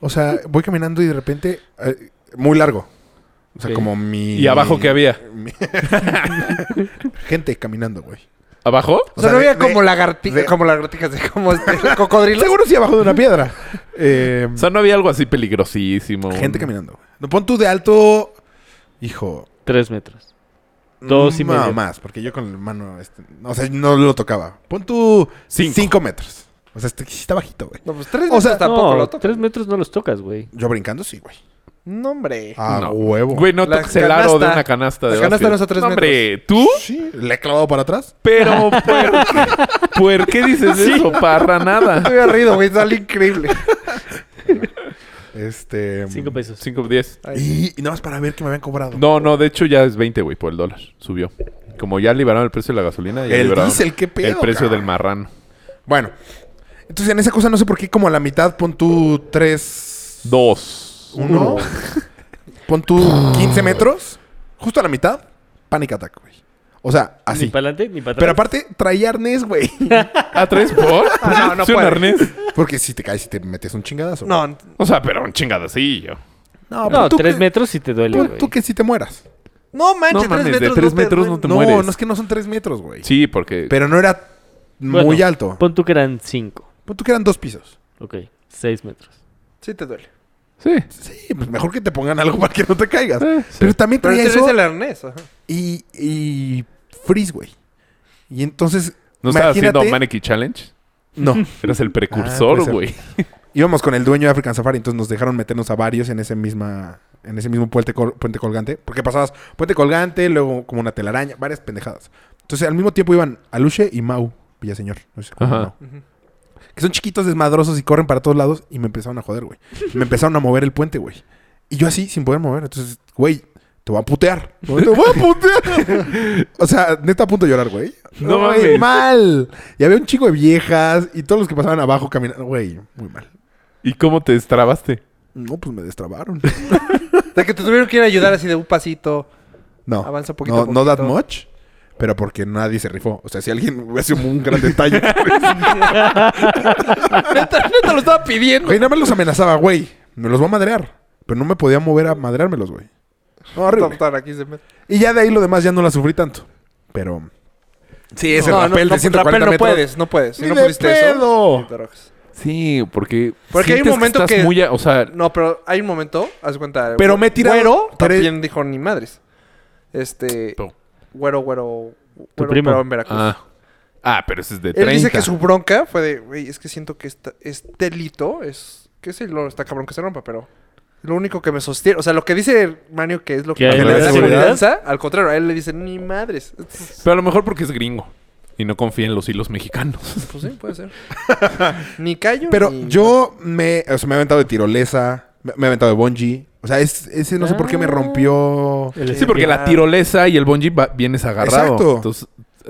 [SPEAKER 3] O sea, voy caminando y de repente... eh, muy largo. O sea,
[SPEAKER 1] Ok.
[SPEAKER 3] como mi...
[SPEAKER 1] ¿Y abajo qué había?
[SPEAKER 3] (laughs) mi- Gente caminando, güey.
[SPEAKER 1] ¿Abajo?
[SPEAKER 5] O sea, no
[SPEAKER 3] de-
[SPEAKER 5] había
[SPEAKER 3] de-
[SPEAKER 5] como lagartijas,
[SPEAKER 3] de-
[SPEAKER 5] como lagartijas, de como este, cocodrilos.
[SPEAKER 3] Seguro sí abajo de una piedra.
[SPEAKER 1] (laughs)
[SPEAKER 3] Eh,
[SPEAKER 1] O sea, no había algo así peligrosísimo.
[SPEAKER 3] gente caminando. güey. No pon tú de alto... Hijo...
[SPEAKER 2] Tres metros. Dos y
[SPEAKER 3] Mm, no,
[SPEAKER 2] medio.
[SPEAKER 3] más, porque yo con el mano... Este, no, o sea, no lo tocaba. Pon tú...
[SPEAKER 1] Cinco.
[SPEAKER 3] 5 metros. O sea, este- sí está bajito, güey.
[SPEAKER 5] No, pues tres
[SPEAKER 3] O
[SPEAKER 5] o
[SPEAKER 3] sea,
[SPEAKER 5] sea, tampoco
[SPEAKER 2] no,
[SPEAKER 5] lo toco.
[SPEAKER 2] tres metros no los tocas, güey.
[SPEAKER 3] Yo brincando, sí, güey.
[SPEAKER 5] No, hombre.
[SPEAKER 3] A
[SPEAKER 1] No.
[SPEAKER 3] huevo.
[SPEAKER 1] Güey, no
[SPEAKER 5] La
[SPEAKER 1] toques el aro de
[SPEAKER 5] canasta.
[SPEAKER 1] una canasta de
[SPEAKER 5] La
[SPEAKER 1] básquet.
[SPEAKER 5] canasta no es a tres
[SPEAKER 1] No, Hombre, ¿tú?
[SPEAKER 3] Sí, le he clavado para atrás.
[SPEAKER 1] Pero,
[SPEAKER 5] (laughs)
[SPEAKER 1] ¿por, ¿por qué dices eso? Para nada.
[SPEAKER 5] Estoy arrido, güey, sale increíble.
[SPEAKER 3] Este.
[SPEAKER 2] Cinco pesos.
[SPEAKER 1] 5, 10.
[SPEAKER 5] Ay,
[SPEAKER 3] Y, y nada más para ver que me habían cobrado.
[SPEAKER 1] No, no, de hecho ya es 20, güey, por el dólar. Subió. Como ya liberaron el precio de la gasolina, ya
[SPEAKER 3] El
[SPEAKER 1] liberaron
[SPEAKER 3] diésel, qué pedo,
[SPEAKER 1] el precio
[SPEAKER 3] cabrón.
[SPEAKER 1] del marrano.
[SPEAKER 3] Bueno. Entonces, en esa cosa no sé por qué, como a la mitad, pon tú 3,
[SPEAKER 1] Dos.
[SPEAKER 3] 1. (laughs) pon tú 15 metros. Justo a la mitad, panic attack, güey. O sea,
[SPEAKER 2] Ni
[SPEAKER 3] así.
[SPEAKER 2] para adelante ni para
[SPEAKER 3] Ah, Pero
[SPEAKER 2] atrás.
[SPEAKER 3] aparte, traía arnés, güey. (laughs)
[SPEAKER 1] ¿A tres por?
[SPEAKER 5] no, no
[SPEAKER 1] Sí, un
[SPEAKER 5] puede.
[SPEAKER 1] arnés.
[SPEAKER 3] Porque si te caes y te metes un chingadazo.
[SPEAKER 5] no, n-
[SPEAKER 1] O sea, pero un chingadacillo.
[SPEAKER 3] no,
[SPEAKER 2] no,
[SPEAKER 3] pon tú
[SPEAKER 2] tres
[SPEAKER 3] que-
[SPEAKER 2] metros sí te duele,
[SPEAKER 3] pon
[SPEAKER 2] güey.
[SPEAKER 3] tú que si te mueras.
[SPEAKER 5] no manches,
[SPEAKER 1] No mames, de
[SPEAKER 5] tres metros,
[SPEAKER 1] tres
[SPEAKER 5] no, te
[SPEAKER 1] metros
[SPEAKER 5] duele.
[SPEAKER 1] Te
[SPEAKER 3] no,
[SPEAKER 1] mueres.
[SPEAKER 3] no es que no son 3 metros, güey.
[SPEAKER 1] Sí, pues- porque...
[SPEAKER 3] Pero no era
[SPEAKER 2] Bueno,
[SPEAKER 3] muy alto.
[SPEAKER 2] Pon tú que eran cinco.
[SPEAKER 3] Pon tú que eran dos pisos.
[SPEAKER 2] Ok, seis metros.
[SPEAKER 5] Sí te duele.
[SPEAKER 1] Sí.
[SPEAKER 3] Sí, pues mejor que te pongan algo (laughs) para que no te caigas.
[SPEAKER 1] Eh, sí.
[SPEAKER 3] Pero también
[SPEAKER 5] Pero
[SPEAKER 3] traía
[SPEAKER 5] este
[SPEAKER 3] eso
[SPEAKER 5] es el arnés, ajá.
[SPEAKER 3] y, y freeze, güey. Y entonces,
[SPEAKER 1] ¿No estaba haciendo (laughs)
[SPEAKER 3] imagínate-
[SPEAKER 1] Maneki Challenge?
[SPEAKER 3] no.
[SPEAKER 1] Eras el
[SPEAKER 3] puede
[SPEAKER 1] precursor,
[SPEAKER 3] ser.
[SPEAKER 1] güey.
[SPEAKER 3] Íbamos con el dueño de African Safari, entonces nos dejaron meternos a varios en ese misma en ese mismo puente, col- puente colgante. Porque pasabas puente colgante, luego como una telaraña, varias pendejadas. Entonces al mismo tiempo iban Aluche y Mau, Villaseñor. No sé cómo
[SPEAKER 1] Ajá.
[SPEAKER 3] Mau.
[SPEAKER 5] Ujú.
[SPEAKER 3] Que son chiquitos, desmadrosos y corren para todos lados. Y me empezaron a joder, güey. Me empezaron a mover el puente, güey. Y yo así, sin poder mover. Entonces, güey, te voy a putear. Te voy a putear. o sea, neta a punto de llorar, güey.
[SPEAKER 1] No
[SPEAKER 3] Güey,
[SPEAKER 1] mames.
[SPEAKER 3] mal. Y había un chico de viejas y todos los que pasaban abajo caminando. Güey, muy mal.
[SPEAKER 1] ¿Y cómo te destrabaste?
[SPEAKER 3] No, pues me
[SPEAKER 2] (laughs)
[SPEAKER 3] destrabaron.
[SPEAKER 5] O sea, que te tuvieron que ir a ayudar así de un pasito.
[SPEAKER 3] No.
[SPEAKER 5] Avanza poquito
[SPEAKER 3] no,
[SPEAKER 5] a
[SPEAKER 3] No that
[SPEAKER 5] poquito.
[SPEAKER 3] much. Pero porque nadie se rifó. O sea, si alguien (laughs) hubiera sido un gran detalle. pues,
[SPEAKER 5] neta, neta lo estaba pidiendo.
[SPEAKER 3] Güey, nada más los amenazaba, güey. Me los va a madrear. Pero no me podía mover a madreármelos, güey. No, horrible.
[SPEAKER 5] Tan, tan, aquí se mete.
[SPEAKER 3] Y ya de ahí lo demás ya no la sufrí tanto. Pero. Sí, ese
[SPEAKER 5] no,
[SPEAKER 3] rapel
[SPEAKER 5] no,
[SPEAKER 3] de 140
[SPEAKER 5] rapel no
[SPEAKER 3] metros.
[SPEAKER 5] puedes, no puedes. Si
[SPEAKER 3] ¡Ni
[SPEAKER 5] no
[SPEAKER 3] de
[SPEAKER 5] pudiste
[SPEAKER 3] pedo!
[SPEAKER 5] eso, te drogas.
[SPEAKER 1] Sí, porque.
[SPEAKER 5] Porque hay un
[SPEAKER 1] sientes
[SPEAKER 5] momento
[SPEAKER 1] estás
[SPEAKER 5] que-
[SPEAKER 1] muy a- o sea,
[SPEAKER 5] No, pero hay un momento, haz cuenta.
[SPEAKER 3] Pero me he tirado
[SPEAKER 5] Güero
[SPEAKER 3] tres-
[SPEAKER 5] también dijo ni madres. Este.
[SPEAKER 1] Pero-
[SPEAKER 5] Güero, güero. güero,
[SPEAKER 2] primo.
[SPEAKER 5] pero en Veracruz.
[SPEAKER 1] ah. Ah, pero ese es de
[SPEAKER 5] Él
[SPEAKER 1] 30.
[SPEAKER 5] dice que su bronca fue de, güey, es que siento que esta, este lito es. ¿Qué es el Está cabrón que se rompa, pero. Lo único que me sostiene. O sea, lo que dice Mario que es lo que
[SPEAKER 2] ¿Que
[SPEAKER 5] le
[SPEAKER 1] le
[SPEAKER 5] da
[SPEAKER 1] da
[SPEAKER 5] seguridad. Al contrario, a él le dicen ni madres. Pues
[SPEAKER 1] Pero a lo mejor porque es gringo. Y no confía en los hilos mexicanos.
[SPEAKER 5] sí,
[SPEAKER 3] (laughs)
[SPEAKER 5] puede ser. ni callo.
[SPEAKER 3] Pero
[SPEAKER 5] ni-
[SPEAKER 3] yo
[SPEAKER 5] pues.
[SPEAKER 3] me, o sea, me he aventado de tirolesa, me, me he aventado de bungee. O sea, es- ese no sé por qué me
[SPEAKER 2] Ah.
[SPEAKER 3] rompió.
[SPEAKER 2] El
[SPEAKER 1] Sí, porque la
[SPEAKER 5] claro.
[SPEAKER 1] tirolesa y el bungee va- vienes agarrado.
[SPEAKER 3] Exacto.
[SPEAKER 1] Entonces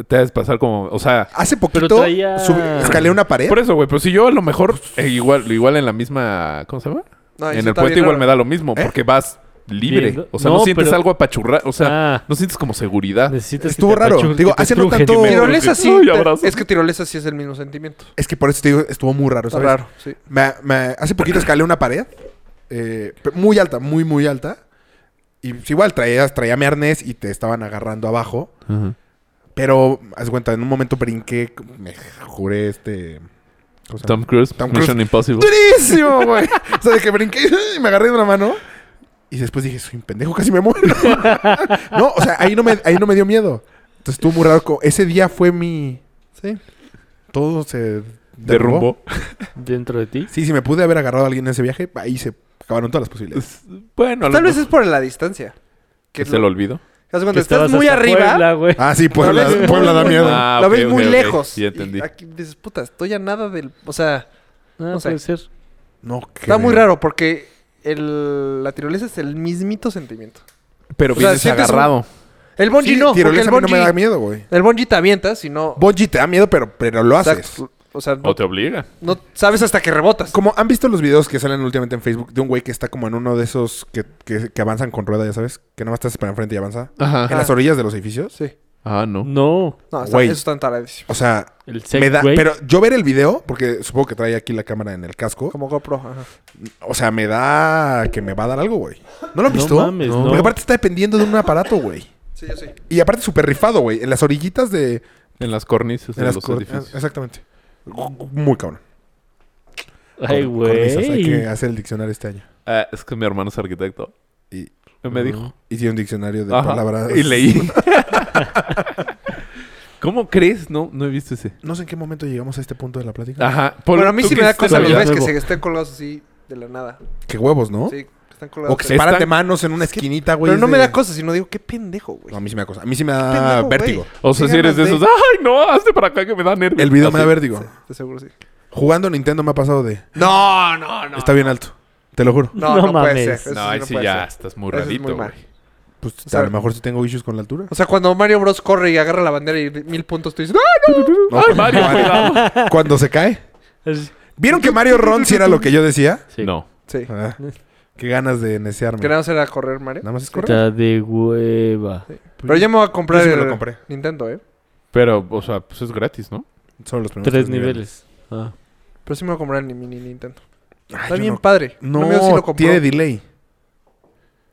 [SPEAKER 1] te has pasar como. O sea.
[SPEAKER 3] Hace
[SPEAKER 2] Pero
[SPEAKER 3] poquito
[SPEAKER 2] traía- e-
[SPEAKER 3] subí- escalé una
[SPEAKER 5] ¿Eh?
[SPEAKER 3] pared.
[SPEAKER 1] Por eso, güey. Pero si yo a lo mejor. eh, igual, igual en la misma. ¿Cómo se llama?
[SPEAKER 5] No, Ah, eso
[SPEAKER 1] en el
[SPEAKER 5] está
[SPEAKER 1] puente
[SPEAKER 5] bien
[SPEAKER 1] igual
[SPEAKER 5] raro.
[SPEAKER 1] me da lo mismo.
[SPEAKER 3] ¿Eh?
[SPEAKER 1] Porque vas libre.
[SPEAKER 2] Bien,
[SPEAKER 1] o sea,
[SPEAKER 2] no,
[SPEAKER 1] no, sientes
[SPEAKER 2] pero-
[SPEAKER 1] algo apachurrado. O sea,
[SPEAKER 2] Ah,
[SPEAKER 1] no sientes como seguridad.
[SPEAKER 2] necesitas que
[SPEAKER 3] Estuvo
[SPEAKER 2] te
[SPEAKER 3] raro.
[SPEAKER 2] apachujen,
[SPEAKER 3] Digo,
[SPEAKER 2] que te
[SPEAKER 3] hace no
[SPEAKER 2] estrujen,
[SPEAKER 3] tanto-
[SPEAKER 2] que me-
[SPEAKER 5] Tirolesa sí.
[SPEAKER 1] Ay,
[SPEAKER 5] te-
[SPEAKER 1] abrazo.
[SPEAKER 5] es que tirolesa sí es el mismo sentimiento.
[SPEAKER 3] Es que por eso te digo, estuvo muy raro,
[SPEAKER 5] Está
[SPEAKER 3] ¿sabes?
[SPEAKER 5] raro, sí.
[SPEAKER 3] Me- me- hace poquito escalé una pared. eh, pe- muy alta, muy, muy alta. Y pues, igual traías, traía mi arnés y te estaban agarrando abajo.
[SPEAKER 1] Ajá.
[SPEAKER 3] Pero, haz cuenta, en un momento brinqué, me juré este. ¿cómo se llama?
[SPEAKER 1] Tom Cruise,
[SPEAKER 3] Tom
[SPEAKER 1] Mission Impossible.
[SPEAKER 3] durísimo, güey. o sea, de que brinqué y me agarré de una mano. Y después dije, soy un pendejo, casi me muero. (laughs) no, o sea, ahí no, me, ahí no me dio miedo. Entonces estuvo muy raro. co- Ese día fue mi...
[SPEAKER 5] Sí.
[SPEAKER 3] Todo se
[SPEAKER 1] Derrumbó.
[SPEAKER 2] Dentro de ti.
[SPEAKER 3] Sí, si me pude haber agarrado a alguien en ese viaje, ahí se acabaron todas las posibilidades.
[SPEAKER 5] (laughs)
[SPEAKER 1] Es- Bueno, a lo
[SPEAKER 5] Tal vez
[SPEAKER 1] mejor
[SPEAKER 5] es por la distancia. Que
[SPEAKER 1] es el
[SPEAKER 5] lo-
[SPEAKER 1] olvido.
[SPEAKER 5] Haz cuenta,
[SPEAKER 2] Que
[SPEAKER 5] estás
[SPEAKER 2] estabas
[SPEAKER 5] muy
[SPEAKER 2] hasta
[SPEAKER 5] arriba.
[SPEAKER 2] Puebla, güey.
[SPEAKER 3] Ah, sí, Puebla,
[SPEAKER 5] Tal vez-
[SPEAKER 3] Puebla da miedo.
[SPEAKER 1] Ah,
[SPEAKER 5] la
[SPEAKER 1] ok,
[SPEAKER 5] ves
[SPEAKER 1] ok,
[SPEAKER 5] muy
[SPEAKER 1] ok.
[SPEAKER 5] lejos.
[SPEAKER 1] Ya entendí.
[SPEAKER 5] Y aquí dices, puta, estoy a nada del. O
[SPEAKER 2] Ah,
[SPEAKER 5] sea, no sé.
[SPEAKER 2] puede ser.
[SPEAKER 3] No,
[SPEAKER 5] está
[SPEAKER 3] creo.
[SPEAKER 5] muy raro porque el, la tirolesa es el mismito sentimiento.
[SPEAKER 1] Pero
[SPEAKER 5] O sea,
[SPEAKER 1] vienes
[SPEAKER 5] sientes un-
[SPEAKER 1] agarrado.
[SPEAKER 5] El
[SPEAKER 3] Sí,
[SPEAKER 5] bungee no. porque
[SPEAKER 3] tirolesa
[SPEAKER 5] el
[SPEAKER 3] a mí no
[SPEAKER 5] bungee,
[SPEAKER 3] me da miedo, güey.
[SPEAKER 5] El bungee te avientas, sino.
[SPEAKER 3] Bonji te da miedo, pero, pero lo haces.
[SPEAKER 5] Exacto. O sea, no,
[SPEAKER 1] O te obliga.
[SPEAKER 5] no sabes hasta que rebotas.
[SPEAKER 3] Como han visto los videos que salen últimamente en Facebook de un güey que está como en uno de esos que, que- que avanzan con rueda, ya sabes, que nomás te haces para enfrente y avanza. En
[SPEAKER 1] Ajá.
[SPEAKER 3] las orillas de los edificios.
[SPEAKER 5] Sí.
[SPEAKER 1] Ah, no.
[SPEAKER 2] No.
[SPEAKER 5] No, está,
[SPEAKER 3] Güey.
[SPEAKER 5] eso está entaladísimo.
[SPEAKER 3] O sea,
[SPEAKER 2] El
[SPEAKER 3] me da.
[SPEAKER 2] Segway.
[SPEAKER 3] Pero yo ver el video, porque supongo que trae aquí la cámara en el casco.
[SPEAKER 5] Como GoPro. Ajá.
[SPEAKER 3] O sea, me da que me va a dar algo, güey. ¿No lo han
[SPEAKER 2] No
[SPEAKER 3] visto?
[SPEAKER 2] mames, no.
[SPEAKER 3] Porque aparte está dependiendo de un aparato, güey.
[SPEAKER 5] Sí, yo sí.
[SPEAKER 3] Y aparte súper rifado, güey. En las orillitas de.
[SPEAKER 1] En las cornisas
[SPEAKER 3] en
[SPEAKER 1] de
[SPEAKER 3] las
[SPEAKER 1] los
[SPEAKER 3] cor- Ah,
[SPEAKER 1] edificios.
[SPEAKER 3] Exactamente. Muy cabrón.
[SPEAKER 2] Ay,
[SPEAKER 3] Cor- cornisas. Hay que
[SPEAKER 2] güey.
[SPEAKER 3] hacer el diccionario este año.
[SPEAKER 1] Ah, es que mi hermano es arquitecto.
[SPEAKER 3] Y-
[SPEAKER 1] me dijo.
[SPEAKER 3] Hice un diccionario de
[SPEAKER 1] Ajá,
[SPEAKER 3] palabras.
[SPEAKER 1] Y leí. (laughs) ¿Cómo crees? No, no he visto ese.
[SPEAKER 3] No sé en qué momento llegamos a este punto de la plática.
[SPEAKER 1] Ajá. Paul,
[SPEAKER 5] Bueno, a mí
[SPEAKER 1] ¿tú
[SPEAKER 5] sí
[SPEAKER 1] qué
[SPEAKER 5] me da
[SPEAKER 1] hiciste
[SPEAKER 5] cosa
[SPEAKER 1] en
[SPEAKER 5] los
[SPEAKER 1] Navidad?
[SPEAKER 5] ves que
[SPEAKER 2] Luego.
[SPEAKER 5] se estén colgados así de la nada.
[SPEAKER 2] Ah.
[SPEAKER 3] Qué huevos, ¿no?
[SPEAKER 5] Sí, que están colgados.
[SPEAKER 3] O que
[SPEAKER 5] de-
[SPEAKER 3] se paran
[SPEAKER 1] Están-
[SPEAKER 3] de manos en una esquinita, güey.
[SPEAKER 5] Pero
[SPEAKER 3] es
[SPEAKER 5] no me
[SPEAKER 3] de-
[SPEAKER 5] da cosa, sino digo, qué pendejo, güey.
[SPEAKER 3] No, a mí sí me da cosa. A mí sí me
[SPEAKER 5] Qué
[SPEAKER 3] da
[SPEAKER 5] pendejo,
[SPEAKER 3] vértigo.
[SPEAKER 5] güey.
[SPEAKER 1] O sea,
[SPEAKER 5] Qué
[SPEAKER 1] si eres de
[SPEAKER 5] ganas
[SPEAKER 1] esos. ¡Ay, no! Hazte para acá que me da nervios.
[SPEAKER 3] El
[SPEAKER 2] Ah,
[SPEAKER 3] video me da
[SPEAKER 1] Así.
[SPEAKER 3] vértigo.
[SPEAKER 5] De seguro sí.
[SPEAKER 3] Jugando Nintendo me ha pasado de.
[SPEAKER 5] No, no, no.
[SPEAKER 3] está bien alto. Te lo juro.
[SPEAKER 2] No
[SPEAKER 5] No, no, puede
[SPEAKER 2] mames.
[SPEAKER 5] ser. Eso
[SPEAKER 1] No, ahí sí
[SPEAKER 5] puede
[SPEAKER 1] ya
[SPEAKER 5] ser.
[SPEAKER 1] estás muy
[SPEAKER 5] Eso es muy
[SPEAKER 1] rarito,
[SPEAKER 5] mal.
[SPEAKER 1] güey.
[SPEAKER 3] Pues
[SPEAKER 5] sea,
[SPEAKER 3] a lo mejor sí tengo issues con
[SPEAKER 2] (laughs)
[SPEAKER 3] la altura.
[SPEAKER 5] O sea, cuando Mario Bros corre y agarra la bandera y mil puntos, tú dices, ¡Ah!
[SPEAKER 3] No,
[SPEAKER 1] Ay, Mario, cuidado.
[SPEAKER 3] Cuando se cae.
[SPEAKER 2] Es-
[SPEAKER 3] ¿Vieron que Mario Ron sí era lo que yo
[SPEAKER 2] (laughs)
[SPEAKER 3] decía?
[SPEAKER 2] Sí.
[SPEAKER 1] No.
[SPEAKER 5] Sí.
[SPEAKER 3] Ah, qué ganas de necearme.
[SPEAKER 5] Queríamos era correr, Mario.
[SPEAKER 3] Nada más es correcto.
[SPEAKER 2] Está de hueva.
[SPEAKER 1] Pues
[SPEAKER 5] Pero yo me voy a comprar
[SPEAKER 3] Yo sí me
[SPEAKER 5] el
[SPEAKER 3] lo compré.
[SPEAKER 5] Nintendo, ¿eh?
[SPEAKER 1] Pero, o sea, pues es gratis, ¿no?
[SPEAKER 3] Son los primeros
[SPEAKER 2] Tres niveles. Ah.
[SPEAKER 5] Pero sí me voy a comprar el mini Nintendo.
[SPEAKER 3] Ay,
[SPEAKER 5] Está
[SPEAKER 3] yo
[SPEAKER 5] bien
[SPEAKER 3] no-
[SPEAKER 5] padre. Un
[SPEAKER 3] No,
[SPEAKER 5] amigo sí lo compró.
[SPEAKER 3] tiene delay.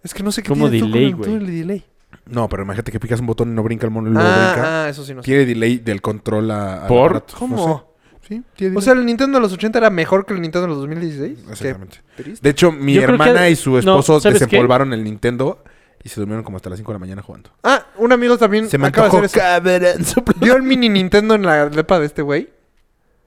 [SPEAKER 5] Es que no sé qué
[SPEAKER 2] ¿Cómo
[SPEAKER 5] tiene tú
[SPEAKER 2] delay,
[SPEAKER 5] con el-
[SPEAKER 2] güey?
[SPEAKER 5] tú el delay.
[SPEAKER 3] No, pero imagínate que picas un botón y no brinca el mono y luego brinca.
[SPEAKER 5] Ah, ah, eso sí no sé.
[SPEAKER 3] Tiene delay del control a. al
[SPEAKER 1] ¿Por?
[SPEAKER 3] aparato.
[SPEAKER 5] ¿Cómo?
[SPEAKER 3] No sé. Sí, tiene
[SPEAKER 5] O sea, el Nintendo de los 80 era mejor que el Nintendo de los 2016.
[SPEAKER 3] delay.
[SPEAKER 5] Qué
[SPEAKER 3] Exactamente.
[SPEAKER 5] triste.
[SPEAKER 3] De hecho, mi
[SPEAKER 2] Yo creo que-
[SPEAKER 3] hermana y su
[SPEAKER 2] no,
[SPEAKER 3] esposo
[SPEAKER 2] ¿sabes qué?
[SPEAKER 3] desempolvaron el Nintendo y se durmieron como hasta las 5 de la mañana jugando.
[SPEAKER 5] Ah, un amigo también
[SPEAKER 3] Se me
[SPEAKER 5] acaba de
[SPEAKER 3] antojó (laughs)
[SPEAKER 5] hacer eso.
[SPEAKER 3] cabrón.
[SPEAKER 5] Vio el mini Nintendo en la depa de este güey.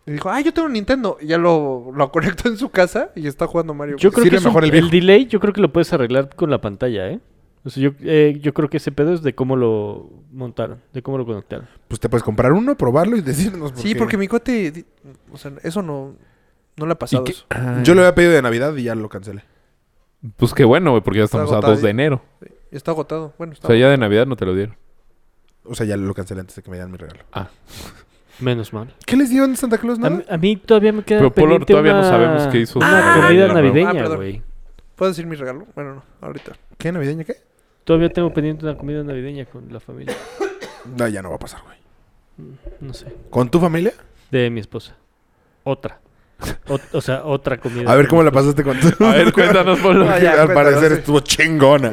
[SPEAKER 5] Y dijo, ah, yo tengo un Nintendo. Y ya lo, lo conectó en su casa y está jugando Mario
[SPEAKER 2] Yo
[SPEAKER 5] Bros.
[SPEAKER 2] creo
[SPEAKER 3] Sirve
[SPEAKER 2] que es un-
[SPEAKER 3] mejor el
[SPEAKER 2] el,
[SPEAKER 3] viejo.
[SPEAKER 2] delay, yo creo que lo puedes arreglar con la pantalla, ¿eh? O sea, yo, eh, yo creo que ese pedo es de cómo lo montaron, de cómo lo conectaron.
[SPEAKER 3] Pues te puedes comprar uno, probarlo y decirnos. por
[SPEAKER 5] Sí,
[SPEAKER 3] qué.
[SPEAKER 5] porque mi cuate, di- o sea, eso no, no le ha pasado.
[SPEAKER 1] qué-
[SPEAKER 5] eso.
[SPEAKER 3] Yo lo había pedido de Navidad y ya lo cancelé.
[SPEAKER 1] Pues qué bueno, güey, porque ya estamos a
[SPEAKER 5] agotado
[SPEAKER 1] 2 de
[SPEAKER 5] ya.
[SPEAKER 1] enero.
[SPEAKER 5] Y Está agotado. Bueno,
[SPEAKER 1] O
[SPEAKER 5] está
[SPEAKER 1] sea, ya de Navidad no te lo dieron.
[SPEAKER 3] O sea, ya lo cancelé antes de que me dieran mi regalo.
[SPEAKER 2] Menos mal.
[SPEAKER 3] ¿Qué les dio en Santa Claus
[SPEAKER 2] A,
[SPEAKER 3] nada?
[SPEAKER 2] mí- a mí todavía me queda
[SPEAKER 1] Pero Polo
[SPEAKER 2] pendiente
[SPEAKER 1] todavía no
[SPEAKER 2] una-
[SPEAKER 1] sabemos qué hizo
[SPEAKER 2] Una
[SPEAKER 5] su-
[SPEAKER 2] comida
[SPEAKER 1] Ah,
[SPEAKER 5] ah,
[SPEAKER 2] navideña,
[SPEAKER 5] perdón.
[SPEAKER 2] güey.
[SPEAKER 5] ¿Puedo decir mi regalo? Bueno, no, ahorita.
[SPEAKER 3] ¿Qué navideña qué?
[SPEAKER 2] Todavía tengo pendiente una comida navideña con la familia.
[SPEAKER 3] No, ya no va a pasar, güey.
[SPEAKER 2] No sé.
[SPEAKER 3] ¿Con tu familia?
[SPEAKER 2] De mi esposa. Otra. O, o sea, otra comida.
[SPEAKER 3] A ver cómo la pasaste (laughs) con tu.
[SPEAKER 1] A ver, cuéntanos, Polo.
[SPEAKER 5] Ah,
[SPEAKER 3] Que
[SPEAKER 5] ya,
[SPEAKER 3] al
[SPEAKER 5] cuéntanos,
[SPEAKER 3] parecer
[SPEAKER 5] sí.
[SPEAKER 3] estuvo chingona.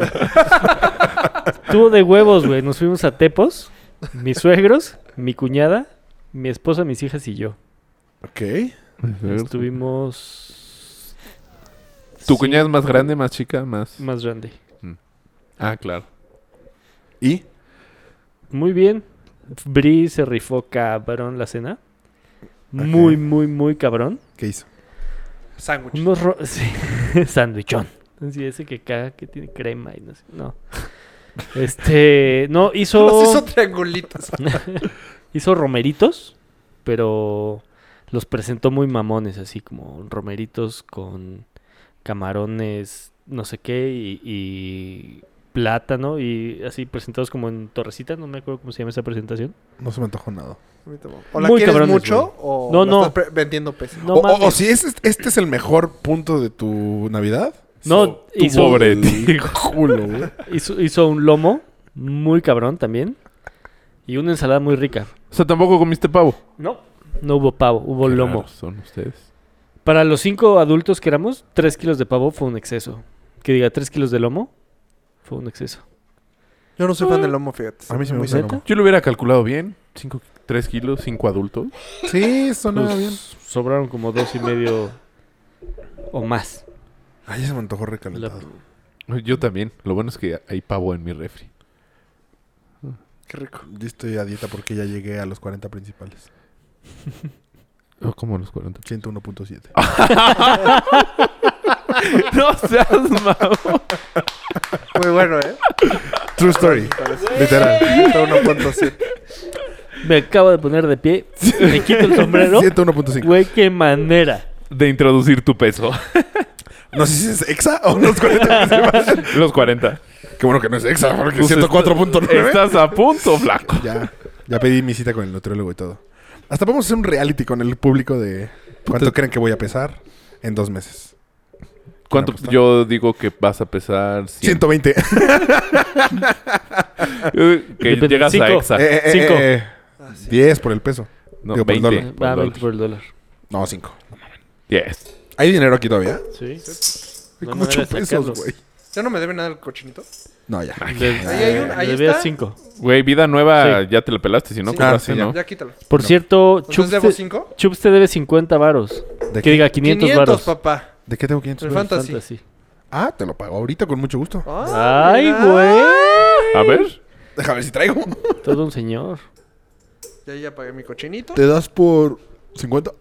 [SPEAKER 2] Estuvo de huevos, güey. Nos fuimos a Tepos, mis suegros, mi cuñada, mi esposa, mis hijas y yo.
[SPEAKER 3] (laughs) ok.
[SPEAKER 2] Estuvimos.
[SPEAKER 1] ¿Tu
[SPEAKER 2] Sí,
[SPEAKER 1] cuñada es más grande, más chica, más...?
[SPEAKER 5] Mm.
[SPEAKER 2] Más grande.
[SPEAKER 1] Ah, claro.
[SPEAKER 3] ¿Y?
[SPEAKER 2] Muy bien. Bri se rifó cabrón la cena. Muy, muy, muy cabrón.
[SPEAKER 3] ¿Qué hizo?
[SPEAKER 5] Sándwich. (laughs)
[SPEAKER 2] Unos ro- (laughs) sí, sandwichón. Sí, ese que caga, que tiene crema y no sé. No. Este. No, hizo.
[SPEAKER 5] Los
[SPEAKER 2] (laughs)
[SPEAKER 5] hizo triangulitos. (laughs)
[SPEAKER 2] hizo romeritos, pero los presentó muy mamones, así como romeritos con camarones, no sé qué, y, y plátano, y así presentados como en torrecita, no me acuerdo cómo se llama esa presentación.
[SPEAKER 3] No se me antojó nada.
[SPEAKER 5] O la
[SPEAKER 2] Muy
[SPEAKER 5] quieres
[SPEAKER 2] cabrones,
[SPEAKER 5] mucho
[SPEAKER 2] güey.
[SPEAKER 5] o
[SPEAKER 2] No,
[SPEAKER 5] la
[SPEAKER 2] no.
[SPEAKER 5] estás pre- vendiendo peces.
[SPEAKER 1] Oh,
[SPEAKER 2] No,
[SPEAKER 3] o, o-
[SPEAKER 2] mames.
[SPEAKER 3] o si es, este es el mejor punto de tu Navidad.
[SPEAKER 2] No,
[SPEAKER 1] Tu
[SPEAKER 2] hizo,
[SPEAKER 1] pobre
[SPEAKER 3] el
[SPEAKER 2] (laughs)
[SPEAKER 1] tío.
[SPEAKER 3] Culo, güey.
[SPEAKER 2] hizo, hizo un lomo muy cabrón también, y una ensalada muy rica.
[SPEAKER 1] O sea, tampoco comiste pavo.
[SPEAKER 2] No. No hubo pavo, hubo
[SPEAKER 1] Qué
[SPEAKER 2] lomo.
[SPEAKER 1] raros son ustedes.
[SPEAKER 2] Para los cinco adultos que éramos, tres kilos de pavo fue un exceso. Que diga, tres kilos de lomo fue un exceso.
[SPEAKER 5] Yo no soy fan del lomo, fíjate.
[SPEAKER 3] A mí sí me
[SPEAKER 5] Muy
[SPEAKER 3] gusta. el
[SPEAKER 2] ¿Neta?
[SPEAKER 3] lomo.
[SPEAKER 1] Yo lo hubiera calculado bien. 3 kilos, 5 adultos.
[SPEAKER 3] Sí, sonaba
[SPEAKER 2] Pues,
[SPEAKER 3] bien.
[SPEAKER 2] Sobraron como dos y medio o más.
[SPEAKER 3] Ay, ya se me antojó
[SPEAKER 2] La- (laughs)
[SPEAKER 3] recalentado.
[SPEAKER 1] Yo también. Lo bueno es que hay pavo en mi refri.
[SPEAKER 5] Qué rico.
[SPEAKER 3] Yo estoy a dieta porque ya llegué a los 40 principales.
[SPEAKER 1] Oh, como los 40.
[SPEAKER 3] 101.7.
[SPEAKER 1] no seas mamón.
[SPEAKER 5] Muy bueno, ¿eh?
[SPEAKER 3] True story. Literal.
[SPEAKER 5] Está 1.7.
[SPEAKER 2] Me acabo de poner de pie, me quito el sombrero.
[SPEAKER 3] 101.5.
[SPEAKER 2] Güey, qué manera.
[SPEAKER 1] De introducir tu
[SPEAKER 3] (laughs)
[SPEAKER 1] peso.
[SPEAKER 3] No sé si es exa o los 40 principales.
[SPEAKER 1] los
[SPEAKER 3] (laughs)
[SPEAKER 1] 40.
[SPEAKER 3] Qué bueno que no es exa porque
[SPEAKER 1] Pues
[SPEAKER 3] 104.9.
[SPEAKER 1] Estás a punto, flaco.
[SPEAKER 3] Ya, ya pedí mi cita con el nutriólogo y todo. Hasta vamos a hacer un reality con el público de cuánto creen que voy a pesar en dos meses.
[SPEAKER 1] ¿Cuánto?
[SPEAKER 3] Bueno, pues,
[SPEAKER 1] Yo digo que vas a pesar 100.
[SPEAKER 3] 120.
[SPEAKER 1] Eh, que
[SPEAKER 2] Depende,
[SPEAKER 1] llegas
[SPEAKER 2] cinco.
[SPEAKER 1] a exa.
[SPEAKER 3] (laughs) Eh, eh, eh,
[SPEAKER 2] Cinco.
[SPEAKER 3] eh, 10 por el peso.
[SPEAKER 1] no,
[SPEAKER 3] digo, por el
[SPEAKER 1] 20.
[SPEAKER 3] dólar.
[SPEAKER 1] por
[SPEAKER 2] Va,
[SPEAKER 1] el dólar.
[SPEAKER 2] 20 por el dólar.
[SPEAKER 3] No, 5.
[SPEAKER 1] Yes.
[SPEAKER 3] ¿Hay dinero aquí todavía?
[SPEAKER 2] Sí.
[SPEAKER 3] Hay
[SPEAKER 2] No
[SPEAKER 3] como
[SPEAKER 2] hay manera
[SPEAKER 3] 8
[SPEAKER 2] de sacarlo.
[SPEAKER 3] pesos, güey.
[SPEAKER 5] ¿Ya no me debe nada el cochinito?
[SPEAKER 3] No, ya.
[SPEAKER 5] Ahí hay un- ahí
[SPEAKER 2] debía
[SPEAKER 5] está.
[SPEAKER 2] 5.
[SPEAKER 1] Güey, vida nueva,
[SPEAKER 2] Sí.
[SPEAKER 1] ya te la pelaste. Si no, pues,
[SPEAKER 5] Sí.
[SPEAKER 1] ¿cómo
[SPEAKER 3] Ah,
[SPEAKER 1] hace,
[SPEAKER 3] sí,
[SPEAKER 1] no?
[SPEAKER 5] Ya quítalo.
[SPEAKER 2] Por
[SPEAKER 3] No.
[SPEAKER 2] cierto, Chups
[SPEAKER 5] Entonces, ¿debo
[SPEAKER 2] te,
[SPEAKER 5] 5?
[SPEAKER 2] Chups te debe 50 varos.
[SPEAKER 3] ¿De
[SPEAKER 2] Que
[SPEAKER 3] qué,
[SPEAKER 2] diga 500 varos.
[SPEAKER 5] papá.
[SPEAKER 3] de qué tengo
[SPEAKER 5] El
[SPEAKER 3] 500 pesos?
[SPEAKER 5] fantasy.
[SPEAKER 2] Fantasy.
[SPEAKER 3] Ah, te lo pago ahorita con mucho gusto. (laughs)
[SPEAKER 5] Ah,
[SPEAKER 2] Ay,
[SPEAKER 5] mira. Ah.
[SPEAKER 2] güey.
[SPEAKER 1] A ver.
[SPEAKER 3] Déjame ver si traigo.
[SPEAKER 2] Todo un señor.
[SPEAKER 5] Ya, ya pagué mi cochinito.
[SPEAKER 3] ¿Te das por 50?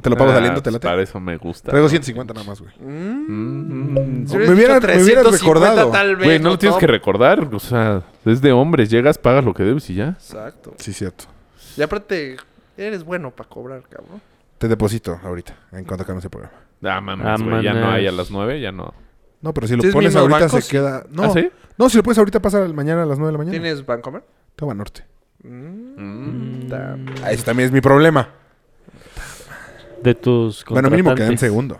[SPEAKER 3] Te lo pago
[SPEAKER 1] Ah,
[SPEAKER 3] saliendo, te
[SPEAKER 1] pues,
[SPEAKER 3] late.
[SPEAKER 1] Para eso me gusta.
[SPEAKER 3] Traigo 150 nada más, güey.
[SPEAKER 5] Mm.
[SPEAKER 1] Mm.
[SPEAKER 5] Si
[SPEAKER 3] Me hubiera-
[SPEAKER 5] hubieras dicho
[SPEAKER 3] me hubieras
[SPEAKER 5] 350,
[SPEAKER 3] recordado.
[SPEAKER 5] tal vez,
[SPEAKER 1] Güey, no lo tienes
[SPEAKER 5] Tom?
[SPEAKER 1] que recordar. O sea, es de hombres. Llegas, pagas lo que debes y ya.
[SPEAKER 5] Exacto.
[SPEAKER 3] Sí, cierto.
[SPEAKER 5] Y aparte, eres bueno para cobrar, cabrón. el
[SPEAKER 3] Te deposito ahorita, en cuanto acabemos el programa.
[SPEAKER 1] Ah, mames, güey. Ya no
[SPEAKER 2] Vámonos.
[SPEAKER 1] hay a las 9, ya no.
[SPEAKER 3] No, pero si lo
[SPEAKER 5] ¿Tienes
[SPEAKER 3] pones
[SPEAKER 5] mismos
[SPEAKER 3] ahorita
[SPEAKER 5] bancos?
[SPEAKER 3] se queda... No,
[SPEAKER 1] ¿Ah, sí?
[SPEAKER 3] no, si lo pones ahorita pasa al- mañana a las 9 de la mañana.
[SPEAKER 5] ¿Tienes Bancomer?
[SPEAKER 3] Toma norte.
[SPEAKER 5] Mm.
[SPEAKER 1] Mm.
[SPEAKER 5] Ta-
[SPEAKER 3] Ah, ese también es mi problema.
[SPEAKER 2] De tus
[SPEAKER 3] Bueno, mínimo queda en
[SPEAKER 2] contratantes.
[SPEAKER 3] segundo.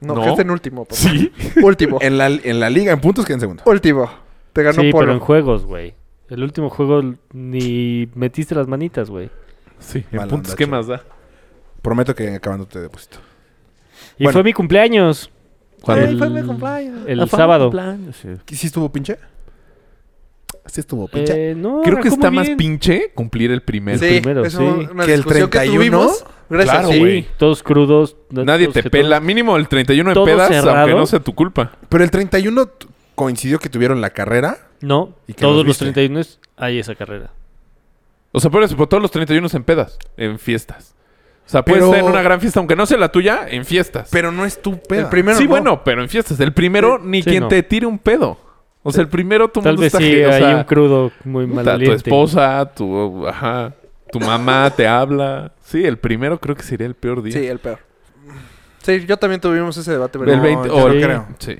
[SPEAKER 5] No,
[SPEAKER 1] No.
[SPEAKER 5] quedaste en último, papá.
[SPEAKER 1] Sí.
[SPEAKER 3] (laughs)
[SPEAKER 5] Último.
[SPEAKER 3] En la, en la liga, en puntos queda en segundo.
[SPEAKER 5] Último. Te ganó
[SPEAKER 2] Sí, pero en
[SPEAKER 5] Polo.
[SPEAKER 2] juegos, güey. El último juego l- ni metiste las manitas, güey.
[SPEAKER 1] Sí,
[SPEAKER 3] Mala
[SPEAKER 1] en puntos,
[SPEAKER 3] onda,
[SPEAKER 1] ¿qué
[SPEAKER 3] che.
[SPEAKER 1] más da?
[SPEAKER 3] Prometo que acabando te deposito.
[SPEAKER 2] Y
[SPEAKER 3] Bueno.
[SPEAKER 2] fue mi cumpleaños.
[SPEAKER 1] ¿Cuándo?
[SPEAKER 2] El,
[SPEAKER 5] Ay, fue mi cumpleaños.
[SPEAKER 2] el sábado.
[SPEAKER 3] ¿Sí estuvo pinche? Sí estuvo pinche.
[SPEAKER 2] Eh, no,
[SPEAKER 1] Creo que
[SPEAKER 2] arrancó
[SPEAKER 1] está
[SPEAKER 2] muy
[SPEAKER 1] más
[SPEAKER 2] bien.
[SPEAKER 1] pinche cumplir el primero.
[SPEAKER 5] Sí,
[SPEAKER 2] primero,
[SPEAKER 5] es
[SPEAKER 2] sí.
[SPEAKER 5] una
[SPEAKER 3] Que el
[SPEAKER 5] discusión que
[SPEAKER 3] 31,
[SPEAKER 5] tuvimos. Gracias,
[SPEAKER 1] claro,
[SPEAKER 5] sí.
[SPEAKER 1] güey.
[SPEAKER 2] Todos crudos. no-
[SPEAKER 1] Nadie
[SPEAKER 2] todos
[SPEAKER 1] te
[SPEAKER 2] jetones.
[SPEAKER 1] pela. Mínimo el 31 en
[SPEAKER 2] Todo
[SPEAKER 1] pedas, aunque
[SPEAKER 2] cerrado.
[SPEAKER 1] no sea tu culpa.
[SPEAKER 3] Pero el 31 t- coincidió que tuvieron la carrera.
[SPEAKER 2] No,
[SPEAKER 3] ¿Y qué
[SPEAKER 2] todos los
[SPEAKER 3] nos viste?
[SPEAKER 2] 31 hay esa carrera.
[SPEAKER 1] O sea, por eso, por todos los 31 en pedas, en fiestas. O sea, puede
[SPEAKER 3] Pero-
[SPEAKER 1] estar en una gran fiesta, aunque no sea la tuya, en fiestas.
[SPEAKER 3] Pero no es tu peda.
[SPEAKER 5] El primero.
[SPEAKER 1] sí,
[SPEAKER 5] no.
[SPEAKER 1] bueno, pero en fiestas. El primero, ni
[SPEAKER 2] sí,
[SPEAKER 1] quien
[SPEAKER 2] no.
[SPEAKER 1] te tire un pedo. O sea, el primero, tu
[SPEAKER 2] Tal
[SPEAKER 1] mundo
[SPEAKER 2] vez
[SPEAKER 1] está
[SPEAKER 2] sí
[SPEAKER 1] ge- o
[SPEAKER 2] hay
[SPEAKER 1] sea,
[SPEAKER 2] un crudo muy
[SPEAKER 1] puta,
[SPEAKER 2] mal
[SPEAKER 1] Tu esposa, tu, ajá, tu mamá te habla. Sí, el primero creo que sería el peor día.
[SPEAKER 5] Sí, el peor. Sí, yo también tuvimos ese debate, pero
[SPEAKER 1] el
[SPEAKER 5] no,
[SPEAKER 1] 20
[SPEAKER 3] yo
[SPEAKER 1] o
[SPEAKER 3] no
[SPEAKER 1] el-
[SPEAKER 3] creo.
[SPEAKER 1] Sí.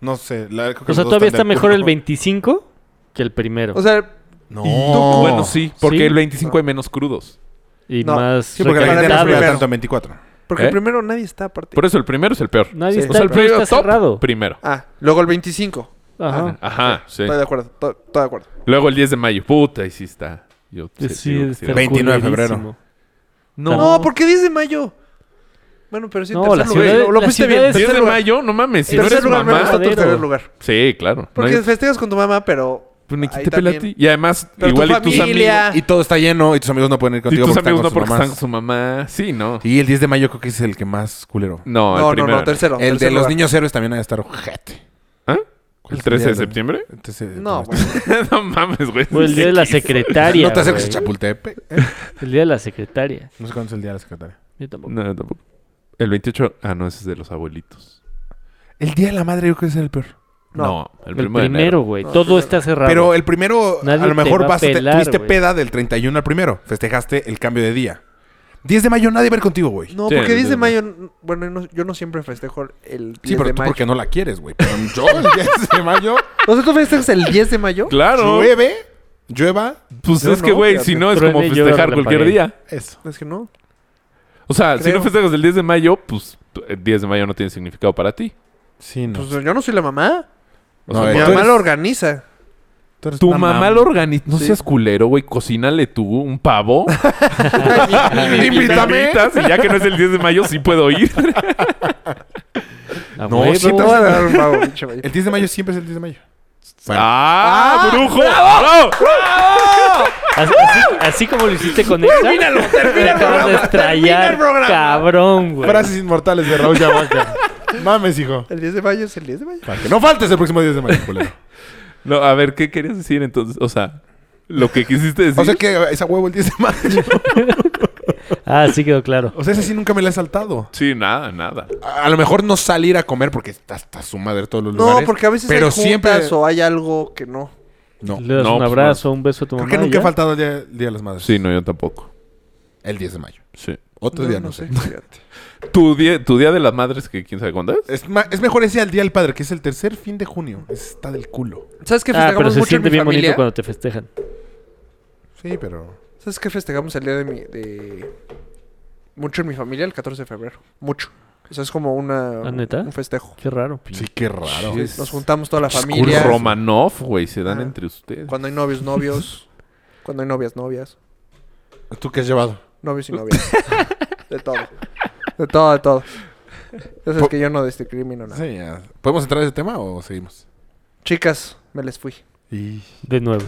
[SPEAKER 3] No sé. la- creo que
[SPEAKER 2] O sea,
[SPEAKER 3] los dos
[SPEAKER 2] todavía
[SPEAKER 3] están
[SPEAKER 2] está
[SPEAKER 3] de
[SPEAKER 2] mejor el
[SPEAKER 3] acuerdo.
[SPEAKER 2] 25 que el primero.
[SPEAKER 5] O sea,
[SPEAKER 3] No.
[SPEAKER 1] Y- Bueno, sí, porque
[SPEAKER 2] Sí.
[SPEAKER 1] el 25 hay menos crudos.
[SPEAKER 2] y
[SPEAKER 5] no.
[SPEAKER 2] más...
[SPEAKER 5] Sí, porque
[SPEAKER 3] Porque la
[SPEAKER 5] Para
[SPEAKER 3] gente no
[SPEAKER 5] el
[SPEAKER 3] se pega
[SPEAKER 5] primero.
[SPEAKER 3] tanto en 24.
[SPEAKER 5] porque
[SPEAKER 1] ¿Eh?
[SPEAKER 5] el primero nadie está aparte.
[SPEAKER 1] Por eso el primero es el peor.
[SPEAKER 2] Nadie
[SPEAKER 5] Sí.
[SPEAKER 2] está,
[SPEAKER 1] O sea, el
[SPEAKER 2] el premio
[SPEAKER 1] primero
[SPEAKER 2] está
[SPEAKER 1] top, Ah.
[SPEAKER 2] cerrado.
[SPEAKER 1] primero.
[SPEAKER 5] Ah, luego el 25.
[SPEAKER 2] Ajá.
[SPEAKER 1] Ajá, sí.
[SPEAKER 5] Estoy de acuerdo, to- estoy de acuerdo.
[SPEAKER 1] Luego el 10 de mayo. Puta, ahí sí está. Yo sí,
[SPEAKER 2] Sí,
[SPEAKER 1] digo que sí
[SPEAKER 2] está
[SPEAKER 1] era-
[SPEAKER 3] 29 de febrero.
[SPEAKER 2] culerísimo.
[SPEAKER 1] No,
[SPEAKER 5] No, porque 10 de mayo. Bueno, pero sí,
[SPEAKER 2] No,
[SPEAKER 5] tercer
[SPEAKER 2] la
[SPEAKER 5] lugar.
[SPEAKER 2] ciudad-
[SPEAKER 5] lo, lo
[SPEAKER 2] la
[SPEAKER 5] pusiste
[SPEAKER 2] ciudad
[SPEAKER 5] bien.
[SPEAKER 2] es-
[SPEAKER 5] Tercer
[SPEAKER 1] 10 de
[SPEAKER 5] lugar.
[SPEAKER 1] mayo, no mames. Si
[SPEAKER 5] Tercer
[SPEAKER 1] no eres
[SPEAKER 5] lugar, me
[SPEAKER 1] mamá.
[SPEAKER 5] gusta tu tercer
[SPEAKER 2] Madero.
[SPEAKER 5] lugar.
[SPEAKER 1] Sí, claro.
[SPEAKER 5] Porque
[SPEAKER 1] Nadie-
[SPEAKER 5] festejas con tu mamá, pero.
[SPEAKER 1] Pues ni que
[SPEAKER 5] ahí
[SPEAKER 1] te pela a
[SPEAKER 5] también.
[SPEAKER 1] ti. Y además,
[SPEAKER 5] Pero
[SPEAKER 1] igual
[SPEAKER 5] tu
[SPEAKER 1] y tus amigos.
[SPEAKER 5] familia.
[SPEAKER 3] Y todo está lleno y tus amigos no pueden ir
[SPEAKER 1] Y
[SPEAKER 3] contigo
[SPEAKER 1] tus
[SPEAKER 3] porque
[SPEAKER 1] amigos no
[SPEAKER 3] están con
[SPEAKER 1] porque
[SPEAKER 3] sus mamás.
[SPEAKER 1] están con su mamá. Sí, no.
[SPEAKER 3] Y el 10 de mayo creo que es el que más culero.
[SPEAKER 1] No,
[SPEAKER 5] No,
[SPEAKER 1] el
[SPEAKER 5] no,
[SPEAKER 1] primero.
[SPEAKER 5] no, tercero.
[SPEAKER 3] el de
[SPEAKER 5] tercer
[SPEAKER 3] los
[SPEAKER 5] lugar.
[SPEAKER 3] niños héroes también ha de estar ojete.
[SPEAKER 1] ¿Ah?
[SPEAKER 3] ¿Cuál
[SPEAKER 1] ¿El
[SPEAKER 3] es
[SPEAKER 1] 13 de
[SPEAKER 3] día
[SPEAKER 1] septiembre?
[SPEAKER 3] Entonces,
[SPEAKER 5] No,
[SPEAKER 3] pues,
[SPEAKER 5] bueno.
[SPEAKER 1] (laughs) no mames, güey.
[SPEAKER 2] O el día de la
[SPEAKER 1] X.
[SPEAKER 2] secretaria.
[SPEAKER 3] No te acerques a
[SPEAKER 2] güey.
[SPEAKER 3] Chapultepec. ¿eh?
[SPEAKER 2] El día de la secretaria.
[SPEAKER 3] No sé cuándo es el día de la secretaria.
[SPEAKER 2] Yo tampoco.
[SPEAKER 1] No, tampoco. El 28. Ah, no, ese es de los abuelitos.
[SPEAKER 3] El día de la madre yo creo que es el peor.
[SPEAKER 5] No.
[SPEAKER 1] No, el
[SPEAKER 2] El
[SPEAKER 1] primero. de enero.
[SPEAKER 2] primero, güey. Todo está cerrado.
[SPEAKER 3] Pero el primero,
[SPEAKER 2] Nadie
[SPEAKER 3] a lo
[SPEAKER 2] te va
[SPEAKER 3] mejor
[SPEAKER 2] a
[SPEAKER 3] vas a te-
[SPEAKER 2] pelar,
[SPEAKER 3] tuviste
[SPEAKER 2] güey.
[SPEAKER 3] peda del 31 al primero. Festejaste el cambio de día. 10 de mayo nadie va a ir contigo, güey.
[SPEAKER 5] No,
[SPEAKER 1] Sí,
[SPEAKER 5] porque
[SPEAKER 1] el
[SPEAKER 5] 10
[SPEAKER 1] de
[SPEAKER 5] de mayo. Bueno, yo no, yo no siempre festejo el 10
[SPEAKER 3] Sí, pero
[SPEAKER 5] de
[SPEAKER 3] tú
[SPEAKER 5] mayo.
[SPEAKER 3] porque no la quieres, güey. Pero yo el 10 de mayo,
[SPEAKER 5] ¿O sea, tú festejas el 10 de mayo?
[SPEAKER 1] Claro.
[SPEAKER 3] llueve, llueva,
[SPEAKER 1] Pues
[SPEAKER 5] Yo
[SPEAKER 1] es que,
[SPEAKER 5] no,
[SPEAKER 1] güey,
[SPEAKER 5] fíjate.
[SPEAKER 1] si no es
[SPEAKER 2] Truene,
[SPEAKER 1] como
[SPEAKER 2] llora,
[SPEAKER 1] festejar
[SPEAKER 2] la
[SPEAKER 1] cualquier
[SPEAKER 2] pared.
[SPEAKER 1] día.
[SPEAKER 3] eso.
[SPEAKER 5] Es que no.
[SPEAKER 1] O sea, si
[SPEAKER 5] Creo.
[SPEAKER 1] no festejas el 10 de mayo, pues el 10 de mayo no tiene significado para ti.
[SPEAKER 3] Sí, no.
[SPEAKER 5] Pues yo no soy la mamá.
[SPEAKER 1] O
[SPEAKER 3] No,
[SPEAKER 1] sea,
[SPEAKER 3] eh,
[SPEAKER 5] Mi
[SPEAKER 3] tú
[SPEAKER 5] mamá
[SPEAKER 3] eres- (laughs)
[SPEAKER 5] lo organiza.
[SPEAKER 3] Tú eres
[SPEAKER 1] tu
[SPEAKER 3] una
[SPEAKER 1] mamá
[SPEAKER 3] mam-
[SPEAKER 1] lo organiza. No
[SPEAKER 5] Sí.
[SPEAKER 1] seas culero, güey. Cocínale tú un pavo.
[SPEAKER 3] (laughs)
[SPEAKER 5] (laughs)
[SPEAKER 3] Invítame.
[SPEAKER 1] invitas, Y ya que no es el 10 de mayo, sí puedo ir.
[SPEAKER 2] A
[SPEAKER 3] No,
[SPEAKER 2] huevo.
[SPEAKER 3] sí,
[SPEAKER 5] Te voy a dar un pavo, pinche mayo.
[SPEAKER 3] El 10 de mayo siempre es el 10 de mayo.
[SPEAKER 1] (laughs) ¡Ah, brujo!
[SPEAKER 2] Así, así- así como lo hiciste con Exa. (laughs) Termínalo, termínalo. de estrellar, cabrón, güey.
[SPEAKER 3] Frases inmortales de Raúl Yabaca. (laughs) Mames, hijo.
[SPEAKER 5] El 10 de mayo es el 10 de mayo.
[SPEAKER 3] Para que no faltes el próximo 10 de mayo, culero.
[SPEAKER 1] No, a ver, ¿qué querías decir entonces? O sea, lo que quisiste decir.
[SPEAKER 3] O sea que esa huevo el 10 de mayo.
[SPEAKER 2] Ah, sí quedó claro.
[SPEAKER 3] O sea, ese sí nunca me la he saltado.
[SPEAKER 1] Sí, nada, nada.
[SPEAKER 3] A, a lo mejor no salir a comer porque está hasta su madre todos los
[SPEAKER 5] No,
[SPEAKER 3] lugares.
[SPEAKER 5] porque a veces
[SPEAKER 3] Pero
[SPEAKER 5] hay
[SPEAKER 3] siempre-
[SPEAKER 5] juntas o hay algo que no.
[SPEAKER 3] No.
[SPEAKER 2] Le das
[SPEAKER 1] No,
[SPEAKER 2] un
[SPEAKER 1] pues,
[SPEAKER 2] abrazo, un beso a tu
[SPEAKER 3] Creo
[SPEAKER 2] mamá.
[SPEAKER 3] que
[SPEAKER 2] y
[SPEAKER 3] nunca
[SPEAKER 2] ya.
[SPEAKER 3] he faltado el día, el Día de las Madres.
[SPEAKER 1] Sí, no, yo tampoco.
[SPEAKER 3] El 10 de mayo.
[SPEAKER 1] Sí.
[SPEAKER 3] Otro día, no, sé. (laughs)
[SPEAKER 5] fíjate.
[SPEAKER 1] Tu día, tu día de las madres, que quién sabe cuándo es.
[SPEAKER 3] Es, ma- es mejor ese al Día del Padre, que es el tercer fin de junio. Ese está del culo.
[SPEAKER 5] ¿Sabes qué
[SPEAKER 2] Ah, pero
[SPEAKER 5] festejamos
[SPEAKER 2] se
[SPEAKER 5] mucho en
[SPEAKER 2] siente
[SPEAKER 5] mi
[SPEAKER 2] bien bonito
[SPEAKER 5] familia?
[SPEAKER 2] cuando te festejan.
[SPEAKER 3] Sí, pero...
[SPEAKER 5] ¿Sabes qué festejamos el día de mi... de... Mucho en mi familia el 14 de febrero. Mucho. O sea, es como una...
[SPEAKER 2] ¿Ah, neta?
[SPEAKER 5] Un festejo.
[SPEAKER 2] Qué raro.
[SPEAKER 3] Sí, qué raro.
[SPEAKER 1] Sí,
[SPEAKER 5] Nos juntamos toda la
[SPEAKER 3] Pues,
[SPEAKER 1] School
[SPEAKER 5] familia.
[SPEAKER 1] Romanov, güey, se dan
[SPEAKER 5] Ah.
[SPEAKER 1] entre ustedes.
[SPEAKER 5] Cuando hay novios, novios. cuando hay novias, novias.
[SPEAKER 3] ¿Tú qué has llevado?
[SPEAKER 5] Novios
[SPEAKER 3] (laughs)
[SPEAKER 5] y novias. de todo. De todo, de todo. Ya sabes
[SPEAKER 3] Po-
[SPEAKER 5] que yo no discrimino nada.
[SPEAKER 3] Sí, ya. ¿Podemos entrar a ese tema o seguimos?
[SPEAKER 5] Chicas, me les fui.
[SPEAKER 3] Y...
[SPEAKER 2] De nuevo.